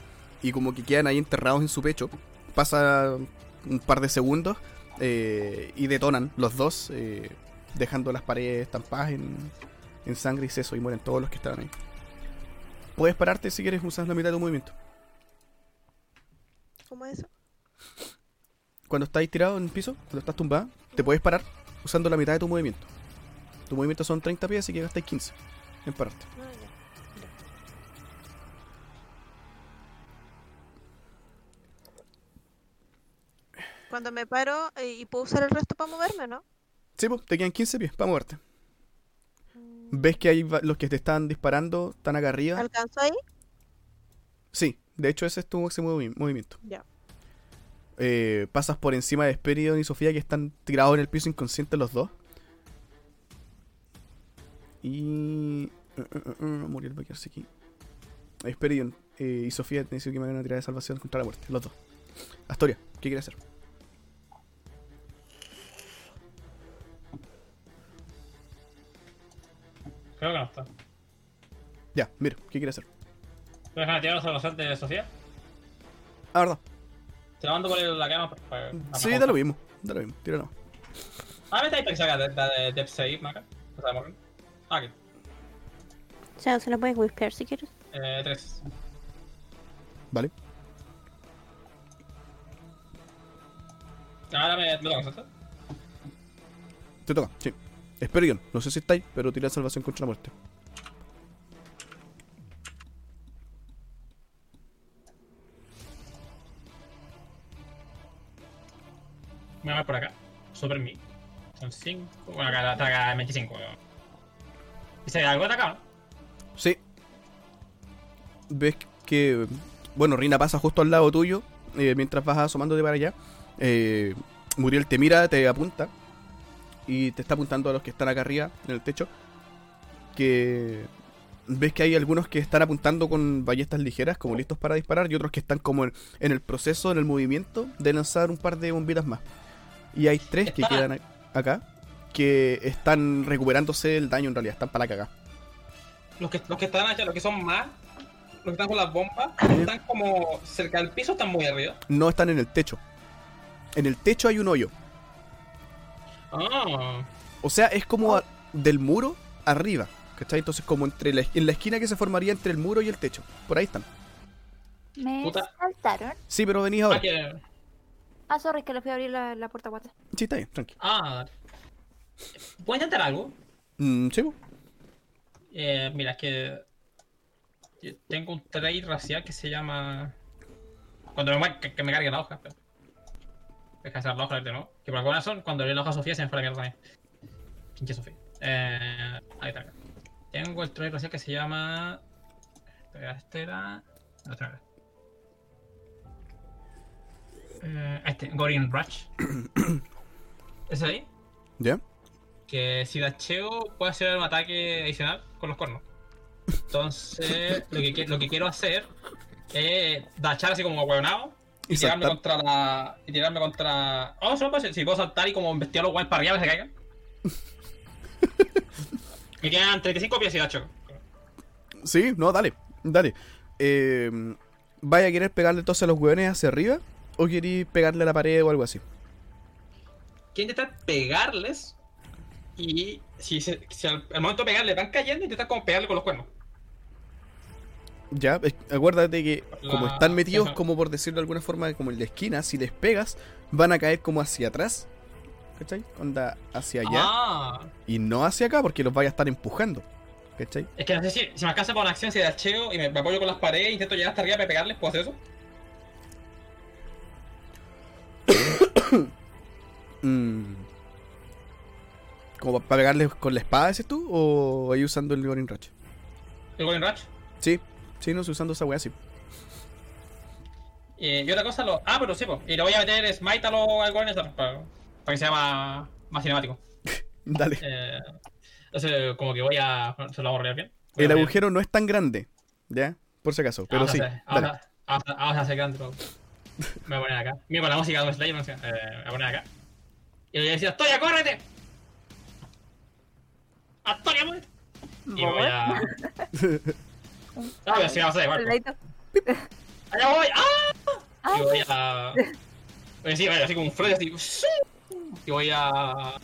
Speaker 6: y como que quedan ahí enterrados en su pecho. Pasa un par de segundos eh, y detonan los dos, eh, dejando las paredes estampadas en, en sangre y seso y mueren todos los que estaban ahí. Puedes pararte si quieres, usas la mitad de tu movimiento.
Speaker 5: ¿Cómo es eso?
Speaker 6: Cuando estás tirado en el piso, cuando estás tumbada, te puedes parar usando la mitad de tu movimiento. Tu movimiento son 30 pies, así que gastáis 15 en pararte.
Speaker 5: No, ya. Cuando me paro eh, y puedo usar el resto para moverme, ¿no?
Speaker 6: Sí, po, te quedan 15 pies para moverte. ¿Ves que hay va- los que te están disparando están acá arriba?
Speaker 5: ¿Alcanzo ahí?
Speaker 6: Sí, de hecho ese es tu máximo movi- movimiento.
Speaker 5: Ya.
Speaker 6: Eh, pasas por encima de Esperion y Sofía que están tirados en el piso inconscientes los dos. Y... eh, eh, eh, eh, murió el Baker aquí. Esperion eh, y Sofía necesito que me hagan una tirada de salvación contra la muerte, los dos. Astoria, ¿qué quieres hacer?
Speaker 2: Creo que no está.
Speaker 6: Ya, mira, ¿qué quieres hacer?
Speaker 2: ¿Puedes dejar tirar los adolescentes de Sofía?
Speaker 6: Ah, verdad.
Speaker 2: Te lo mando por el- la cama. pa- pa-
Speaker 6: Sí,
Speaker 2: pa-
Speaker 6: da lo mismo, da lo mismo, tira nomás.
Speaker 2: Ah, me estáis pensando que da de Death Save, Maca. O sea, Morgan. Ah, aquí.
Speaker 3: O sea, se lo puedes whispear si quieres.
Speaker 2: Eh, tres.
Speaker 6: Vale.
Speaker 2: Ahora me, me toca, ¿cierto?
Speaker 6: Te toca, sí. Esperion, no sé si estáis, pero tira salvación contra la muerte.
Speaker 2: Me voy a ver por acá. Super mí. Son cinco. Bueno, acá ataca 25. weón. Y se algo atacado.
Speaker 6: Sí. Ves que. Bueno, Rina pasa justo al lado tuyo. eh, mientras vas asomándote para allá. Eh, Muriel te mira, te apunta. Y te está apuntando a los que están acá arriba, en el techo. Que. Ves que hay algunos que están apuntando con ballestas ligeras, como listos para disparar, y otros que están como en, en el proceso, en el movimiento de lanzar un par de bombitas más. Y hay tres que
Speaker 2: Está.
Speaker 6: quedan a- acá, que están recuperándose el daño en realidad, están para la cagada.
Speaker 2: Los que, los que están allá, los que son más, los que están con las bombas, están como cerca del piso, están muy arriba.
Speaker 6: no están en el techo. En el techo hay un hoyo.
Speaker 2: Ah,
Speaker 6: O sea, es como a- del muro arriba. ¿Cachai? Entonces, como entre la, en la esquina que se formaría entre el muro y el techo. Por ahí están.
Speaker 4: Me
Speaker 2: Puta.
Speaker 4: saltaron.
Speaker 6: Sí, pero venís
Speaker 2: ah,
Speaker 6: ahora.
Speaker 2: que,
Speaker 4: Ah, sorry, que les voy a abrir la, la puerta guata.
Speaker 6: Sí, está bien, tranqui.
Speaker 2: ah. ¿Puedo intentar algo?
Speaker 6: Mm, sí, po.
Speaker 2: Eh, mira, es que yo tengo un trade racial que se llama. Cuando me, mar- que, que me cargue la hoja, espera. Deja de hacer la hoja de nuevo. Que por alguna razón, cuando leí la hoja a Sofía se me fue la mierda también. Pinche Sofía. Eh, ahí está. acá. Tengo el trade racial que se llama. Espera, este era. no, este no era. Eh, este, Gorin Rush. ¿Ese de ahí?
Speaker 6: ¿Ya?
Speaker 2: que si dacheo puede hacer un ataque adicional con los cornos. Entonces, lo que, qui- lo que quiero hacer es dachar así como huevonado y,
Speaker 6: Y
Speaker 2: tirarme
Speaker 6: saltar.
Speaker 2: contra la. Y tirarme contra. Oh, solo puedo hacer. Si puedo saltar y como embestir a los guays para arriba que se caigan. Me quedan 35 pies y dacheo.
Speaker 6: Sí, no, dale. Dale. Eh, ¿Vaya a querer pegarle entonces a los hueones hacia arriba? ¿O querís pegarle a la pared o algo así?
Speaker 2: Quiero intentar pegarles y si, se- si al, al momento de pegarle van cayendo, intentar como pegarle con los cuernos.
Speaker 6: Ya, es- acuérdate que como
Speaker 2: La-
Speaker 6: están metidos,
Speaker 2: Ah, Ajá.
Speaker 6: como por decirlo de alguna forma, como en la esquina, si les pegas, van a caer como hacia atrás. ¿Cachai? Onda hacia allá.
Speaker 2: Ah,
Speaker 6: Y no hacia acá porque los vaya a estar empujando. ¿Cachai?
Speaker 2: es que no sé si, si me alcanza para una acción, si dacheo y me, me apoyo con las paredes, intento llegar hasta arriba para pegarles, ¿puedo hacer eso?
Speaker 6: Mm. ¿Como para pegarles con la espada, dices tú? ¿O ahí usando el Gorin Rush?
Speaker 2: El Golden Rush.
Speaker 6: Sí, sí, no sé, usando esa weá, sí.
Speaker 2: Eh, y otra cosa, lo... ah, pero sí, po. y le voy a meter Smite a los algoritmos para, para que sea más, más cinemático.
Speaker 6: Dale.
Speaker 2: Eh, entonces, como que voy a. Se lo voy a borrar bien. Voy a
Speaker 6: El
Speaker 2: borrear.
Speaker 6: agujero no es tan grande, ¿ya? Por si acaso, pero
Speaker 2: Ahora
Speaker 6: sí.
Speaker 2: se-
Speaker 6: dale.
Speaker 2: Ahora ahora- ahora se quedan drogados. Me voy a poner acá. Mira con la música de Slayer, no sé, eh, me voy a poner acá. Y le voy a decir, ¡Astoria, córrete! ¡Astoria, muérete! Y voy a. Ah, voy a seguir avanzando igual. po.
Speaker 4: Soldadito.
Speaker 2: ¡Allá voy! ¡Ah!
Speaker 4: Ay,
Speaker 2: Y voy a. Pues sí, vale, así como un flote, así. Y voy a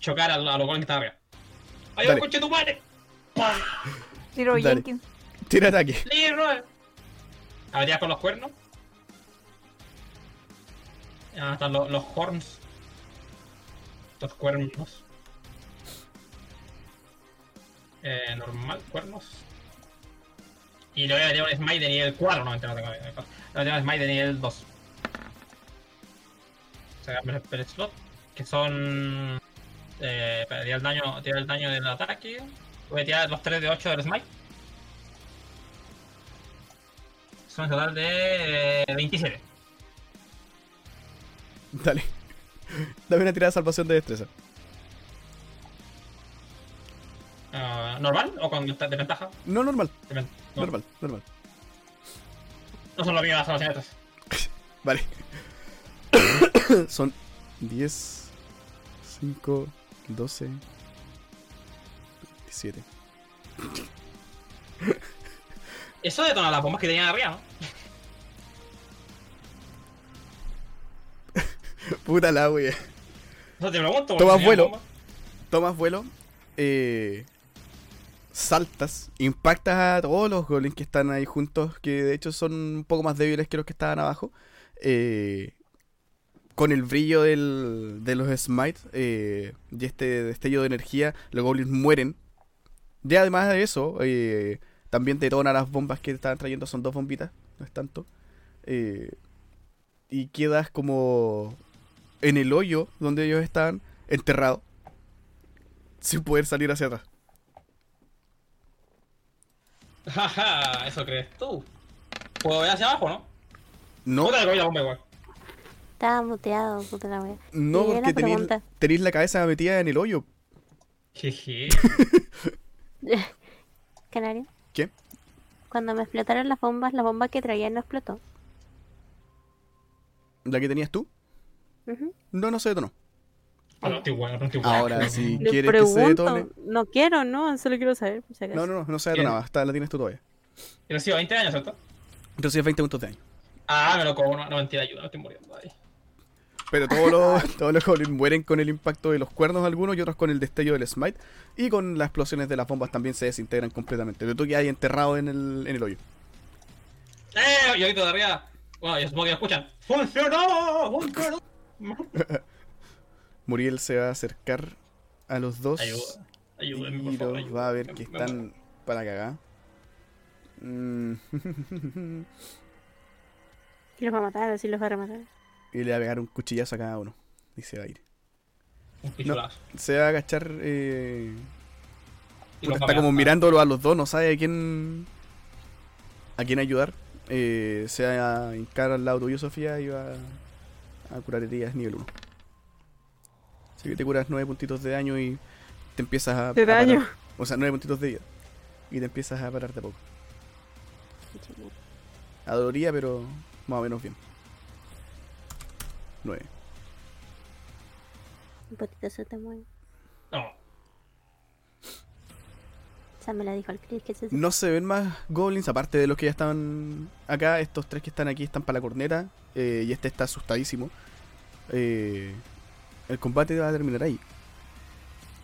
Speaker 2: chocar a, a los golems que están arriba. ¡Hay un
Speaker 6: Dale.
Speaker 2: coche de tu madre!
Speaker 4: Tiro
Speaker 6: Dale.
Speaker 4: Jenkins.
Speaker 6: Tira ataque.
Speaker 2: ¡Leroy! Habría con los cuernos. Ah, están los, los horns. Los cuernos. Eh, normal, cuernos. Y le voy a meter un smite de nivel 4. No, mentira, no tengo. nivel 4. Le voy a meter un smite de nivel 2. Sacamos el spell slot. Que son. Eh, para tirar el daño, tirar el daño del ataque. Voy a tirar los 3 de 8 del smite. Son un total de eh, 27.
Speaker 6: Dale. Dame una tirada de salvación de destreza.
Speaker 2: Ah, ¿Normal o con esta- desventaja?
Speaker 6: No normal,
Speaker 2: Desven- No,
Speaker 6: normal, normal.
Speaker 2: no son los míos las salvaciones.
Speaker 6: Vale. Son 10, 5, 12, 27.
Speaker 2: Eso detona las bombas que tenían arriba, ¿no?
Speaker 6: Puta la wea.
Speaker 2: Eso te pregunto.
Speaker 6: Tomas
Speaker 2: porque tenían
Speaker 6: vuelo.
Speaker 2: bombas.
Speaker 6: Tomas vuelo, eh, saltas, impactas a todos los golems que están ahí juntos, que de hecho son un poco más débiles que los que estaban abajo. eh, con el brillo del, de los smite eh, y este destello de energía, los goblins mueren. Y además de eso, eh, también detona las bombas que estaban trayendo, son dos bombitas, no es tanto. eh, y quedas como en el hoyo donde ellos estaban, enterrado sin poder salir hacia atrás.
Speaker 2: Jaja, eso crees tú. Puedo ver hacia abajo, ¿no?
Speaker 6: No,
Speaker 2: Puta, le cogí la bomba igual.
Speaker 3: Estaba muteado, puta la wea.
Speaker 6: no
Speaker 3: Y era
Speaker 6: porque tenéis,
Speaker 3: pregunta.
Speaker 6: tenéis la cabeza metida en el hoyo.
Speaker 2: Jeje.
Speaker 3: Canario.
Speaker 6: ¿Qué?
Speaker 3: Cuando me explotaron las bombas, la bomba que traía no explotó.
Speaker 6: ¿La que tenías tú?
Speaker 3: Ujú.
Speaker 6: No, no se detonó.
Speaker 2: No, no estoy bueno, no estoy bueno.
Speaker 6: Ahora, si
Speaker 3: Le
Speaker 6: quieres que se detone.
Speaker 3: pregunto. No quiero, no, solo quiero saber. por si acaso.
Speaker 6: No, no, no, no se detonaba. Hasta la tienes tú todavía.
Speaker 2: Yo recibo 20 años, ¿cierto?
Speaker 6: Entonces 20 puntos de daño.
Speaker 2: Ah, me lo cobró. No, mentira, ayuda, me estoy muriendo. Ay.
Speaker 6: Pero todos los, todos los goblins mueren con el impacto de los cuernos algunos y otros con el destello del smite. Y con las explosiones de las bombas también se desintegran completamente. Pero tú quedas ahí enterrado en el, en el hoyo.
Speaker 2: ¡Eh! Yo grito de arriba. Bueno, yo supongo que lo escuchan. ¡Funcionó! ¡Funcionó!
Speaker 6: Muriel se va a acercar a los dos.
Speaker 2: Ayuda. Ayúdenme, por
Speaker 6: Y
Speaker 2: favor.
Speaker 6: los va a ver
Speaker 2: ayúdenme.
Speaker 6: que
Speaker 2: Me muero.
Speaker 6: están para cagar. Mm.
Speaker 3: Si los va a matar o si los va a rematar.
Speaker 6: y le va a pegar un cuchillazo a cada uno. Y se va a ir.
Speaker 2: Un pichulazo.
Speaker 6: Se va a agachar. eh,
Speaker 2: Y
Speaker 6: puta,
Speaker 2: los
Speaker 6: está como
Speaker 2: papean.
Speaker 6: mirándolo a los dos, no sabe a quién. a quién ayudar. Eh, se va a hincar al lado tuyo, Sofía, y va a curar heridas nivel 1. Así que te curas 9 puntitos de daño y te empiezas a.
Speaker 3: De
Speaker 6: a parar.
Speaker 3: daño.
Speaker 6: O sea, 9 puntitos de vida. Y te empiezas a parar de a poco. Adoría, pero más o menos bien. 9.
Speaker 3: Un poquito eh. se te mueve.
Speaker 2: No.
Speaker 3: O sea, me la dijo el Chris que se
Speaker 6: No se ven más goblins, aparte de los que ya están acá. Estos tres que están aquí están para la corneta. eh, y este está asustadísimo. Eh, el combate va a terminar ahí.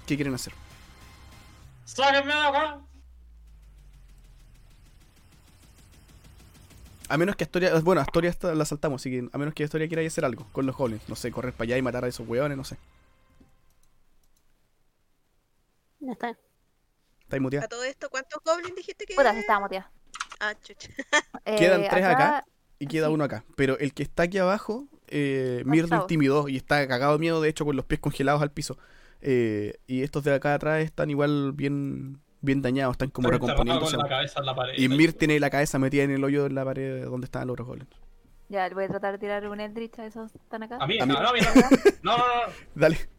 Speaker 6: ¿Qué quieren hacer?
Speaker 2: ¡Sáquenme de acá!
Speaker 6: A menos que Astoria. Bueno, Astoria hasta la saltamos, así que a menos que Astoria quiera ir a hacer algo con los goblins. No sé, correr para allá y matar a esos hueones, no sé.
Speaker 3: No está.
Speaker 6: Está ahí muteada.
Speaker 5: A todo esto, ¿cuántos goblins dijiste que
Speaker 4: Puta, se estaba moteada.
Speaker 5: Ah, chucha.
Speaker 6: Quedan
Speaker 4: Eh,
Speaker 6: tres acá. Y queda uno acá. Pero el que está aquí abajo, eh, Mir lo
Speaker 4: Cansado.
Speaker 6: intimidó y está cagado de miedo, de hecho, con los pies congelados al piso. Eh, y estos de acá atrás están igual bien, bien dañados, están como
Speaker 2: Estoy enterrado
Speaker 6: recomponiéndose.
Speaker 2: Con la cabeza en la pared.
Speaker 6: Y Mir tiene la cabeza metida en el hoyo de la pared donde estaban los otros golems.
Speaker 4: Ya, le voy a tratar de tirar un Eldritch a esos que están acá.
Speaker 2: A mí,
Speaker 6: A
Speaker 2: no,
Speaker 6: mí.
Speaker 2: no, a mí no, no, no, no, no.
Speaker 6: Dale.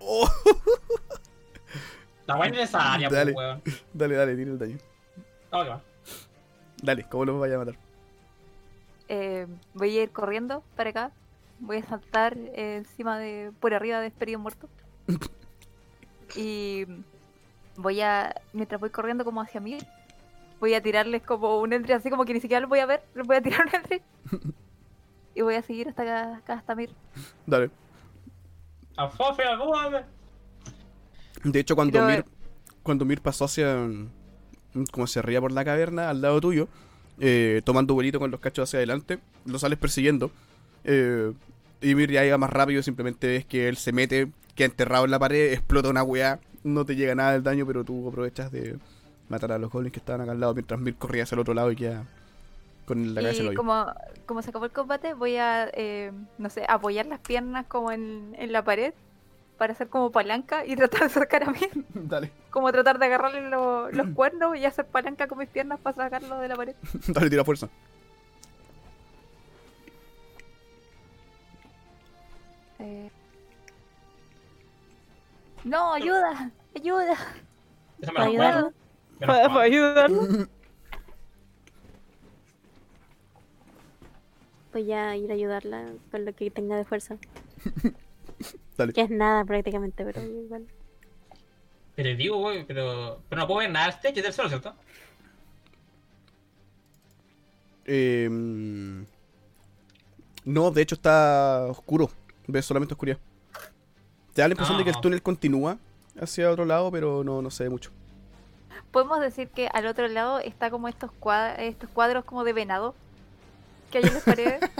Speaker 6: Oh,
Speaker 2: La guay necesaria,
Speaker 6: Dale.
Speaker 2: pues, weón.
Speaker 6: dale, dale, tira el daño.
Speaker 2: No, que va.
Speaker 6: Dale, ¿cómo los vaya a matar?
Speaker 4: Eh, voy a ir corriendo para acá. Voy a saltar eh, encima de. por arriba de Esperido Muerto. y voy a. mientras voy corriendo como hacia mí, Voy a tirarles como un entry, así como que ni siquiera los voy a ver. Les voy a tirar un entry. y voy a seguir hasta acá, acá hasta Mir.
Speaker 6: Dale.
Speaker 2: Afofe, acómame.
Speaker 6: De hecho, cuando
Speaker 4: Quiero
Speaker 6: Mir,
Speaker 4: ver.
Speaker 6: cuando Mir pasó hacia. mm, como se ría por la caverna, al lado tuyo, eh, tomando vuelito con los cachos hacia adelante, lo sales persiguiendo. eh, y Mir ya iba más rápido, simplemente ves que él se mete, queda enterrado en la pared, explota una weá, no te llega nada del daño, pero tú aprovechas de matar a los goblins que estaban acá al lado mientras Mir corría hacia el otro lado y queda con la cabeza en el
Speaker 4: Y
Speaker 6: hoyo.
Speaker 4: como, como se acabó el combate, voy a, eh, no sé, apoyar las piernas como en, en la pared para hacer como palanca y tratar de sacar a Mir.
Speaker 6: Dale,
Speaker 4: Como tratar de agarrarle lo- los cuernos y hacer palanca con mis piernas para sacarlo de la pared.
Speaker 6: dale, tira fuerza.
Speaker 4: Eh. No, ayuda, ayuda.
Speaker 2: Déjame
Speaker 3: ¿Para
Speaker 2: los cuernos.
Speaker 3: ayudarlo?
Speaker 2: Menos cuatro.
Speaker 3: ayudarlo? Voy a ir a ayudarla con lo que tenga de fuerza.
Speaker 6: Dale.
Speaker 3: Que es nada prácticamente, pero igual.
Speaker 2: Pero digo, güey, pero, pero no puedo ver nada. Este es del suelo, ¿cierto?
Speaker 6: Eh, mm, no, de hecho está oscuro. Ves solamente oscuridad. Te da la impresión de que el
Speaker 2: Ah.
Speaker 6: túnel continúa hacia otro lado, pero no, no se ve mucho.
Speaker 4: Podemos decir que al otro lado está como estos, cuad- estos cuadros como de venado que hay en las paredes.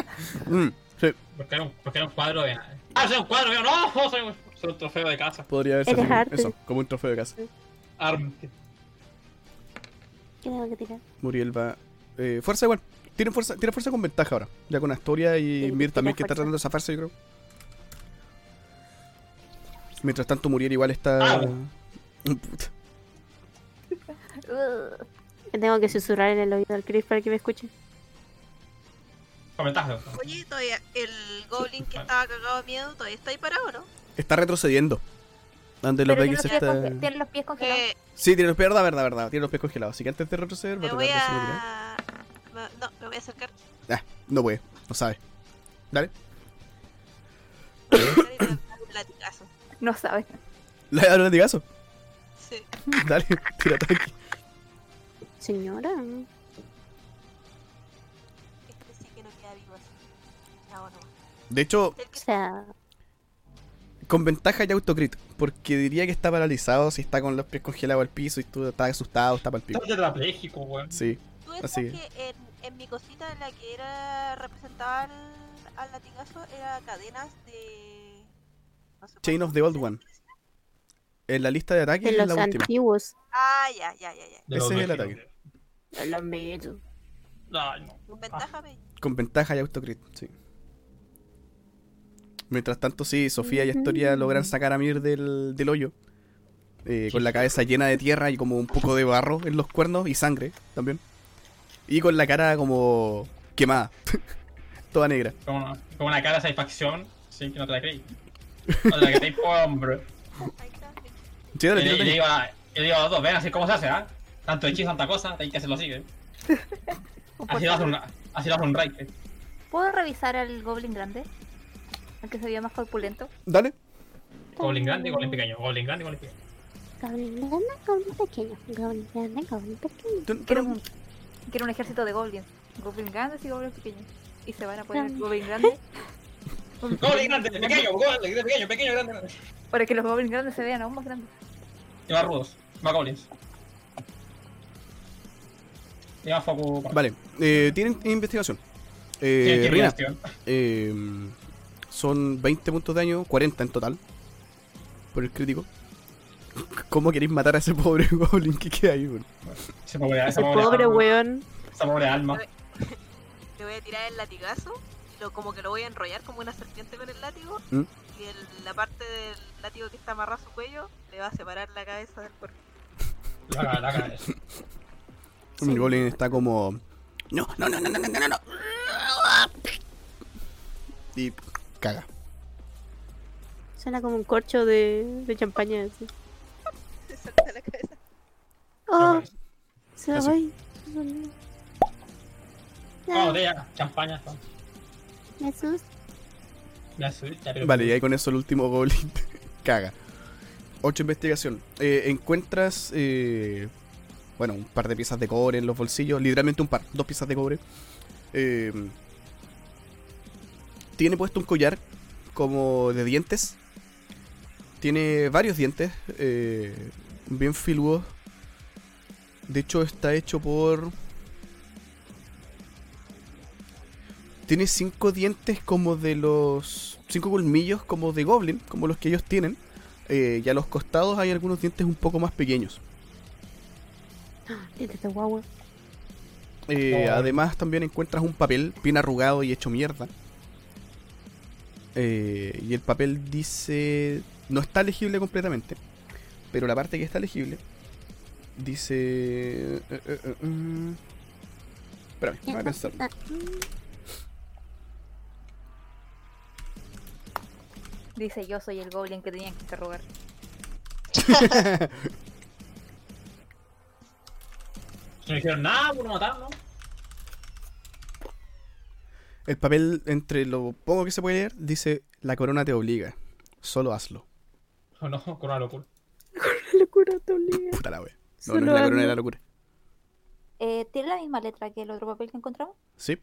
Speaker 6: Mm, sí,
Speaker 2: Porque era un, porque era un cuadro de nada. ¡Ah, soy un cuadro! Yo, ¡No! Soy un, soy un trofeo de casa.
Speaker 6: podría haber sido
Speaker 3: Eres arte.
Speaker 6: eso, como un trofeo de casa.
Speaker 2: Arm.
Speaker 3: ¿Qué tengo que tirar?
Speaker 6: Muriel va. eh, fuerza igual. Tienen fuerza, tira fuerza con ventaja ahora. Ya con Astoria y
Speaker 3: Sí,
Speaker 6: Mir
Speaker 3: tira
Speaker 6: también que
Speaker 3: fuerza.
Speaker 6: está tratando de zafarse, yo creo. Mientras tanto, Muriel igual está.
Speaker 2: Ah.
Speaker 4: Ugh.
Speaker 3: Le Tengo que susurrar en el oído al Chris para que me escuche.
Speaker 2: Comentaje.
Speaker 5: Oye, todavía el goblin que estaba cagado de miedo todavía está ahí parado, ¿no?
Speaker 6: Está retrocediendo. Donde lo
Speaker 4: Pero
Speaker 6: ve
Speaker 4: tiene los,
Speaker 6: que se
Speaker 4: pies
Speaker 6: está.
Speaker 4: conge- tiene los pies congelados.
Speaker 5: Eh,
Speaker 6: Sí, tiene los pies, verdad, verdad, verdad. Tiene los pies congelados. Así que antes de retroceder, va a tratar de
Speaker 5: me voy
Speaker 6: hacer una tirada.
Speaker 5: a... me- No, me voy a acercar.
Speaker 6: Ah, no puede, no sabe. Dale.
Speaker 5: Me voy a acercar y le voy a dar un latigazo.
Speaker 4: No sabes.
Speaker 6: Le voy a dar un latigazo.
Speaker 5: Sí.
Speaker 6: Dale, tira ataque.
Speaker 3: Señora,
Speaker 5: Este sí que no queda vivo así. Chao, no.
Speaker 6: De hecho,
Speaker 5: El
Speaker 3: o
Speaker 5: que
Speaker 3: sea,
Speaker 6: con ventaja y autocrit. Porque diría que está paralizado si está con los pies congelados al piso y tú estás asustado, está para el pico.
Speaker 2: Estás tetrapléjico, güey.
Speaker 6: Sí.
Speaker 5: tú decías
Speaker 6: Así
Speaker 5: que en, en mi cosita en la que era representada al, al latigazo era cadenas de... no sé
Speaker 6: Chain
Speaker 5: cuál-
Speaker 6: of the Old One. En la lista de ataques
Speaker 3: de
Speaker 6: es
Speaker 3: los
Speaker 6: la última.
Speaker 3: antiguos.
Speaker 5: Ah, ya, ya, ya, ya.
Speaker 2: De
Speaker 6: Ese
Speaker 2: los
Speaker 6: es el
Speaker 2: dos,
Speaker 6: ataque.
Speaker 3: Los míos.
Speaker 2: Ay, no.
Speaker 5: Con ventaja me...
Speaker 6: Con ventaja y autocrit, sí. Mientras tanto, sí, Sofía y Astoria logran sacar a Mir del, del hoyo. eh, con la cabeza llena de tierra y como un poco de barro en los cuernos y sangre también. Y con la cara como quemada. Toda negra.
Speaker 2: Con una, con una cara de satisfacción. Sí, que no te la creí. No te la creí, po, hombre.
Speaker 5: Ahí está.
Speaker 6: Sí, dale,
Speaker 2: Yo
Speaker 6: tírate.
Speaker 2: le digo a yo le digo a los dos, ven, así cómo se hace, ¿ah? Tanto hechizo, tanta cosa, hay que hacerlo así, ¿eh?
Speaker 4: Un
Speaker 2: Así lo hace un, así lo hace un raid, ¿eh?
Speaker 4: ¿Puedo revisar al Goblin grande? Al que se veía más corpulento.
Speaker 6: Dale.
Speaker 2: Goblin grande y goblin pequeño, goblin grande y goblin pequeño.
Speaker 3: Goblin grande, goblin pequeño. Goblin grande, goblin pequeño.
Speaker 6: Tú-
Speaker 4: Quiero
Speaker 6: pero-
Speaker 4: un, quiero un ejército de Goblins. Goblin grandes y Goblins pequeños. Y se van a poner Goblin grandes.
Speaker 2: Goblin grande, pequeño, goblin grande, pequeño, pequeño, grande, grande.
Speaker 4: Para que los Goblins grandes se vean aún más grandes.
Speaker 2: Y más rudos, más goblins. Y más foco.
Speaker 6: Vale. Eh, tienen investigación.
Speaker 2: Tienen
Speaker 6: Eh,
Speaker 2: que
Speaker 6: Rina,
Speaker 2: investigar.
Speaker 6: eh, son 20 puntos de daño, 40 en total. Por el crítico. ¿Cómo queréis matar a ese pobre goblin que queda ahí, weón?
Speaker 2: Ese pobre, esa
Speaker 3: Ese
Speaker 2: pobre,
Speaker 3: pobre
Speaker 2: alma,
Speaker 3: weón.
Speaker 2: esa pobre alma.
Speaker 5: Le voy a tirar el latigazo, y lo, como que lo voy a enrollar como una serpiente con el látigo,
Speaker 6: ¿Mm?
Speaker 5: y el- la parte del látigo que está amarrado a su cuello le va a separar la cabeza del cuerpo.
Speaker 2: La caga, la caga.
Speaker 6: El goblin está como. No, no, no, no, no, no, no, no. Y caga.
Speaker 3: Suena como un corcho de, de champaña. así.
Speaker 5: Se salta la cabeza.
Speaker 3: ¡Oh! Se va
Speaker 6: Eso.
Speaker 3: hoy.
Speaker 2: Una botella, Oh, champaña. está.
Speaker 3: Me asusta.
Speaker 2: Me asusta, pero.
Speaker 6: Vale, y ahí con eso el último goblin caga. 8 investigación. Eh, encuentras eh, bueno, un par de piezas de cobre en los bolsillos, literalmente un par, dos piezas de cobre. Eh, tiene puesto un collar como de dientes. Tiene varios dientes, eh, bien filudos. De hecho, está hecho por... Tiene cinco dientes como de los... Cinco colmillos como de goblin, como los que ellos tienen. Eh, y a los costados hay algunos dientes un poco más pequeños.
Speaker 3: Dientes de guagua.
Speaker 6: Eh,
Speaker 2: Oh.
Speaker 6: Además también encuentras un papel bien arrugado y hecho mierda. Eh, y el papel dice... No está legible completamente. Pero la parte que está legible dice... eh, eh, eh, mm. Espérame, voy a pensar.
Speaker 4: Dice yo soy el goblin que tenían que interrogar.
Speaker 2: Si no hicieron nada, pues por matar, ¿no?
Speaker 6: El papel, entre lo poco que se puede leer, dice... La corona te obliga. Solo hazlo.
Speaker 2: O no, con una locura.
Speaker 3: Locura, te obliga.
Speaker 6: Puta la wea. No,
Speaker 3: Solo
Speaker 6: no es la corona
Speaker 3: hazlo.
Speaker 6: de la locura.
Speaker 4: Eh, ¿Tiene la misma letra que el otro papel que encontramos?
Speaker 6: ¿Sí?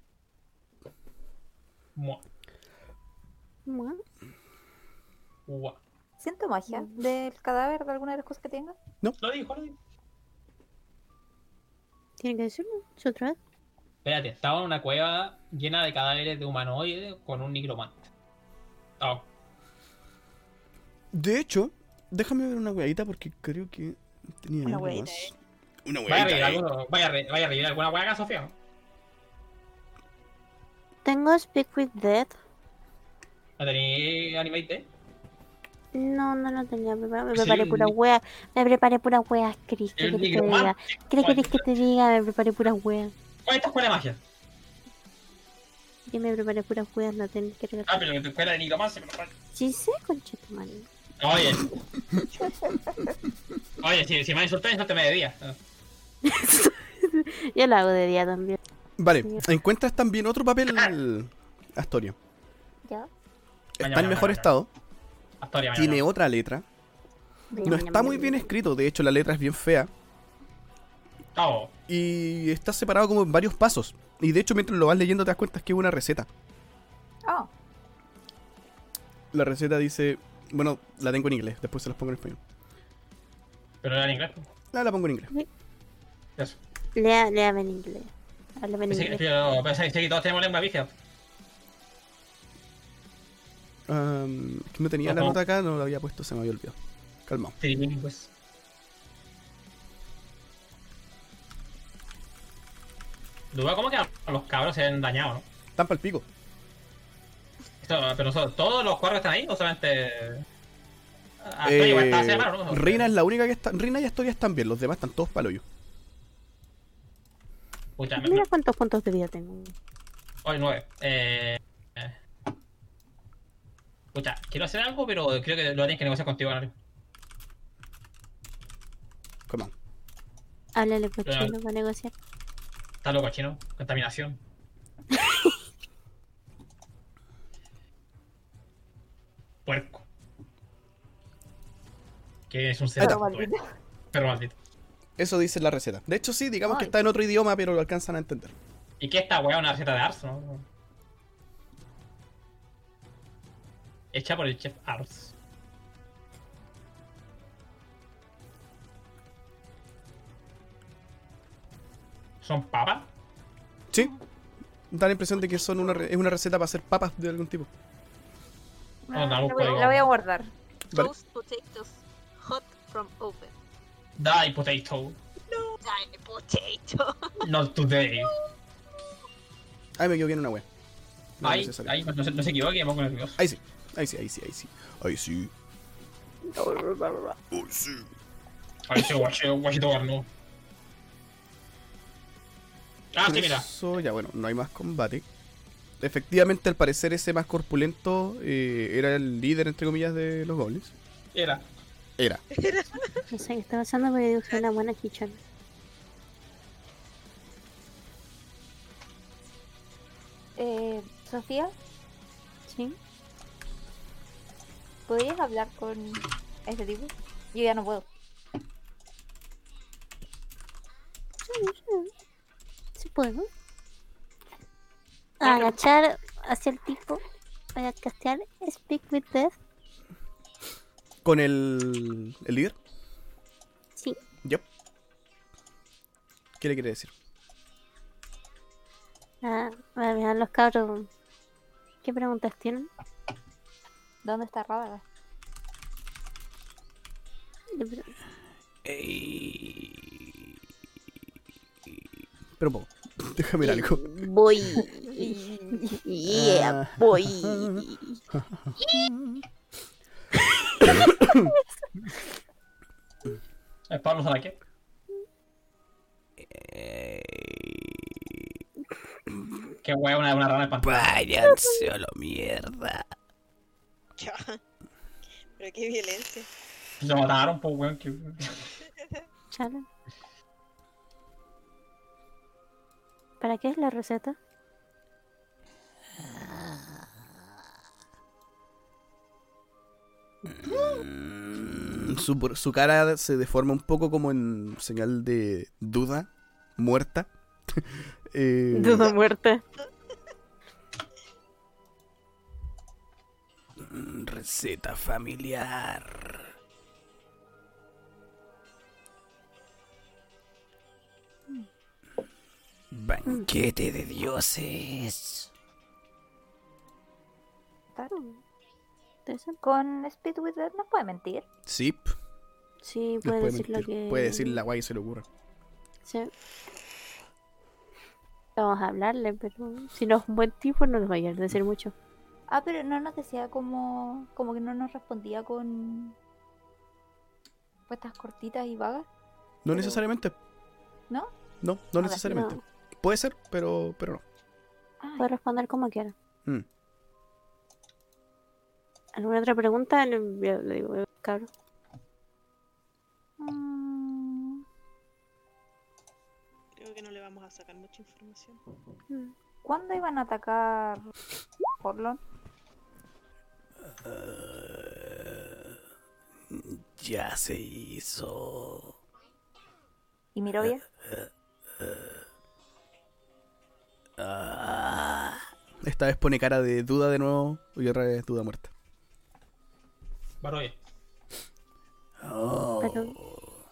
Speaker 2: Mua,
Speaker 3: Mua.
Speaker 2: ua.
Speaker 4: ¿Siento magia del cadáver de alguna de las cosas que tenga?
Speaker 2: Lo dijo, lo dijo.
Speaker 3: Tiene que decirlo. ¿Se otra vez?
Speaker 2: Espérate, estaba en una cueva llena de cadáveres de humanoides con un nigromante. Ah,
Speaker 6: De hecho, déjame ver una hueadita porque creo que tenía
Speaker 5: Una
Speaker 6: algo
Speaker 5: hueadita,
Speaker 6: más. Una
Speaker 2: vaya a
Speaker 6: hueadita.
Speaker 2: reír
Speaker 6: eh.
Speaker 2: algo, vaya a re- vaya a reír alguna hueá acá, Sofía. ¿no?
Speaker 3: Tengo Speak with Dead.
Speaker 2: ¿No tenéis animate?
Speaker 3: No, no lo tenía preparado. Me
Speaker 2: Sí,
Speaker 3: preparé pura
Speaker 2: ni-
Speaker 3: wea. Me preparé pura wea, Chris. ¿Qué
Speaker 2: El
Speaker 3: querés que te diga?
Speaker 2: nigromante.
Speaker 3: ¿Qué
Speaker 2: ¿Cuál
Speaker 3: querés que
Speaker 6: ¿eh?
Speaker 3: te diga? Me preparé pura wea.
Speaker 2: cuál es tu escuela de magia?
Speaker 3: Yo me preparé pura wea. No tenés que
Speaker 2: Ah,
Speaker 3: regalar.
Speaker 2: pero tu escuela de nigromante. pero-
Speaker 3: Sí, sé, conchetumare.
Speaker 2: Oye. Oye, si, si me insultáis, no te me debía.
Speaker 3: Yo lo hago de día también.
Speaker 6: Vale, encuentras también otro papel, Astoria.
Speaker 4: Ya.
Speaker 6: Está
Speaker 2: Ah. Mañana,
Speaker 6: en mejor
Speaker 2: mañana.
Speaker 6: estado,
Speaker 2: Astoria, mañana.
Speaker 6: tiene otra letra. No está muy bien escrito, de hecho la letra es bien fea.
Speaker 2: Oh,
Speaker 6: Y está separado como en varios pasos. Y de hecho mientras lo vas leyendo te das cuenta que es una receta.
Speaker 4: Ah,
Speaker 6: La receta dice... Bueno, la tengo en inglés, después se las pongo en español.
Speaker 2: pero era en inglés.
Speaker 6: Ah,
Speaker 2: pues.
Speaker 6: La, la pongo en inglés.
Speaker 2: Eso.
Speaker 3: Lea, léame en inglés. Háblame en
Speaker 2: Pensé que-
Speaker 3: inglés.
Speaker 2: pero pensé que todos tenemos lengua vigía.
Speaker 6: Am, es que no tenía la
Speaker 2: Ajá.
Speaker 6: nota acá, no la había puesto, se me había olvidado. Calmado.
Speaker 2: Trilingües. Duda cómo que a los cabros se han dañado, ¿no?
Speaker 6: Están pa'l pico.
Speaker 2: Esto- pero son- todos los cuadros están ahí o solamente. Ah,
Speaker 6: Eh,
Speaker 2: igual estaba hace mano, ¿no?
Speaker 6: Reina es la única que está... Reina y Astoria están bien, los demás están todos pa'l hoyo.
Speaker 2: Pucha, me-
Speaker 3: Mira cuántos puntos de vida tengo.
Speaker 2: Hoy nueve. Eh, eh. Pucha, quiero hacer algo, pero creo que lo tienes que negociar contigo, Mario.
Speaker 6: Come on.
Speaker 3: Háblale cochino para negociar.
Speaker 2: Está loco, chino. Contaminación. Puerco. Que es un cerdo.
Speaker 4: pero maldito.
Speaker 2: Perro maldito.
Speaker 6: Eso dice la receta. De hecho sí, digamos que
Speaker 4: Ay.
Speaker 6: está en otro idioma, pero lo alcanzan a entender.
Speaker 2: ¿Y qué esta weá? Una receta de Ars, ¿no? Hecha por el chef Ars. ¿Son papas?
Speaker 6: Sí. Da la impresión de que son una, re- es una receta para hacer papas de algún tipo.
Speaker 2: No, no,
Speaker 4: la,
Speaker 2: busco
Speaker 4: voy,
Speaker 2: ahí.
Speaker 4: la voy a guardar.
Speaker 6: Vale.
Speaker 5: Toast potatoes hot from oven.
Speaker 2: Die potato.
Speaker 5: Die potato.
Speaker 2: Not today.
Speaker 6: Ahí me equivoqué en una wea. No era
Speaker 2: Ay,
Speaker 6: necesario.
Speaker 2: ay, no, se, no se equivoque, vamos con el Dios.
Speaker 6: Ahí sí. Ahí sí, ahí sí, ahí sí. Ahí sí. Ahí sí.
Speaker 2: Ay, ese guacho- guachito guarno. Ah,
Speaker 6: Con
Speaker 2: sí, mira.
Speaker 6: Eso ya bueno, no hay más combate. Efectivamente, al parecer ese más corpulento eh, era el líder, entre comillas, de los goblins.
Speaker 2: Era.
Speaker 6: Era.
Speaker 3: No sé qué está pasando porque dibujé una buena chichona.
Speaker 4: Eh, Sofía,
Speaker 3: ¿Sí?
Speaker 4: ¿podrías hablar con este tipo? Yo ya no puedo.
Speaker 3: puedo agachar hacia el tipo para castear Speak with Death.
Speaker 6: ¿Con el, el líder?
Speaker 3: Sí,
Speaker 6: Yep. ¿Qué le quiere decir?
Speaker 3: ah, a ver, los cabros. ¿Qué preguntas tienen?
Speaker 4: ¿Dónde está Rábaga?
Speaker 3: Le pre-
Speaker 6: Pero un poco. Déjame ver algo.
Speaker 5: Voy. Yeah, voy.
Speaker 2: ¿Es Pablo la qué?
Speaker 6: Eh,
Speaker 2: Qué hueá, una, una rana espantosa.
Speaker 6: Váyanse a la mierda.
Speaker 5: Ya. Pero qué violencia.
Speaker 2: Lo mataron, pues, weón. Que...
Speaker 3: Chale. ¿Para qué es la receta?
Speaker 6: Su, su cara se deforma un poco como en señal de duda, muerta. Eh,
Speaker 3: muerta.
Speaker 6: Receta familiar. Banquete de dioses.
Speaker 4: Con Speed with Death nos puede mentir.
Speaker 6: Sí, p-
Speaker 3: Sí,
Speaker 6: les
Speaker 3: puede
Speaker 6: puede,
Speaker 3: decir lo
Speaker 6: mentir.
Speaker 3: que.
Speaker 6: Puede decir la guay que se le ocurra.
Speaker 3: Sí. Vamos a hablarle, pero si no es un buen tipo, no nos va a decir mucho.
Speaker 4: Ah, pero no nos decía como, como que no nos respondía con respuestas cortitas y vagas.
Speaker 6: No necesariamente.
Speaker 4: ¿No?
Speaker 6: No, no necesariamente.
Speaker 3: No.
Speaker 6: Puede ser, pero, pero
Speaker 4: Ay,
Speaker 3: Puede responder como quiera.
Speaker 6: no. Mm.
Speaker 3: ¿Alguna otra pregunta? Le, yo le digo, eh, cabrón.
Speaker 4: mm,
Speaker 5: Creo que no le vamos a sacar mucha información.
Speaker 4: ¿Cuándo iban a atacar Porlon?
Speaker 6: Eh, Ya se hizo.
Speaker 4: ¿Y Mirovia?
Speaker 2: Eh,
Speaker 6: Ah. Esta vez pone cara de duda de nuevo y otra vez duda muerta.
Speaker 2: Baroya.
Speaker 3: Pero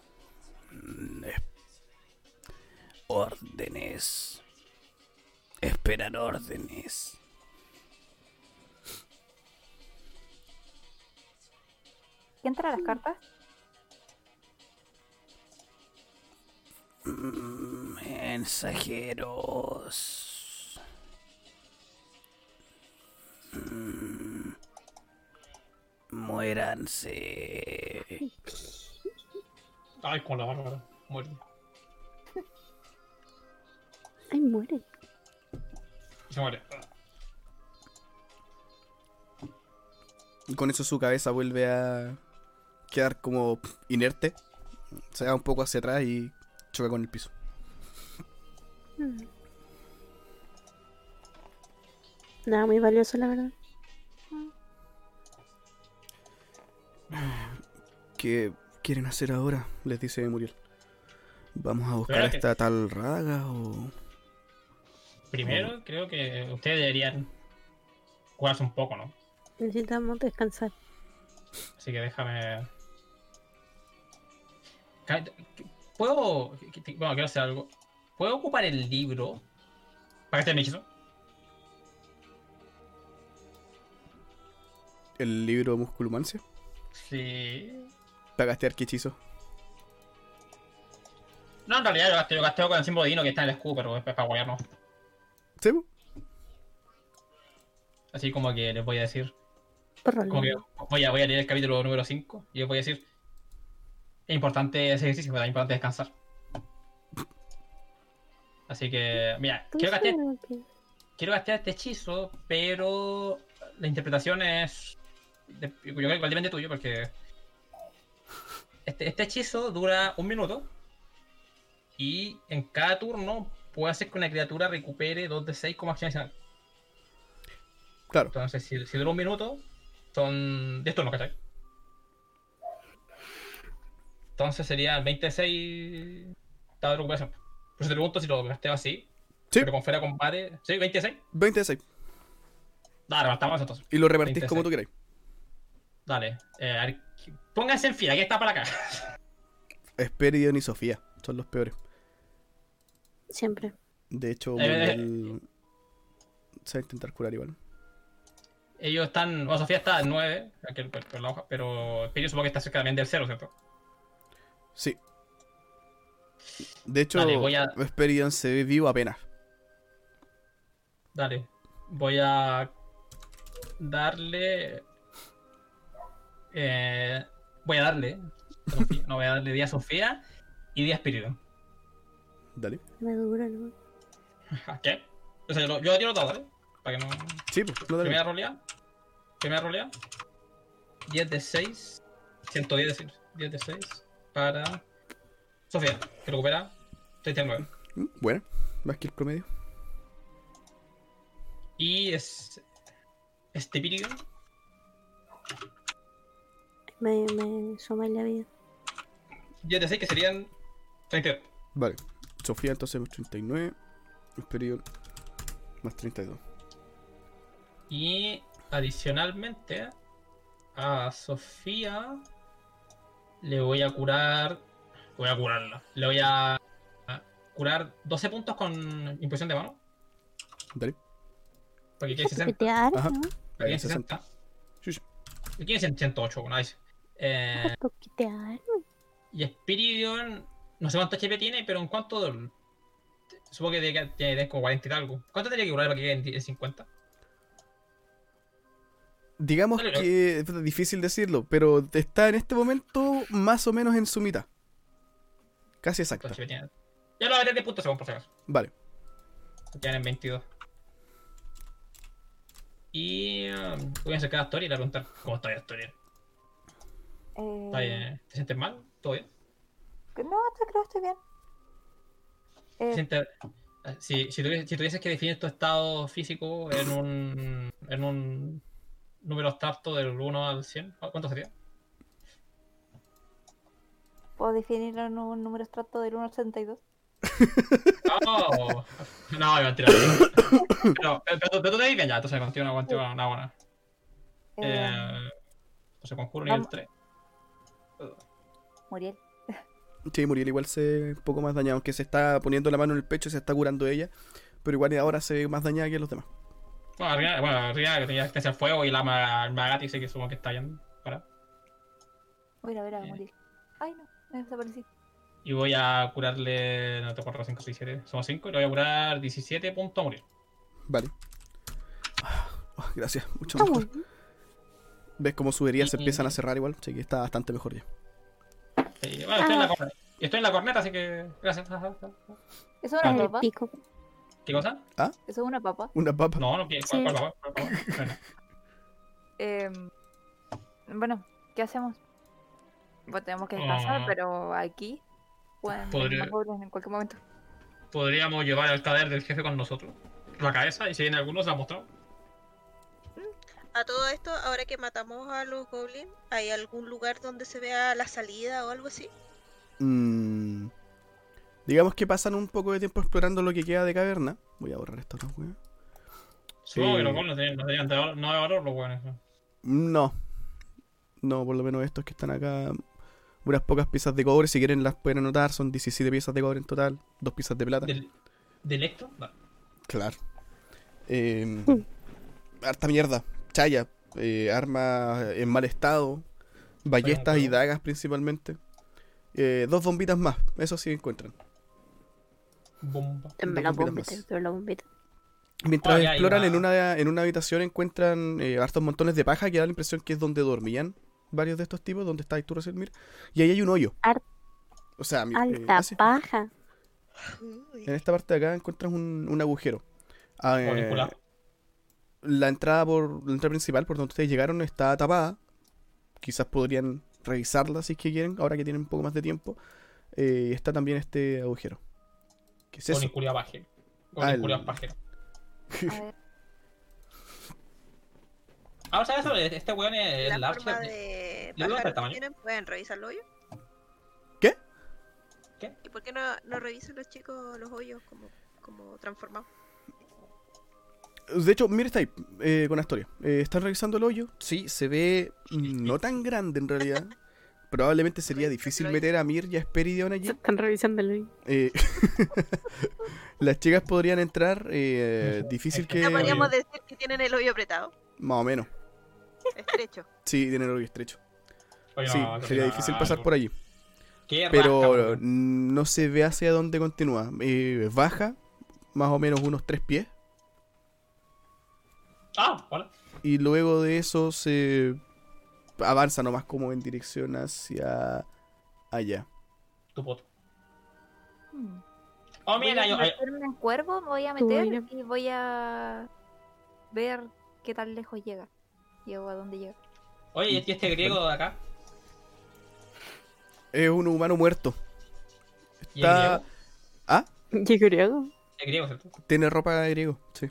Speaker 6: Órdenes. Esperar órdenes.
Speaker 4: ¿Qué entra a las cartas?
Speaker 6: Mensajeros. Mm. Muéranse.
Speaker 2: Ay, con la barba, muerto.
Speaker 3: Ay, muere.
Speaker 2: Se muere.
Speaker 6: Y con eso su cabeza vuelve a quedar como inerte. Se da un poco hacia atrás y choca con el piso. Mm.
Speaker 3: Nada muy valioso, la verdad.
Speaker 6: ¿Qué quieren hacer ahora? Les dice Muriel. ¿Vamos a buscar a
Speaker 2: Espérate.
Speaker 6: esta tal Raga o...?
Speaker 2: Primero, creo que ustedes deberían curarse un poco, ¿no?
Speaker 3: Necesitamos descansar.
Speaker 2: Así que déjame. Ca- ¿Puedo.? Bueno, quiero hacer algo. ¿Puedo ocupar el libro para que esté mi hechizo?
Speaker 6: ¿El libro Musculumancia?
Speaker 2: Sí.
Speaker 6: ¿Para gastear qué hechizo?
Speaker 2: No, en realidad yo gasteo, yo gasteo con el símbolo divino que está en el escudo, pero es para guayarnos.
Speaker 6: ¿Sí? po?
Speaker 2: Así como que les voy a decir.
Speaker 3: Por
Speaker 2: Como que voy a, voy a leer el capítulo número 5 y les voy a decir. Es importante ese ejercicio, pero es importante descansar. Así que, mira, quiero gastear, quiero gastear este hechizo, pero la interpretación es. de- yo creo que igual depende tuyo, porque. Este, este hechizo dura un minuto. Y en cada turno puede hacer que una criatura recupere 2 de 6 como acción adicional.
Speaker 6: Claro.
Speaker 2: Entonces, si, si dura un minuto, son 10 turnos, ¿cachai? Entonces serían 26 de recuperación. Por eso te pregunto si lo gasteo así,
Speaker 6: Sí.
Speaker 2: Pero con fuera de combate. Sí, 26.
Speaker 6: 20 de 6.
Speaker 2: Dale, bastamos entonces.
Speaker 6: Y lo repartís
Speaker 2: 20 de
Speaker 6: como
Speaker 2: seis.
Speaker 6: tú queráis.
Speaker 2: Dale. Eh, a ver, pónganse en fila, que está para acá.
Speaker 6: Esperidion y Sofía son los peores.
Speaker 3: Siempre.
Speaker 6: De hecho,
Speaker 2: Eh,
Speaker 6: Muriel se va a intentar curar igual.
Speaker 2: Ellos están. Bueno, Sofía está en 9, aquel, per- per la hoja, pero Espíritu supongo que está cerca también del 0, ¿cierto?
Speaker 6: Sí. De hecho,
Speaker 2: Dale, voy a-
Speaker 6: Esperidion se ve vivo apenas.
Speaker 2: Dale. Voy a darle. Eh, voy a darle. a Sofía. No, voy a darle día a Sofía y día a Espíritu.
Speaker 6: Dale.
Speaker 3: Me duro, ¿no?
Speaker 2: Ajá, ¿Qué? O sea, yo, lo- yo tiro todo, ¿vale? Para que no.
Speaker 6: Sí, pues, no
Speaker 2: Primera
Speaker 6: dale.
Speaker 2: roleada. Primera roleada. 10 de 6. 110 de 6. 10 de 6. Para. Sofía, que recupera 39.
Speaker 6: Mm, Bueno, más que el promedio.
Speaker 2: Y es. Este vídeo
Speaker 3: Me, me suma en la vida.
Speaker 2: 10 de 6 que serían 32.
Speaker 6: Vale. Sofía entonces más 39. Esperidion más 32.
Speaker 2: Y adicionalmente a Sofía le voy a curar. Voy a curarla. Le voy a, a curar 12 puntos con impresión de mano.
Speaker 6: Dale.
Speaker 2: Porque quede 60.
Speaker 3: Te da
Speaker 6: Ajá.
Speaker 3: harto, ¿no?
Speaker 2: Para que quede
Speaker 6: Sí, 60.
Speaker 2: 60.
Speaker 6: Sí, sí.
Speaker 2: Y quede 108, nice. Eh,
Speaker 3: Porque te da harto.
Speaker 2: y Spiridion, no sé cuánto HP tiene, pero en cuánto. de- Supongo que tiene que tiene como 40 y algo. ¿Cuánto tendría que curar para que quede en di- en 50?
Speaker 6: Digamos
Speaker 2: Dale, dale.
Speaker 6: que es difícil decirlo, pero está en este momento más o menos en su mitad. Casi exacta.
Speaker 2: ¿Cuánto HP tiene? Ya lo haré de puntos según por si acaso.
Speaker 6: Vale.
Speaker 2: Quedan en 22. Y um, voy a acercar a Astori y le voy a preguntar cómo está Astori.
Speaker 8: Eh,
Speaker 2: ¿Está bien? ¿Te sientes mal? ¿Todo bien?
Speaker 8: que- No, te creo que estoy bien.
Speaker 2: ¿Te
Speaker 8: Eh,
Speaker 2: sientes- ah, Si, si, tuvies- si tuvieses que definir tu estado físico en un, en un número abstracto del 1 al 100, ¿cu- ¿cuánto sería?
Speaker 8: Puedo definirlo en un número extracto del 1 al 62.
Speaker 2: ¡Oh! No, yo mentira. Pero, pero, pero, tú te digas ya, entonces contigo una contigo una buena.
Speaker 8: Eh,
Speaker 2: Eh, entonces conjuro nivel
Speaker 8: vamos.
Speaker 2: 3.
Speaker 8: Muriel.
Speaker 6: Sí, Muriel igual se ve un poco más dañado, aunque se está poniendo la mano en el pecho y se está curando ella. Pero igual ahora se ve más dañada que los demás.
Speaker 2: Bueno, arriba, bueno, arriba que tenía que al fuego y la ma- Magati sé que supongo que está ya para.
Speaker 8: Voy a ir a ver a
Speaker 2: Bien.
Speaker 8: Muriel. Ay, no, me desaparecí.
Speaker 2: Y voy a curarle. No tengo 4, 5, 6, 7. Somos 5. Y le voy a curar 17 puntos a morir.
Speaker 6: Vale. Ah, gracias, mucho
Speaker 3: Está
Speaker 6: mejor.
Speaker 3: bueno.
Speaker 6: Ves cómo sus heridas se
Speaker 2: Y-
Speaker 6: empiezan a cerrar igual, así que está bastante mejor ya.
Speaker 2: Sí, bueno, estoy en la corneta. Y estoy en la corneta, así que. Gracias. Ajá, ajá.
Speaker 8: ¿Eso es una
Speaker 3: El
Speaker 8: papa?
Speaker 3: pico.
Speaker 2: ¿Qué cosa?
Speaker 8: ¿Eso es una papa?
Speaker 6: Una papa.
Speaker 2: No, no, ¿qué? ¿Cuál,
Speaker 3: Sí.
Speaker 2: cuál, cuál, cuál, cuál? Bueno,
Speaker 4: Em, bueno, ¿qué hacemos? Bueno, tenemos que descansar,
Speaker 2: Ah.
Speaker 4: pero aquí pueden
Speaker 2: Podría-
Speaker 4: venir más goblins en cualquier momento.
Speaker 2: Podríamos llevar al cadáver del jefe con nosotros. La cabeza, y si viene alguno, se la mostramos.
Speaker 5: A todo esto, ahora que matamos a los goblins, ¿hay algún lugar donde se vea la salida o algo así?
Speaker 6: Mm. digamos que pasan un poco de tiempo explorando lo que queda de caverna. Voy a borrar esto, no, weón.
Speaker 2: Supongo que
Speaker 6: Sí.
Speaker 2: los goles no tenían- no tenían de valor- no de valor los buenos.
Speaker 6: No. No, por lo menos estos que están acá. Unas pocas piezas de cobre, si quieren las pueden anotar. Son 17 piezas de cobre en total, dos piezas de plata.
Speaker 2: ¿Del, del Héctor? No.
Speaker 6: Claro. Eh, harta mierda. Chaya. eh, armas en mal estado. Ballestas y
Speaker 2: huevo.
Speaker 6: dagas principalmente. Eh, dos bombitas más. Eso sí encuentran.
Speaker 2: Bomba.
Speaker 3: Me la
Speaker 6: Dos bombitas
Speaker 3: bombita,
Speaker 6: más.
Speaker 3: pero la bombita.
Speaker 6: Mientras
Speaker 2: Ay, ay,
Speaker 6: exploran
Speaker 2: va.
Speaker 6: en una, en una habitación encuentran eh, hartos montones de paja que da la impresión que es donde dormían varios de estos tipos, donde estáis tú recién, mira. Y ahí hay un hoyo.
Speaker 3: Har-
Speaker 6: o sea, mi- eh,
Speaker 3: Alta
Speaker 6: así.
Speaker 3: paja.
Speaker 5: Uy.
Speaker 6: en esta parte de acá encuentras un, un agujero. Ah, eh,
Speaker 2: Auricular.
Speaker 6: la entrada por la entrada principal por donde ustedes llegaron está tapada. Quizás podrían revisarla si es que quieren, ahora que tienen un poco más de tiempo. Eh, está también este agujero. ¿Qué es
Speaker 2: Con
Speaker 6: eso?
Speaker 2: el culiao pajero. Con
Speaker 6: Ah,
Speaker 2: el
Speaker 6: el-
Speaker 2: culiao pajero.
Speaker 8: A ver,
Speaker 2: Ahora sabes sobre este weón es
Speaker 5: La
Speaker 2: el
Speaker 5: forma
Speaker 2: Archer.
Speaker 5: de
Speaker 2: ¿Le damos
Speaker 5: bajar
Speaker 2: el tamaño?
Speaker 5: tienen, pueden revisar los hoyos.
Speaker 6: ¿Qué?
Speaker 2: ¿Qué?
Speaker 5: ¿Y por qué no, no revisan los chicos los hoyos como como transformado.
Speaker 6: De hecho, mira, está ahí, eh, con Astoria. Eh, están revisando el hoyo. Sí, se ve mm, no tan grande en realidad. Probablemente sería difícil meter a Mir y a Esperidion allí.
Speaker 3: Se están revisando el
Speaker 6: Eh, las chicas podrían entrar. eh, difícil que.
Speaker 5: Ya podríamos
Speaker 2: oye.
Speaker 5: decir que tienen el hoyo apretado,
Speaker 6: Más o menos.
Speaker 5: estrecho.
Speaker 6: Sí, tienen el hoyo estrecho.
Speaker 2: Oye,
Speaker 6: Sí,
Speaker 2: no,
Speaker 6: sería
Speaker 2: no,
Speaker 6: difícil
Speaker 2: no,
Speaker 6: pasar
Speaker 2: no.
Speaker 6: por allí.
Speaker 2: Qué rasca,
Speaker 6: Pero
Speaker 2: weón.
Speaker 6: no se ve hacia dónde continúa. Eh, baja más o menos unos tres pies.
Speaker 2: Ah, hola.
Speaker 6: Y luego de eso se avanza nomás como en dirección hacia allá.
Speaker 2: Tu poto.
Speaker 4: Hmm.
Speaker 2: Oh,
Speaker 4: Voy
Speaker 2: mira,
Speaker 4: a
Speaker 2: yo. ay,
Speaker 4: meterme en cuervo, me voy a
Speaker 3: Tú
Speaker 4: meter
Speaker 3: mira.
Speaker 4: y voy a ver qué tan lejos llega. Llego a dónde llega.
Speaker 2: Oye, ¿y este griego de acá?
Speaker 6: Es un humano muerto.
Speaker 2: ¿Y es griego?
Speaker 6: Está... Ah,
Speaker 3: hoyo. Yo creo.
Speaker 2: Es griego, ¿cierto?
Speaker 6: tiene ropa de griego, sí.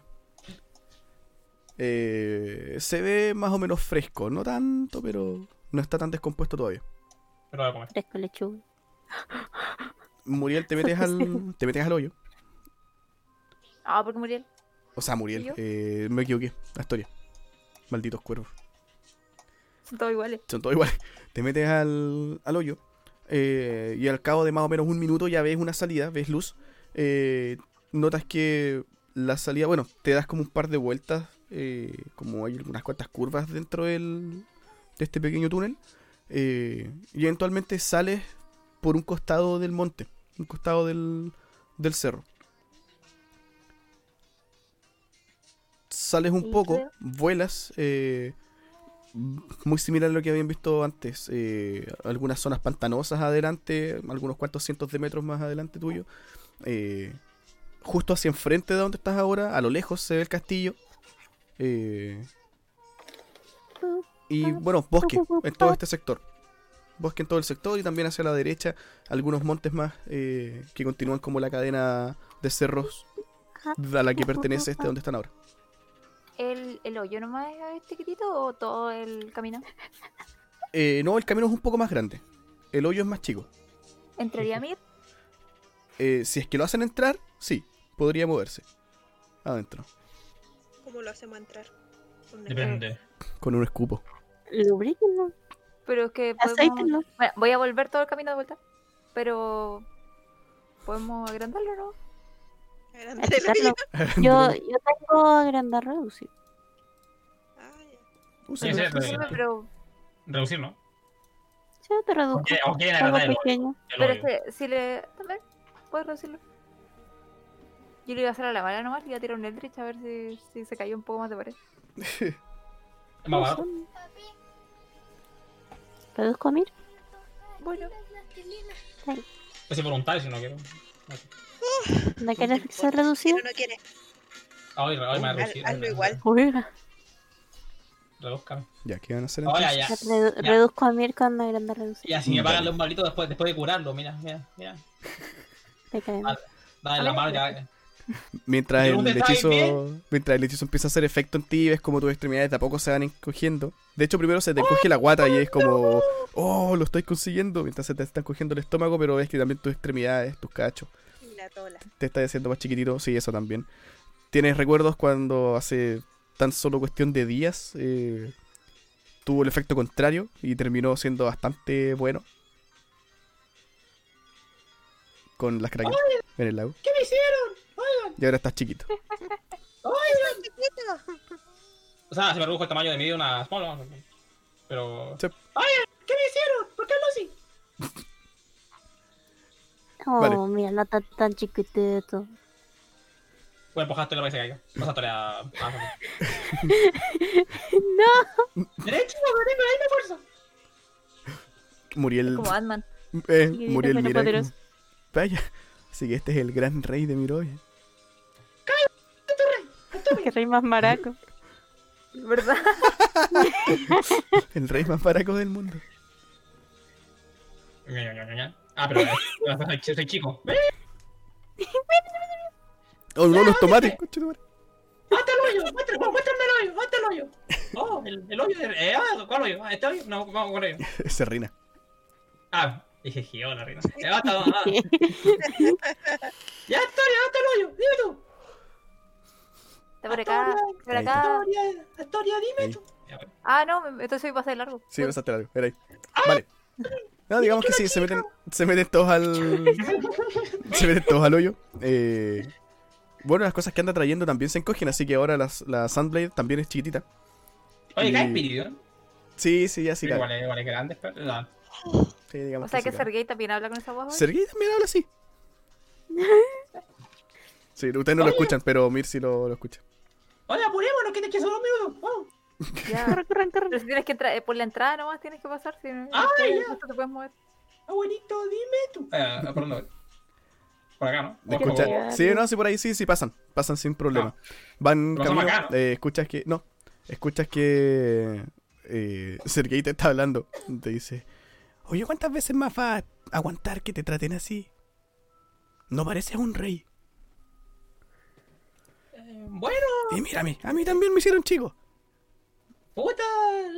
Speaker 6: Eh, se ve más o menos fresco. No tanto, pero no está tan descompuesto todavía.
Speaker 2: Pero voy a comer.
Speaker 3: Fresco lechuga.
Speaker 6: Muriel, te metes al, te metes al hoyo.
Speaker 4: Ah, porque Muriel.
Speaker 6: O sea,
Speaker 4: ¿Y
Speaker 6: Muriel,
Speaker 4: yo?
Speaker 6: eh, me equivoqué. La historia. Malditos cuervos.
Speaker 4: Son todos iguales.
Speaker 6: son todos iguales. Te metes al, al hoyo eh, y al cabo de más o menos un minuto ya ves una salida, ves luz. eh, notas que la salida, bueno, te das como un par de vueltas, eh, como hay unas cuantas curvas dentro del, de este pequeño túnel. eh, y eventualmente sales por un costado del monte, un costado del, del cerro. Sales un
Speaker 4: Y
Speaker 6: poco,
Speaker 4: creo-
Speaker 6: vuelas, eh, m- muy similar a lo que habían visto antes. eh, algunas zonas pantanosas adelante, algunos cuantos cientos de metros más adelante tuyo. eh, justo hacia enfrente de donde estás ahora, a lo lejos se ve el castillo. eh, y bueno, bosque en todo este sector. Bosque en todo el sector y también hacia la derecha algunos montes más eh, que continúan como la cadena de cerros a la que pertenece este donde están ahora.
Speaker 4: ¿El, el hoyo nomás es este chiquitito o todo el camino?
Speaker 6: Eh, no, el camino es un poco más grande. El hoyo es más chico.
Speaker 4: ¿Entraría Mir?
Speaker 6: Eh, si es que lo hacen entrar, sí, podría moverse. Adentro,
Speaker 5: ¿Cómo lo hacemos entrar? Con una
Speaker 2: Depende.
Speaker 6: con un escupo.
Speaker 3: Lubríquenlo.
Speaker 4: Pero es que podemos...
Speaker 3: Aceítenlo.
Speaker 4: Bueno, voy a volver todo el camino de vuelta. Pero... ¿Podemos agrandarlo no?
Speaker 5: cara grande de la-
Speaker 3: Achicarlo. Yo, yo tengo agrandar reducir.
Speaker 5: Ah, ya.
Speaker 6: Úsalo.
Speaker 2: Sí, sí, sí.
Speaker 4: Disculpe, pero...
Speaker 2: Reducir, ¿no?
Speaker 3: Yo te
Speaker 2: ¿O
Speaker 3: reduzco.
Speaker 2: quieren- o quieren
Speaker 3: Algo
Speaker 2: agrandar el hoyo?
Speaker 3: pequeño.
Speaker 2: El hoyo.
Speaker 4: Pero es
Speaker 5: este
Speaker 4: que si le... También, puedes reducirlo. Yo le iba a hacer a la mala nomás, le iba a tirar un Eldritch a ver si, si se cayó un poco más de pared.
Speaker 2: Es más barato.
Speaker 3: ¿Reduzco a Mir?
Speaker 4: Bueno,
Speaker 2: Pues es voluntario si no quiero.
Speaker 3: ¿No quieres ser reducido?
Speaker 5: Pero no quiere.
Speaker 2: Ah, Hoy, hoy me
Speaker 5: Haz-
Speaker 2: reducir.
Speaker 5: Uh, hazlo igual.
Speaker 3: Oiga.
Speaker 2: Reduzcame.
Speaker 6: Ya, ¿qué van a hacer
Speaker 2: Ahora
Speaker 6: entonces?
Speaker 2: ya.
Speaker 3: Redu-
Speaker 2: Ya.
Speaker 3: Reduzco a Mir con agrandar reducir.
Speaker 2: Y así me pagan los malditos después, después de curarlo. Mira, mira, mira.
Speaker 3: Te caen.
Speaker 2: Ah, Dale la mano y te va-
Speaker 6: Mientras
Speaker 2: ¿Y dónde
Speaker 6: el,
Speaker 2: está ahí,
Speaker 6: hechizo, mientras el hechizo empieza a hacer efecto en ti, ves como tus extremidades de a poco se van encogiendo. De hecho, primero se te encoge la guata y es como, oh, lo estoy consiguiendo. Mientras se te está encogiendo el estómago, pero ves que también tus extremidades, tus cachos,
Speaker 5: Y la tola.
Speaker 6: te está haciendo más chiquitito. Sí, eso también. Tienes recuerdos cuando hace tan solo cuestión de días eh, tuvo el efecto contrario y terminó siendo bastante bueno. Con las craquetas en el lago.
Speaker 2: ¿Qué me hicieron?
Speaker 6: Y ahora estás chiquito.
Speaker 2: O sea, se me redujo el tamaño de mí de una small. ¿no? Pero.
Speaker 6: Sí.
Speaker 2: Oigan, ¿qué me hicieron? ¿Por qué lo así?
Speaker 3: Oh,
Speaker 6: Vale.
Speaker 3: mira, no está tan chiquitito.
Speaker 2: Bueno, pues Astoria parece que caiga. Pues Astoria. ah, ok.
Speaker 3: no,
Speaker 2: Derecho, no tengo ahí me fuerza.
Speaker 6: Muriel
Speaker 4: como Ant-Man.
Speaker 6: Eh,
Speaker 3: Y grita
Speaker 6: Muriel
Speaker 3: menos
Speaker 6: Miroy.
Speaker 3: poderoso.
Speaker 6: Vaya. Así que este es el gran rey de Miroy.
Speaker 3: que rey más maraco.
Speaker 4: ¿Verdad?
Speaker 6: El rey más baraco del mundo.
Speaker 2: Ña, ña, ña, ña, ña. Ah, pero. eh, soy- soy chico. ¡Ven,
Speaker 6: Oh, no, los tomates. conchetumare.
Speaker 2: ¡Mata el hoyo! ¡Mata el hoyo! ¡Mátame el hoyo! ¡Mata el hoyo! Oh, el, el hoyo. de- Eh, ah, ¿Cuál hoyo? Ah, ¿Este hoyo? No, vamos con el hoyo.
Speaker 6: Serrina.
Speaker 2: Ah, Dije, Gio, la reina. Ya basta, mamá. Ya, Antonia, basta el hoyo. Dime tú.
Speaker 4: Está por acá, por
Speaker 6: Ahí está.
Speaker 4: acá.
Speaker 2: Antonia, Antonia, dime
Speaker 6: Ahí.
Speaker 2: tú. Ya, bueno.
Speaker 4: Ah, no, me- entonces voy a pasar largo.
Speaker 6: Sí, pasaste algo. Era ahí. Vale. No, digamos que sí, se meten, se meten todos al. se meten todos al hoyo. Eh, bueno, las cosas que anda trayendo también se encogen, así que ahora las- la Sandblade también es chiquitita.
Speaker 2: Oye,
Speaker 6: Y-
Speaker 2: cae Spiridion.
Speaker 6: Sí, sí, así que.
Speaker 2: Igual es igual es grande, pero. No.
Speaker 6: Sí, digamos
Speaker 4: O sea que
Speaker 6: sí cabe.
Speaker 4: Sergei también habla con esa voz. ¿eh?
Speaker 6: Sergei también habla así. Sí, ustedes no lo escuchan, pero Mir sí lo, lo escucha.
Speaker 2: Oye, apurémonos, que te Oh. quedan dos minutos. Vamos.
Speaker 4: Ya. Pero si tienes que entrar, eh, por la entrada nomás tienes que pasar. Si no,
Speaker 2: Ah,
Speaker 4: después
Speaker 2: ya.
Speaker 4: no te puedes mover.
Speaker 2: Abuelito, dime tú. Eh, ¿Por dónde voy? Por acá, ¿no?
Speaker 6: De
Speaker 2: Ojo,
Speaker 6: escucha-
Speaker 2: ojo.
Speaker 3: Claro.
Speaker 6: Sí, no, sí, por ahí sí, sí, pasan. Pasan sin problema. Van
Speaker 2: Pero somos
Speaker 6: camino,
Speaker 2: acá, ¿no?
Speaker 6: eh, escuchas que... No, escuchas que... Eh, Sergei te está hablando. Te dice... Oye, ¿cuántas veces más va a aguantar que te traten así? No pareces un rey.
Speaker 2: Eh, Bueno,
Speaker 6: Y mírame, a mí también me hicieron chico.
Speaker 2: puta,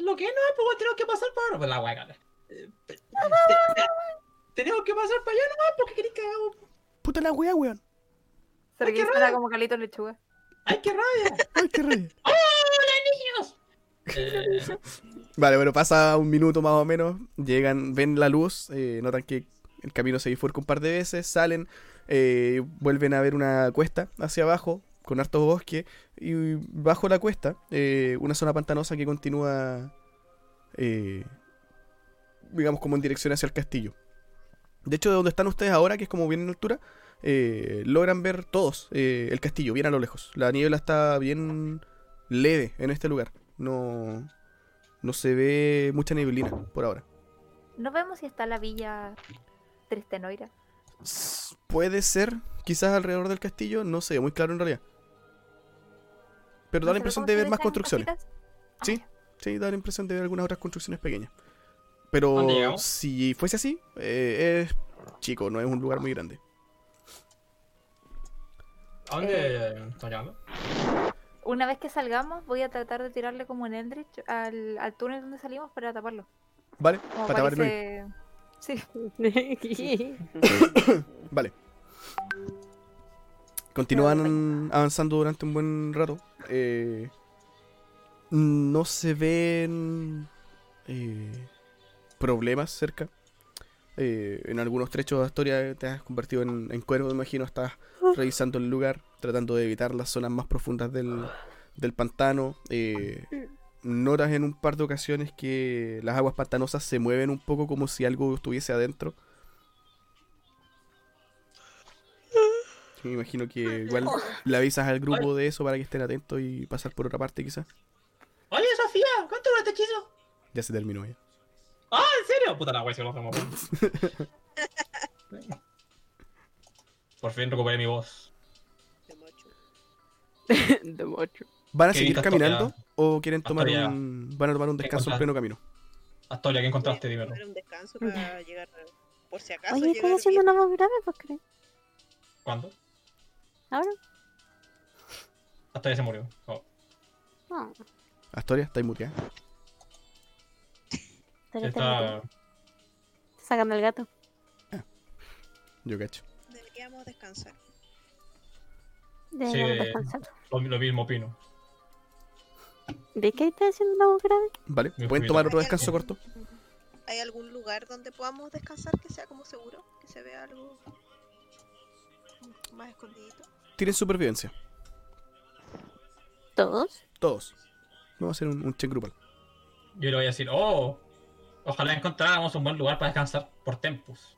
Speaker 2: lo que no es, pues tenemos que pasar para. Pues la hueá, cara. Eh, te- te- Tenemos que pasar para allá nomás porque queréis que hagamos.
Speaker 6: Puta la weá, weón.
Speaker 4: Sergei
Speaker 2: qué
Speaker 4: suena como Calito Lechuga.
Speaker 2: ¡Ay, qué rabia!
Speaker 6: Ay, qué rey.
Speaker 2: ¡Hola, niños! Eh,
Speaker 6: Vale, bueno, pasa un minuto más o menos. Llegan, ven la luz, eh, notan que el camino se bifurca un par de veces, salen, eh, vuelven a ver una cuesta hacia abajo, con harto bosque, y bajo la cuesta, eh, una zona pantanosa que continúa, eh, digamos, como en dirección hacia el castillo. De hecho, de donde están ustedes ahora, que es como bien en altura, eh, logran ver todos eh, el castillo, bien a lo lejos. La niebla está bien leve en este lugar. No, no se ve mucha neblina por ahora.
Speaker 4: No vemos si está la villa Tristenoira.
Speaker 6: S- Puede ser, quizás alrededor del castillo, no sé, muy claro en realidad. Pero da la impresión de ver más construcciones. Sí. Sí, da la impresión de ver algunas otras construcciones pequeñas.
Speaker 2: ¿Dónde
Speaker 6: Pero
Speaker 2: llegamos?
Speaker 6: si fuese así, eh, es chico, no es un lugar muy grande.
Speaker 2: ¿A dónde están llegando?
Speaker 4: Una vez que salgamos, voy a tratar de tirarle como en Eldritch al, al túnel donde salimos para taparlo.
Speaker 6: Vale,
Speaker 4: Como
Speaker 6: para tapar el hoyo.
Speaker 4: parece... Sí,
Speaker 6: Vale. Continúan avanzando durante un buen rato. Eh, no se ven eh, problemas cerca. Eh, en algunos trechos de Astoria te has convertido en, en cuervo, me imagino. Estás revisando el lugar, tratando de evitar las zonas más profundas del, del pantano. Eh, notas en un par de ocasiones que las aguas pantanosas se mueven un poco como si algo estuviese adentro. Sí, Me imagino que igual le avisas al grupo de eso para que estén atentos y pasar por otra parte quizás.
Speaker 2: Oye, Sofía, ¿cuánto dura este hechizo?
Speaker 6: Ya se terminó ya.
Speaker 2: ¡Ah, en serio! Puta la wea, si lo hacemos. Por fin recuperé mi voz.
Speaker 9: De mucho.
Speaker 6: ¿Van a
Speaker 2: Qué
Speaker 6: seguir
Speaker 2: bien,
Speaker 6: caminando
Speaker 2: Astoria.
Speaker 6: o quieren tomar
Speaker 2: Astoria.
Speaker 6: un, van a tomar un descanso en
Speaker 2: Encontrar.
Speaker 6: pleno camino?
Speaker 2: Astoria, ¿qué encontraste?
Speaker 5: Voy a
Speaker 2: Dímelo.
Speaker 5: tomar un descanso para llegar, por si acaso
Speaker 3: Oye,
Speaker 5: llegar
Speaker 3: estás haciendo
Speaker 5: bien.
Speaker 3: una voz grave, pues creo.
Speaker 2: ¿Cuándo?
Speaker 3: Ahora.
Speaker 2: Astoria se murió. Oh,
Speaker 3: No,
Speaker 6: Astoria, estáis muteada.
Speaker 3: te lo
Speaker 2: está...
Speaker 3: sacan el gato.
Speaker 6: Yo cacho.
Speaker 5: Deberíamos descansar.
Speaker 3: Deberíamos
Speaker 2: Sí.
Speaker 3: descansar.
Speaker 2: Lo, lo mismo opino.
Speaker 3: ¿Ves que ahí estás haciendo una voz grave?
Speaker 6: Vale,
Speaker 2: Me
Speaker 6: pueden
Speaker 2: fui
Speaker 6: tomar
Speaker 2: de-
Speaker 6: otro descanso corto.
Speaker 5: ¿Hay algún lugar donde podamos descansar que sea como seguro? Que se vea algo más escondidito.
Speaker 6: Tienen supervivencia,
Speaker 3: ¿Todos?
Speaker 6: todos. Vamos a hacer un, un check grupal.
Speaker 2: Yo le voy a decir, oh, ojalá encontráramos un buen lugar para descansar por Tempus.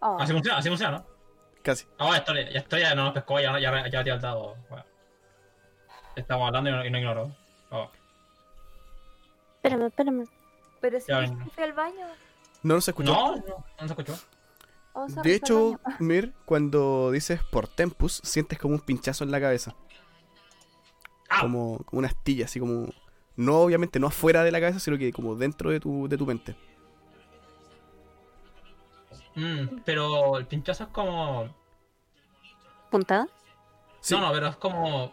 Speaker 8: Oh,
Speaker 2: Así funciona, así funciona, ¿no?
Speaker 6: Casi.
Speaker 2: Ahora Astoria, ya Astoria no nos pescó, ya, ya, ya te dado. Bueno. Estamos hablando y no, y no ignoró. Oh,
Speaker 3: Espérame, espérame.
Speaker 4: pero si
Speaker 2: Ya
Speaker 4: yo
Speaker 2: ven.
Speaker 4: fui al baño.
Speaker 6: No nos escuchó.
Speaker 2: No, no, no se escuchó.
Speaker 4: Oh, sorry,
Speaker 6: De
Speaker 4: fui
Speaker 6: hecho, Mir, cuando dices por tempus, sientes como un pinchazo en la cabeza.
Speaker 2: Ah.
Speaker 6: Como, como una astilla, así como. No, obviamente, no afuera de la cabeza, sino que como dentro de tu, de tu mente.
Speaker 2: Mm, pero el pinchazo es como.
Speaker 3: ¿Puntada?
Speaker 6: Sí.
Speaker 2: No, no, pero es como.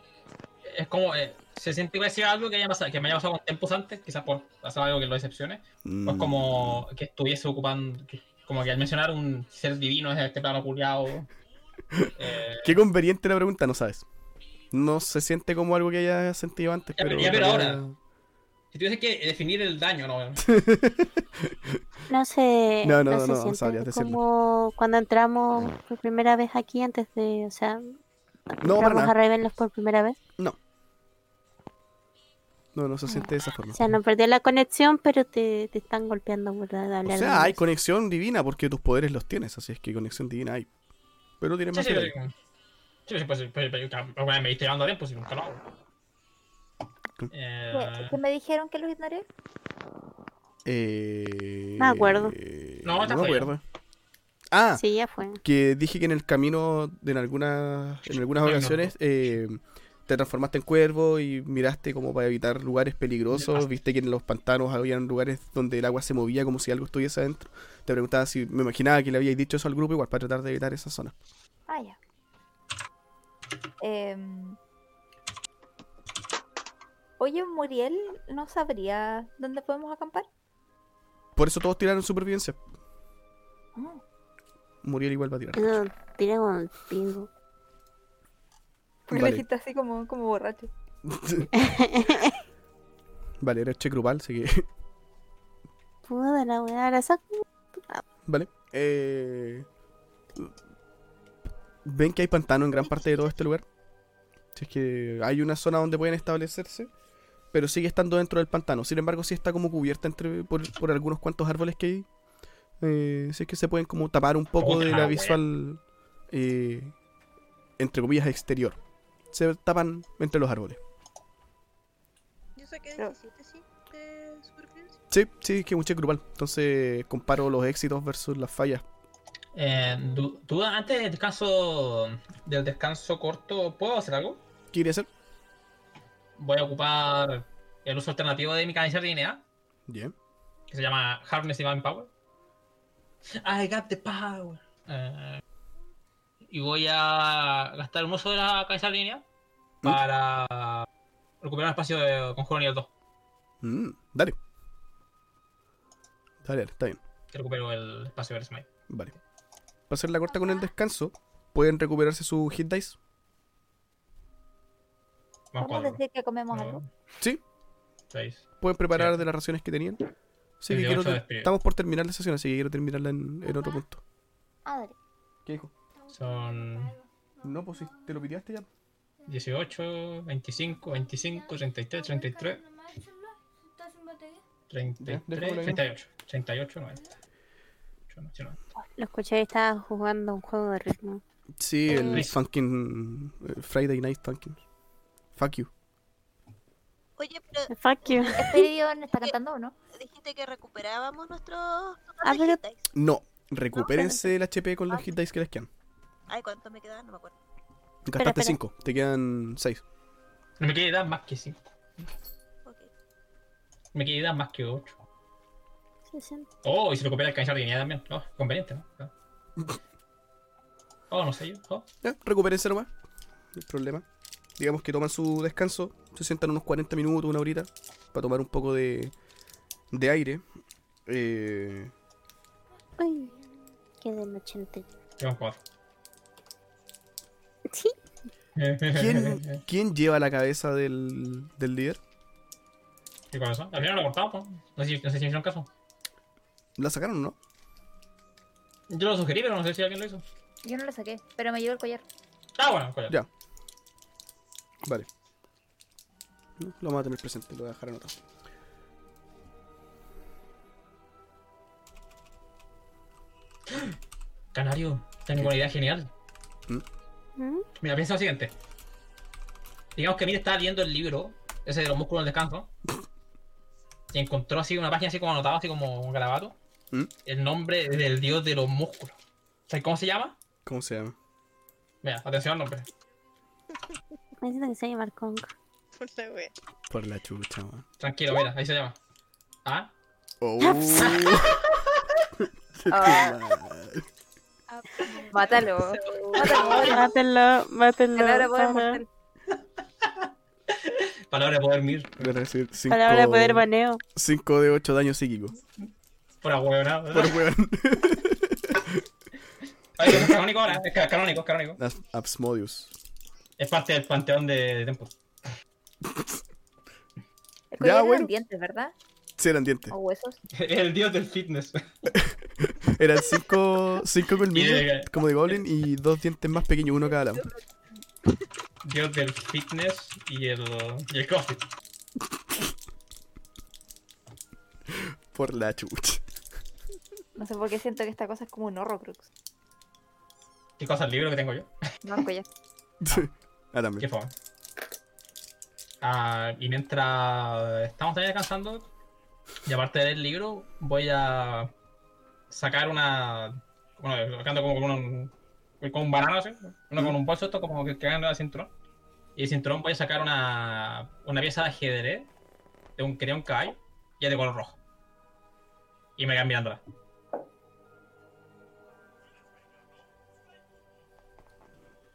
Speaker 2: Es como. eh, se siente parecido a algo que, haya pasado, que me haya pasado con tiempos antes, quizás por hacer algo que lo decepcione.
Speaker 6: Mm.
Speaker 2: No es como que estuviese ocupando, que- como que al mencionar un ser divino es este plano culiado. Eh,
Speaker 6: Qué conveniente la pregunta, no sabes. No se siente como algo que haya sentido antes,
Speaker 2: Ya,
Speaker 6: pero.
Speaker 2: pero- ya, pero
Speaker 6: en
Speaker 2: ahora.
Speaker 6: realidad-
Speaker 2: si tuviese que definir el daño, no.
Speaker 3: No sé.
Speaker 6: No, no,
Speaker 3: se
Speaker 6: no,
Speaker 3: siente
Speaker 6: sabrías decirlo.
Speaker 3: Como cuando entramos por primera vez aquí antes de. O sea.
Speaker 6: No, para
Speaker 3: entramos
Speaker 6: nada.
Speaker 3: a Ravenloft por primera vez.
Speaker 6: No, no se siente de esa forma.
Speaker 3: O sea, no perdí la conexión, pero te, te están golpeando por la- la-
Speaker 6: O
Speaker 3: la-
Speaker 6: sea, hay conexión divina porque tus poderes los tienes, así es que conexión divina hay. Pero tienes
Speaker 2: Sí,
Speaker 6: más
Speaker 2: sí,
Speaker 6: detalle,
Speaker 2: sí. Sí, sí, pues, sí, pero- pero- pero alguna vez me viste llevando tiempo pues, si nunca lo hago. Eh,
Speaker 8: ¿Qué- ¿Qué me dijeron que los ignoré?
Speaker 6: Eh,
Speaker 3: Me acuerdo.
Speaker 6: eh,
Speaker 2: No, esta
Speaker 6: me
Speaker 2: fue ya.
Speaker 6: acuerdo. Ah,
Speaker 3: Sí, ya fue.
Speaker 6: que dije que en el camino, de en algunas, en algunas
Speaker 2: No, no.
Speaker 6: ocasiones, eh, te transformaste en cuervo y miraste como para evitar lugares peligrosos. Viste que en los pantanos había lugares donde el agua se movía como si algo estuviese adentro. Te preguntaba si me imaginaba que le habíais dicho eso al grupo, igual para tratar de evitar esa zona.
Speaker 8: Ah, ya. Em, Oye, Muriel, ¿no sabría dónde podemos acampar?
Speaker 6: Por eso todos tiraron supervivencia.
Speaker 8: Ah.
Speaker 6: Muriel igual va a tirar.
Speaker 3: Eso tira con el pingo.
Speaker 8: Porque
Speaker 6: Vale.
Speaker 8: le hiciste así como, como borracho.
Speaker 6: vale, era check grupal, así que.
Speaker 3: Puta la weá, ahora saco.
Speaker 6: Vale. Eh, Ven que hay pantano en gran parte de todo este lugar. Si es que hay una zona donde pueden establecerse, pero sigue estando dentro del pantano. Sin embargo, sí está como cubierta entre por, por algunos cuantos árboles que hay. Eh, si es que se pueden como tapar un poco de
Speaker 2: Puta,
Speaker 6: la
Speaker 2: weón.
Speaker 6: visual, eh, entre comillas, exterior. Se tapan entre los árboles.
Speaker 5: Yo saqué
Speaker 8: Pero-
Speaker 5: 17, sí, de supervivencia.
Speaker 6: Sí, sí, es que es un check grupal. Entonces comparo los éxitos versus las fallas.
Speaker 2: eh, du- duda, antes del descanso, del descanso corto, ¿puedo hacer algo?
Speaker 6: ¿Qué iría a hacer?
Speaker 2: Voy a ocupar el uso alternativo de mi canilla de INEA,
Speaker 6: Bien.
Speaker 2: que se llama Harness Divine Power. I got the power. Eh, y voy a gastar un uso de la canilla de INEA para recuperar espacio de conjuro nivel 2.
Speaker 6: Mm, dale. Dale, dale, está bien.
Speaker 2: Que recupero el espacio de Smite.
Speaker 6: Vale. Para hacer la corta con el descanso, pueden recuperarse su hit dice.
Speaker 2: Más Ah.
Speaker 8: ¿Podemos
Speaker 2: cuatro.
Speaker 8: decir que comemos algo?
Speaker 2: No,
Speaker 6: Sí,
Speaker 2: seis.
Speaker 6: pueden preparar de las raciones que tenían. Sí, que
Speaker 2: 28
Speaker 6: quiero ter-
Speaker 2: de este- espíritu.
Speaker 6: estamos por terminar la sesión, así que quiero terminarla en, en otro punto.
Speaker 8: Ah, dale.
Speaker 6: ¿Qué dijo?
Speaker 2: Son
Speaker 6: No, pues si te lo piteaste ya.
Speaker 2: 18, 25, 25, 33, 33, 33,
Speaker 6: Ya, déjamelo ahí.
Speaker 2: 38, 38, 90. este. Ocho, no, sí, no.
Speaker 3: Lo escuché, estaba jugando un juego de ritmo.
Speaker 6: Sí, el
Speaker 2: Eh.
Speaker 6: fucking eh, Friday Night Funkin'. Fuck you.
Speaker 5: Oye, pero
Speaker 3: Fuck you.
Speaker 8: Esperidion está cantando, ¿o ¿este no?
Speaker 5: dijiste que recuperábamos nuestros
Speaker 3: Ah, pero-
Speaker 5: hit dice.
Speaker 6: No, recupérense el HP con los hit dice que les quedan.
Speaker 5: Ay, ¿cuántos me quedaban? No me acuerdo.
Speaker 6: Gastaste
Speaker 3: espera.
Speaker 6: 5, te quedan 6.
Speaker 2: No me quiere dar más que 5.
Speaker 5: Ok.
Speaker 2: Me quiere dar más que 8.
Speaker 3: Sí, sí.
Speaker 2: Oh, y se recupera el cancelar de dignidad también. Oh, conveniente, ¿no? Ah. Oh, no sé yo. Oh.
Speaker 6: Ya, recupérense nomás. No hay problema. Digamos que toman su descanso. Se sientan unos 40 minutos, una horita. Para tomar un poco de, de aire. Eh,
Speaker 3: Uy, qué del 80.
Speaker 2: Tengo 4.
Speaker 3: Sí.
Speaker 6: ¿quién, quién lleva la cabeza del, del líder?
Speaker 2: ¿Qué cosa? Al final lo cortamos, ¿no? No sé, si- no sé si me hicieron caso.
Speaker 6: ¿La sacaron o no?
Speaker 2: Yo lo sugerí, pero no sé si alguien lo hizo.
Speaker 8: Yo no lo saqué, pero me llegó el collar.
Speaker 2: Ah, bueno, coño.
Speaker 6: Ya. Vale. Lo vamos a tener presente, lo voy a dejar anotado.
Speaker 2: Canario, tengo una idea genial.
Speaker 3: ¿Mm?
Speaker 2: Mira, piensa lo siguiente. Digamos que Mira estaba leyendo el libro, ese de los músculos del descanso, y encontró así una página así como anotado, así como un garabato,
Speaker 6: ¿Mm?
Speaker 2: el nombre del dios de los músculos. ¿Sabes cómo se llama?
Speaker 6: ¿Cómo se llama?
Speaker 2: Mira, atención al nombre.
Speaker 3: Necesito que se llame Kong.
Speaker 5: Por la wea.
Speaker 6: Por la chucha, weón.
Speaker 2: Tranquilo, mira, ahí se llama. Ah,
Speaker 6: Oh.
Speaker 4: Mátalo.
Speaker 3: Mátenlo, mátenlo.
Speaker 4: Palabra poder
Speaker 3: para-
Speaker 4: mortal.
Speaker 2: Palabra de poder mir.
Speaker 6: Voy a recibir 5
Speaker 3: Palabra de poder baneo.
Speaker 6: de 8 daño psíquico.
Speaker 2: Por ahueonado.
Speaker 6: Por weón.
Speaker 2: Ay, es canónico ahora. Es ca- canónico, es canónico.
Speaker 6: As- Absmodius.
Speaker 2: Es parte del panteón de, de Tempo.
Speaker 4: El
Speaker 6: Ya,
Speaker 4: ya,
Speaker 6: bueno.
Speaker 4: dientes, ¿verdad?
Speaker 6: Sí, eran dientes.
Speaker 4: O huesos.
Speaker 2: El dios del fitness.
Speaker 6: Eran 5 cinco colmillos,
Speaker 2: Y, eh,
Speaker 6: como de goblin, y dos dientes más pequeños, uno cada lado.
Speaker 2: Dios del fitness y el, y el crossfit.
Speaker 6: Por la chucha.
Speaker 8: No sé por qué siento que esta cosa es como un horrocrux.
Speaker 2: ¿Qué cosas libro que tengo yo?
Speaker 4: No, pues ya.
Speaker 6: ah,
Speaker 2: Qué
Speaker 6: también.
Speaker 2: fome. Ah, y mientras estamos también descansando, y aparte del libro, voy a sacar una. Bueno, sacando como con un, con un banano, así. Uno con un bolso, esto como que que anda el cinturón. Y el cinturón voy a sacar una, una pieza de ajedrez de un, que tiene un caballo y es de color rojo. Y me quedan mirándola.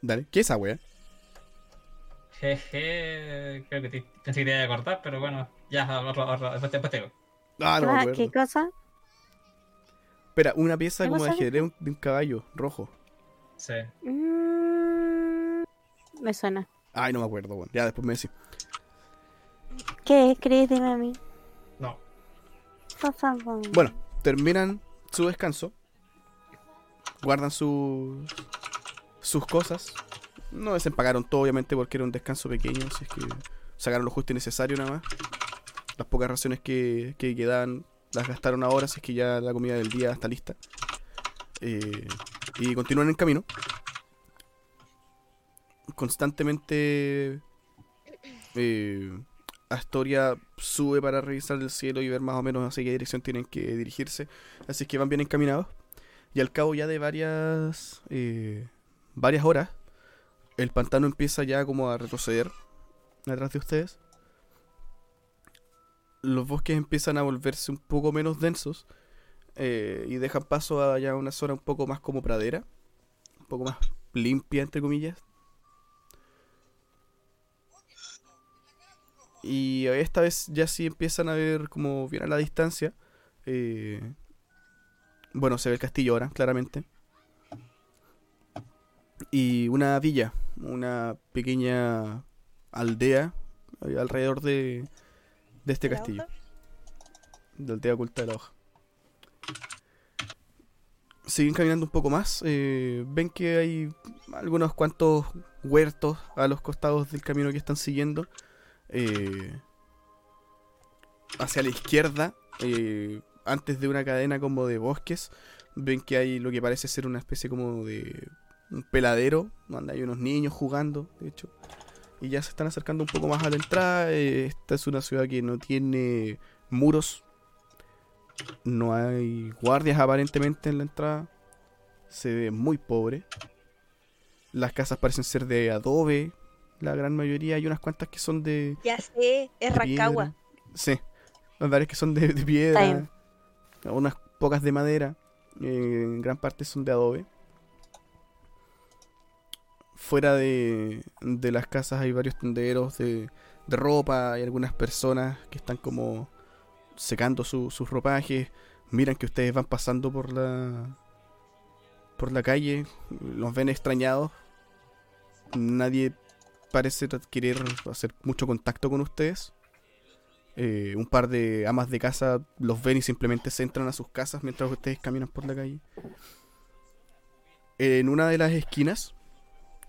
Speaker 6: Dale. ¿Qué es esa wea?
Speaker 2: Jeje, creo que te- pensé que te iba a cortar, pero bueno, ya, otro- otro- después, después te digo.
Speaker 6: Ah, no me
Speaker 3: Ah,
Speaker 6: acuerdo.
Speaker 3: ¿Qué cosa?
Speaker 6: Espera, una pieza
Speaker 3: ¿Qué
Speaker 6: como de
Speaker 3: cosa?
Speaker 6: ajedrez un- de un caballo rojo.
Speaker 2: Sí.
Speaker 3: Mm, me suena.
Speaker 6: Ay, no me acuerdo, bueno. Ya después me decís.
Speaker 3: ¿Qué es, Chris? Dime a mí.
Speaker 2: No,
Speaker 3: Por favor.
Speaker 6: Bueno, terminan su descanso. Guardan su- sus cosas. No desempagaron todo, obviamente, porque era un descanso pequeño. Así es que sacaron lo justo y necesario nada más. Las pocas raciones que, que quedaban las gastaron ahora. Así es que ya la comida del día está lista. Eh, y continúan el camino. Constantemente. eh, Astoria sube para revisar el cielo y ver más o menos hacia qué dirección tienen que dirigirse. Así que van bien encaminados. Y al cabo ya de varias, eh, varias horas, el pantano empieza ya como a retroceder atrás de ustedes. Los bosques empiezan a volverse un poco menos densos eh, y dejan paso a ya una zona un poco más como pradera, un poco más limpia entre comillas. Y esta vez ya sí empiezan a ver como bien a la distancia. eh, bueno, se ve el castillo ahora, claramente. Y una villa, una pequeña aldea eh, alrededor de, de este
Speaker 5: ¿De la
Speaker 6: castillo.
Speaker 5: hoja?
Speaker 6: La aldea oculta de la hoja. Siguen caminando un poco más. eh, ven que hay algunos cuantos huertos a los costados del camino que están siguiendo. Eh, hacia la izquierda, eh, antes de una cadena como de bosques, ven que hay lo que parece ser una especie como de un peladero, donde hay unos niños jugando, de hecho. Y ya se están acercando un poco más a la entrada. eh, esta es una ciudad que no tiene muros. No hay guardias aparentemente en la entrada. Se ve muy pobre. Las casas parecen ser de adobe, la gran mayoría. Hay unas cuantas que son de,
Speaker 5: Ya sé, es
Speaker 6: de
Speaker 5: Rancagua.
Speaker 6: piedra. Sí. Hay varias que son de, de piedra.
Speaker 3: bien.
Speaker 6: Unas pocas de madera. eh, en gran parte son de adobe. Fuera de, de las casas hay varios tenderos de, de ropa. Hay algunas personas que están como secando su- sus ropajes. Miran que ustedes van pasando por la por la calle. Los ven extrañados. Nadie parece querer hacer mucho contacto con ustedes. Eh, un par de amas de casa los ven y simplemente se entran a sus casas mientras ustedes caminan por la calle. En una de las esquinas,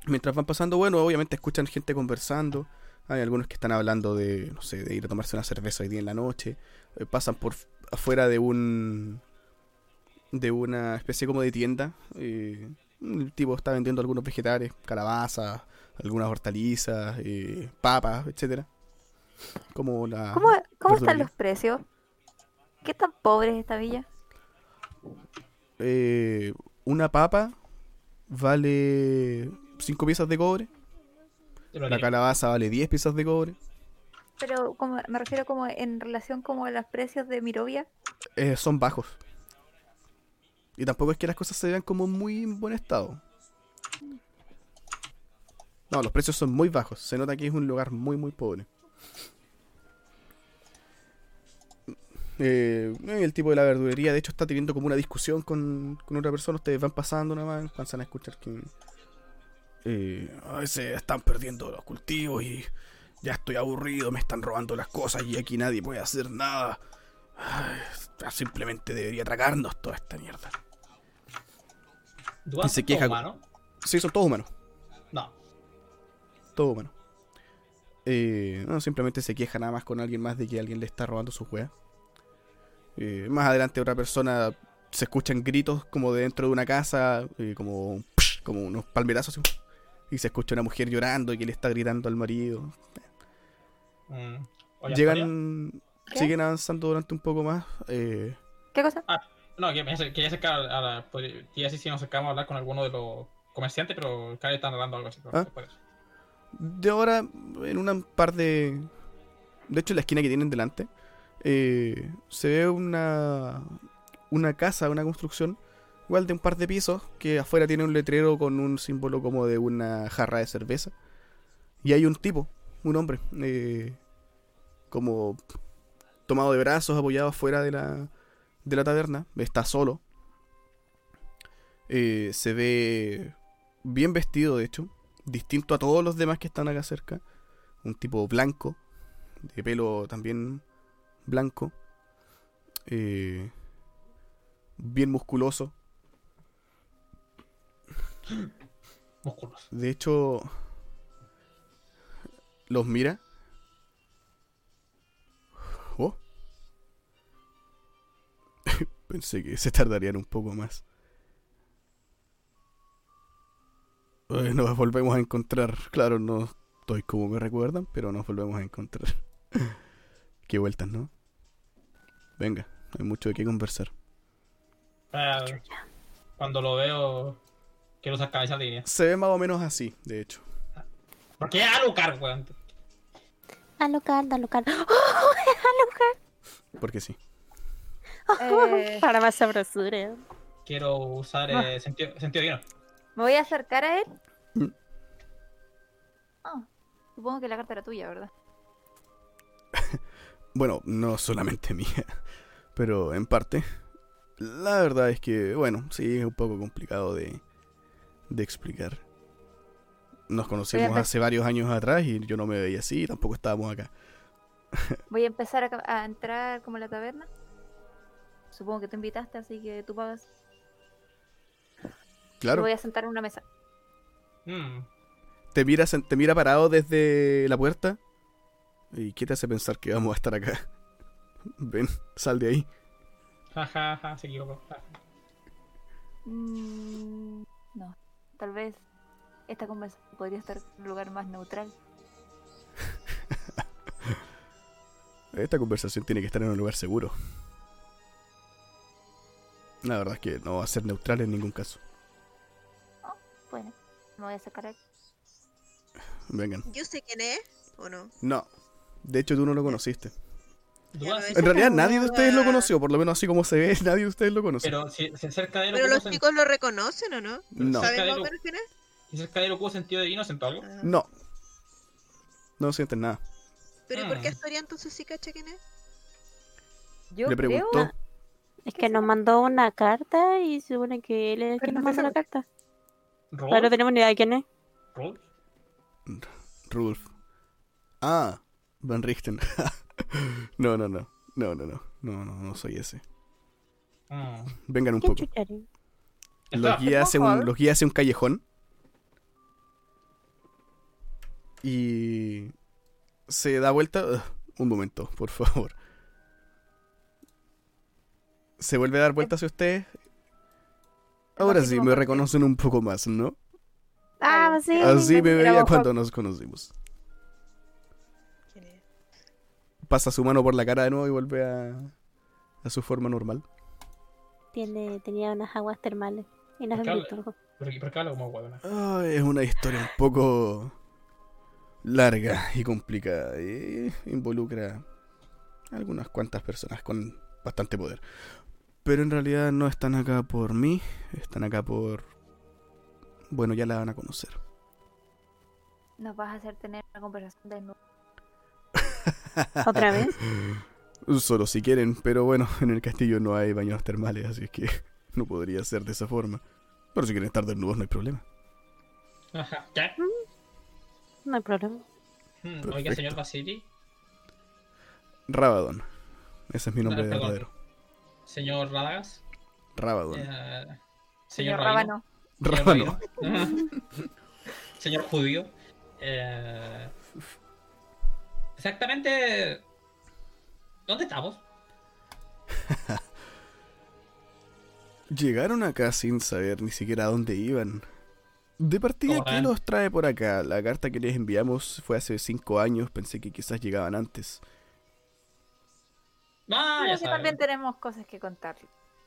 Speaker 6: mientras van pasando, bueno, obviamente escuchan gente conversando. Hay algunos que están hablando de, no sé, de ir a tomarse una cerveza hoy día en la noche. Eh, pasan por f- afuera de un. de una especie como de tienda. Eh, el tipo está vendiendo algunos vegetales, calabazas, algunas hortalizas, eh, papas, etcétera. Como la.
Speaker 4: ¿Cómo, cómo están
Speaker 6: verdulería.
Speaker 4: los precios? ¿Qué tan pobre es esta villa?
Speaker 6: eh, una papa vale 5 piezas de cobre,
Speaker 2: Yo lo
Speaker 6: la
Speaker 2: haría.
Speaker 6: calabaza vale 10 piezas de cobre.
Speaker 4: Pero como, me refiero como en relación como a los precios de Mirovia.
Speaker 6: Eh, son bajos. Y tampoco es que las cosas se vean como muy en buen estado. No, los precios son muy bajos. Se nota que es un lugar muy, muy pobre. Eh, el tipo de la verdulería, de hecho, está teniendo como una discusión con, con otra persona. Ustedes van pasando nada más, alcanzan a escuchar que. eh, "Ay, se están perdiendo los cultivos y ya estoy aburrido, me están robando las cosas y aquí nadie puede hacer nada. Ay, simplemente debería tragarnos toda esta mierda.
Speaker 2: ¿Duan
Speaker 6: Y se
Speaker 2: son
Speaker 6: queja-
Speaker 2: todos humanos?
Speaker 6: Sí, son todos humanos.
Speaker 2: No.
Speaker 6: Todo bueno. Eh, no, simplemente se queja nada más con alguien más de que alguien le está robando su weas. Eh, más adelante otra persona se escuchan gritos como de dentro de una casa, eh, como, un psh, como unos palmerazos. así, y se escucha una mujer llorando y que le está gritando al marido.
Speaker 2: Mm. Oye, Antonio.
Speaker 6: Llegan,
Speaker 4: ¿Qué?
Speaker 6: siguen avanzando durante un poco más. eh,
Speaker 4: ¿Qué cosa?
Speaker 2: No, que me acer- quería acercar a la. pues, podría- Quería decir si nos acercamos a hablar con alguno de los comerciantes, pero cada vez están hablando algo así. pero
Speaker 6: ¿Ah?
Speaker 2: después de eso.
Speaker 6: de ahora, en una par de. De hecho, en la esquina que tienen delante, eh, se ve una. Una casa, una construcción, igual de un par de pisos, que afuera tiene un letrero con un símbolo como de una jarra de cerveza. Y hay un tipo, un hombre, eh, como tomado de brazos, apoyado afuera de la, de la taberna, está solo. Eh, se ve bien vestido, de hecho, distinto a todos los demás que están acá cerca. Un tipo blanco, de pelo también blanco, eh, bien musculoso.
Speaker 2: Músculos.
Speaker 6: De hecho, los mira. Oh. Pensé que se tardarían un poco más. Eh, Nos volvemos a encontrar. Claro, no estoy como me recuerdan, pero nos volvemos a encontrar. Qué vueltas, ¿no? Venga, hay mucho de qué conversar.
Speaker 2: Ah, cuando lo veo, quiero usar cabeza de línea.
Speaker 6: Se ve más o menos así, de hecho.
Speaker 2: ¿Por qué Alucard, weón?
Speaker 3: Ah, Alucard, Alucard.
Speaker 6: Porque sí.
Speaker 4: Eh,
Speaker 3: Para más sabrosura.
Speaker 2: Quiero usar eh,
Speaker 5: Ah.
Speaker 2: sentido, sentido de guión.
Speaker 4: ¿Me voy a acercar a él?
Speaker 6: Mm.
Speaker 4: Ah, supongo que la carta era tuya, ¿verdad?
Speaker 6: Bueno, no solamente mía, pero en parte. La verdad es que, bueno, sí, es un poco complicado de, de explicar. Nos conocimos
Speaker 4: empe-
Speaker 6: hace varios años atrás y yo no me veía así y tampoco estábamos acá.
Speaker 4: Voy a empezar a, ca- a entrar como a la taberna. Supongo que tú invitaste, así que tú pagas. Me
Speaker 6: Claro,
Speaker 4: voy a sentar en una mesa.
Speaker 2: Mm.
Speaker 6: te mira, sen- te mira parado desde la puerta. ¿Y qué te hace pensar que vamos a estar acá? Ven, sal de ahí.
Speaker 2: Ja, ja, ja, se equivocó. Ja.
Speaker 4: Mm, no, tal vez esta conversación podría estar en un lugar más neutral.
Speaker 6: Esta conversación tiene que estar en un lugar seguro. La verdad es que no va a ser neutral en ningún caso.
Speaker 4: Bueno, me voy a sacar aquí.
Speaker 6: Vengan.
Speaker 5: Yo sé quién es, ¿o no?
Speaker 6: No. De hecho, tú no lo conociste.
Speaker 5: Ya
Speaker 2: Dudas,
Speaker 5: lo
Speaker 6: En realidad, nadie de ustedes lo
Speaker 5: Pero-
Speaker 6: conoció. Por lo menos así como se ve, nadie de ustedes lo conoció.
Speaker 2: Pero si, si cerca de él
Speaker 5: Pero
Speaker 2: ocupo
Speaker 5: los
Speaker 2: sen-
Speaker 5: chicos lo reconocen, ¿o no?
Speaker 6: No,
Speaker 5: ¿Saben
Speaker 2: Cerca de
Speaker 5: más o
Speaker 2: lo-
Speaker 5: menos quién es?
Speaker 2: si cerca de él ocupo sentido de inocente o algo.
Speaker 5: Ah.
Speaker 6: no. No sienten nada.
Speaker 5: ¿Pero y por qué
Speaker 2: Ah.
Speaker 5: Astoria entonces sí cacha quién es?
Speaker 4: Yo
Speaker 6: Le
Speaker 4: creo
Speaker 6: preguntó.
Speaker 3: Es que nos mandó una carta y se supone que él es el que
Speaker 4: Pero
Speaker 3: nos
Speaker 4: no
Speaker 3: mandó
Speaker 4: se
Speaker 3: la
Speaker 4: sabe.
Speaker 3: carta.
Speaker 2: Rol,
Speaker 3: Ahora no tenemos ni idea de quién es.
Speaker 2: rol.
Speaker 6: Rudolf. Ah, Van Richten. no, no, no. No, no, no. No, no, no soy ese.
Speaker 2: Mm.
Speaker 6: Vengan un
Speaker 3: ¿Qué
Speaker 6: poco.
Speaker 3: chucharín?
Speaker 2: Espera,
Speaker 6: Los guía, hacia
Speaker 4: poco, a
Speaker 6: un,
Speaker 4: ver.
Speaker 6: los guía hacia un callejón. Y. Se da vuelta. Ugh, un momento, por favor. Se vuelve a dar vuelta hacia ustedes. Ahora sí, me reconocen un poco más, ¿no?
Speaker 3: Ah, sí.
Speaker 6: Así me
Speaker 4: mira,
Speaker 6: veía
Speaker 4: bajo.
Speaker 6: cuando nos conocimos.
Speaker 5: ¿Quién es?
Speaker 6: Pasa su mano por la cara de nuevo y vuelve a, a su forma normal.
Speaker 3: Tiene, tenía unas aguas termales y nos
Speaker 2: Acá-
Speaker 3: invitó.
Speaker 2: ¿Por qué- por qué habla como huevona?
Speaker 6: Ah, es una historia un poco larga y complicada. y involucra algunas cuantas personas con bastante poder. Pero en realidad no están acá por mí, están acá por... Bueno, ya la van a conocer.
Speaker 4: Nos vas a hacer tener una conversación de nuevo.
Speaker 3: ¿Otra vez?
Speaker 6: Solo si quieren, pero bueno, en el castillo no hay baños termales, así es que no podría ser de esa forma. Pero si quieren estar desnudos no hay problema.
Speaker 2: Ajá. ¿Qué?
Speaker 3: No hay problema.
Speaker 2: Mm, Oiga,
Speaker 6: Perfecto.
Speaker 2: señor Vasily.
Speaker 6: Rabadon. Ese es mi
Speaker 2: Ah,
Speaker 6: nombre
Speaker 2: perdón.
Speaker 6: verdadero.
Speaker 2: Señor Radagas.
Speaker 6: Rabadon.
Speaker 2: eh, señor
Speaker 4: Señor
Speaker 2: Rabino. Señor
Speaker 4: Rábano.
Speaker 6: Rábano.
Speaker 2: Rabino. Señor judío. Eh, exactamente. ¿Dónde estamos?
Speaker 6: Llegaron acá sin saber ni siquiera a dónde iban. De partida, ¿qué
Speaker 2: Ojalá.
Speaker 6: los trae por acá? La carta que les enviamos fue hace cinco años, pensé que quizás llegaban antes.
Speaker 2: Ah, ya
Speaker 4: Creo que también
Speaker 2: saben.
Speaker 4: tenemos cosas que contar.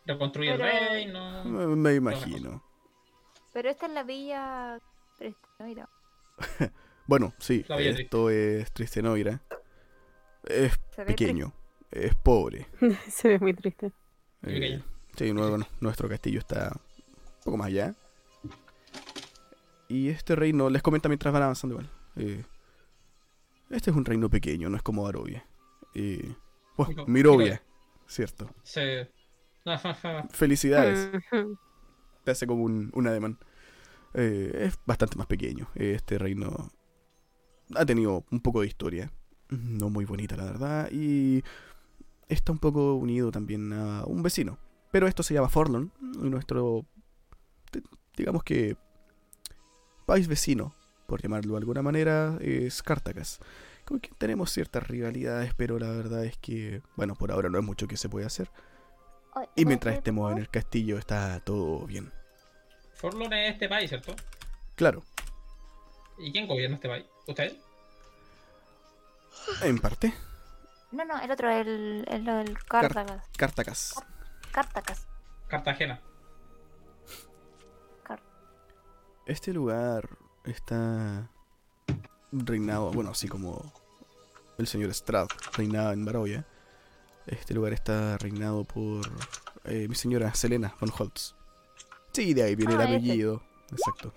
Speaker 2: Reconstruir el
Speaker 4: Pero-
Speaker 2: reino.
Speaker 6: Me, me imagino.
Speaker 4: Pero esta es la villa. Prestanoira.
Speaker 6: Bueno, sí,
Speaker 2: La Villa Triste.
Speaker 6: esto es Triste Noira. Es
Speaker 4: Se ve
Speaker 6: pequeño, es pobre.
Speaker 3: Se ve muy triste.
Speaker 2: Muy
Speaker 6: Eh,
Speaker 2: pequeño.
Speaker 6: sí, no- bueno, nuestro castillo está un poco más allá. Y este reino, les comenta mientras van avanzando igual. eh, este es un reino pequeño, no es como Arovia. Eh, bueno,
Speaker 2: Miro-
Speaker 6: Mirovia, cierto.
Speaker 2: Se.
Speaker 6: Felicidades.
Speaker 3: Ujú.
Speaker 6: Te hace como un, un ademán. Eh, es bastante más pequeño. Eh, Este reino ha tenido un poco de historia. No muy bonita, la verdad. Y está un poco unido también a un vecino. Pero esto se llama Forlon. y Nuestro, te- digamos que, país vecino, por llamarlo de alguna manera, es Cartacas. Con quien tenemos ciertas rivalidades, pero la verdad es que, bueno, por ahora no es mucho que se puede hacer.
Speaker 4: Oye,
Speaker 6: Y
Speaker 4: ¿puedo
Speaker 6: mientras
Speaker 4: pedir,
Speaker 6: estemos
Speaker 4: por
Speaker 6: en el castillo está todo bien.
Speaker 2: Forlón es este país, ¿cierto?
Speaker 6: Claro,
Speaker 2: ¿Y quién gobierna este país? ¿Usted?
Speaker 6: en parte.
Speaker 4: favor? No, no, el otro, el, el, el Cártagas.
Speaker 6: Cartacas.
Speaker 4: Cártagas.
Speaker 2: Cartagena.
Speaker 6: Este lugar está reinado, bueno, así como el señor Strad reinaba en Barovia. Este lugar está reinado por eh, mi señora Selena von Holtz. Sí, de ahí viene
Speaker 4: Ah,
Speaker 6: el
Speaker 4: ese.
Speaker 6: apellido. Exacto.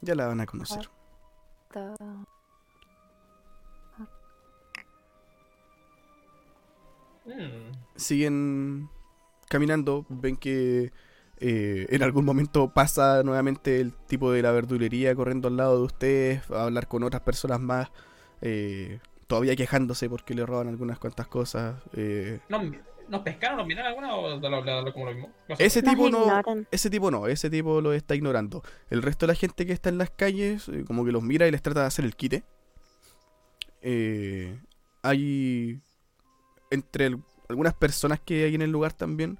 Speaker 6: Ya la van a conocer.
Speaker 2: Mm.
Speaker 6: siguen caminando, ven que eh, en algún momento pasa nuevamente el tipo de la verdulería corriendo al lado de ustedes, a hablar con otras personas más, eh, todavía quejándose porque le roban algunas cuantas cosas. eh.
Speaker 2: ¿Nos, nos pescaron, nos miraron alguna o da lo, da lo- como lo mismo? No sé.
Speaker 6: Ese
Speaker 3: Nos
Speaker 6: Este tipo no...
Speaker 3: ignoran.
Speaker 6: Ese tipo no, ese tipo lo está ignorando. El resto de la gente que está en las calles, eh, como que los mira y les trata de hacer el quite. Eh, hay. Entre al- algunas personas que hay en el lugar también,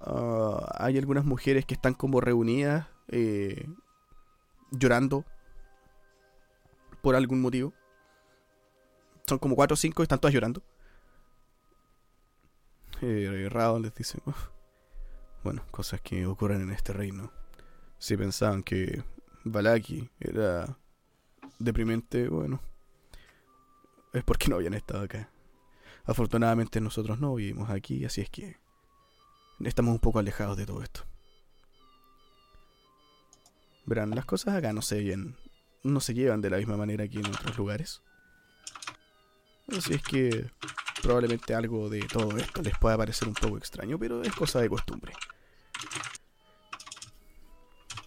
Speaker 6: ah, hay algunas mujeres que están como reunidas, eh, llorando por algún motivo. Son como cuatro o cinco y están todas llorando. Eh, Radon les dice: "Uf, bueno, cosas que ocurren en este reino. Si pensaban que Balaki era deprimente, bueno, es porque no habían estado acá. Afortunadamente nosotros no vivimos aquí, así es que estamos un poco alejados de todo esto. Verán, las cosas acá no se llevan, no se llevan de la misma manera que en otros lugares. Así es que probablemente algo de todo esto les pueda parecer un poco extraño, pero es cosa de costumbre.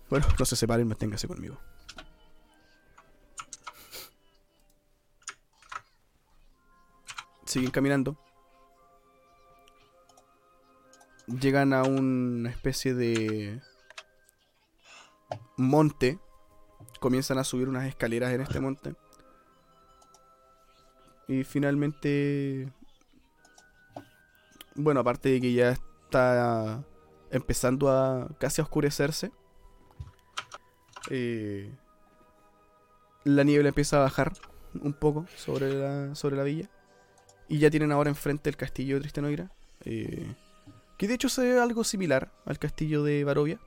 Speaker 6: Bueno, no se separen, manténgase conmigo. Siguen caminando. Llegan a una especie de monte. Comienzan a subir unas escaleras en este monte. Y finalmente... Bueno, aparte de que ya está empezando a casi a oscurecerse. eh, la niebla empieza a bajar un poco sobre la, sobre la villa. Y ya tienen ahora enfrente el castillo de Tristanoira. eh, que de hecho se ve algo similar al castillo de Barovia.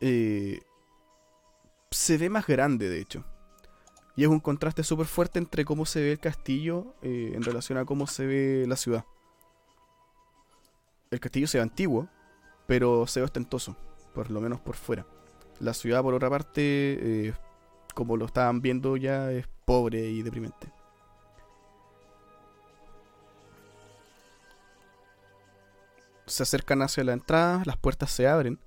Speaker 6: Eh, se ve más grande, de hecho. Y es un contraste súper fuerte entre cómo se ve el castillo eh, en relación a cómo se ve la ciudad. El castillo se ve antiguo, pero se ve ostentoso, por lo menos por fuera. La ciudad, por otra parte, eh, como lo estaban viendo ya, es pobre y deprimente. se acercan hacia la entrada, las puertas se abren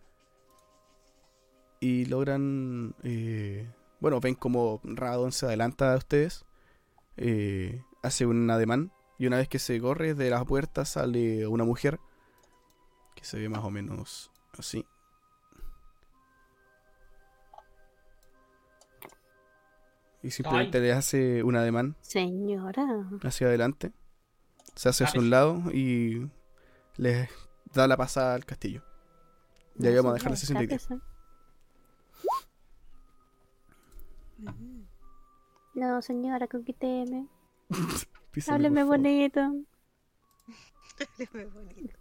Speaker 6: y logran, eh, bueno, ven como Radon se adelanta a ustedes, eh, hace un ademán y una vez que se corre de las puertas sale una mujer que se ve más o menos así. Y simplemente le hace un ademán
Speaker 3: Señora.
Speaker 6: hacia adelante. Se hace hacia
Speaker 2: Ah,
Speaker 6: un lado y les da la pasada al castillo. Y ahí vamos a dejar la sesión de hoy día.
Speaker 3: Sáquese. No, señora, conquíteme.
Speaker 6: Písame,
Speaker 3: Hábleme
Speaker 6: por favor.
Speaker 3: bonito.
Speaker 5: Dale, me bonito.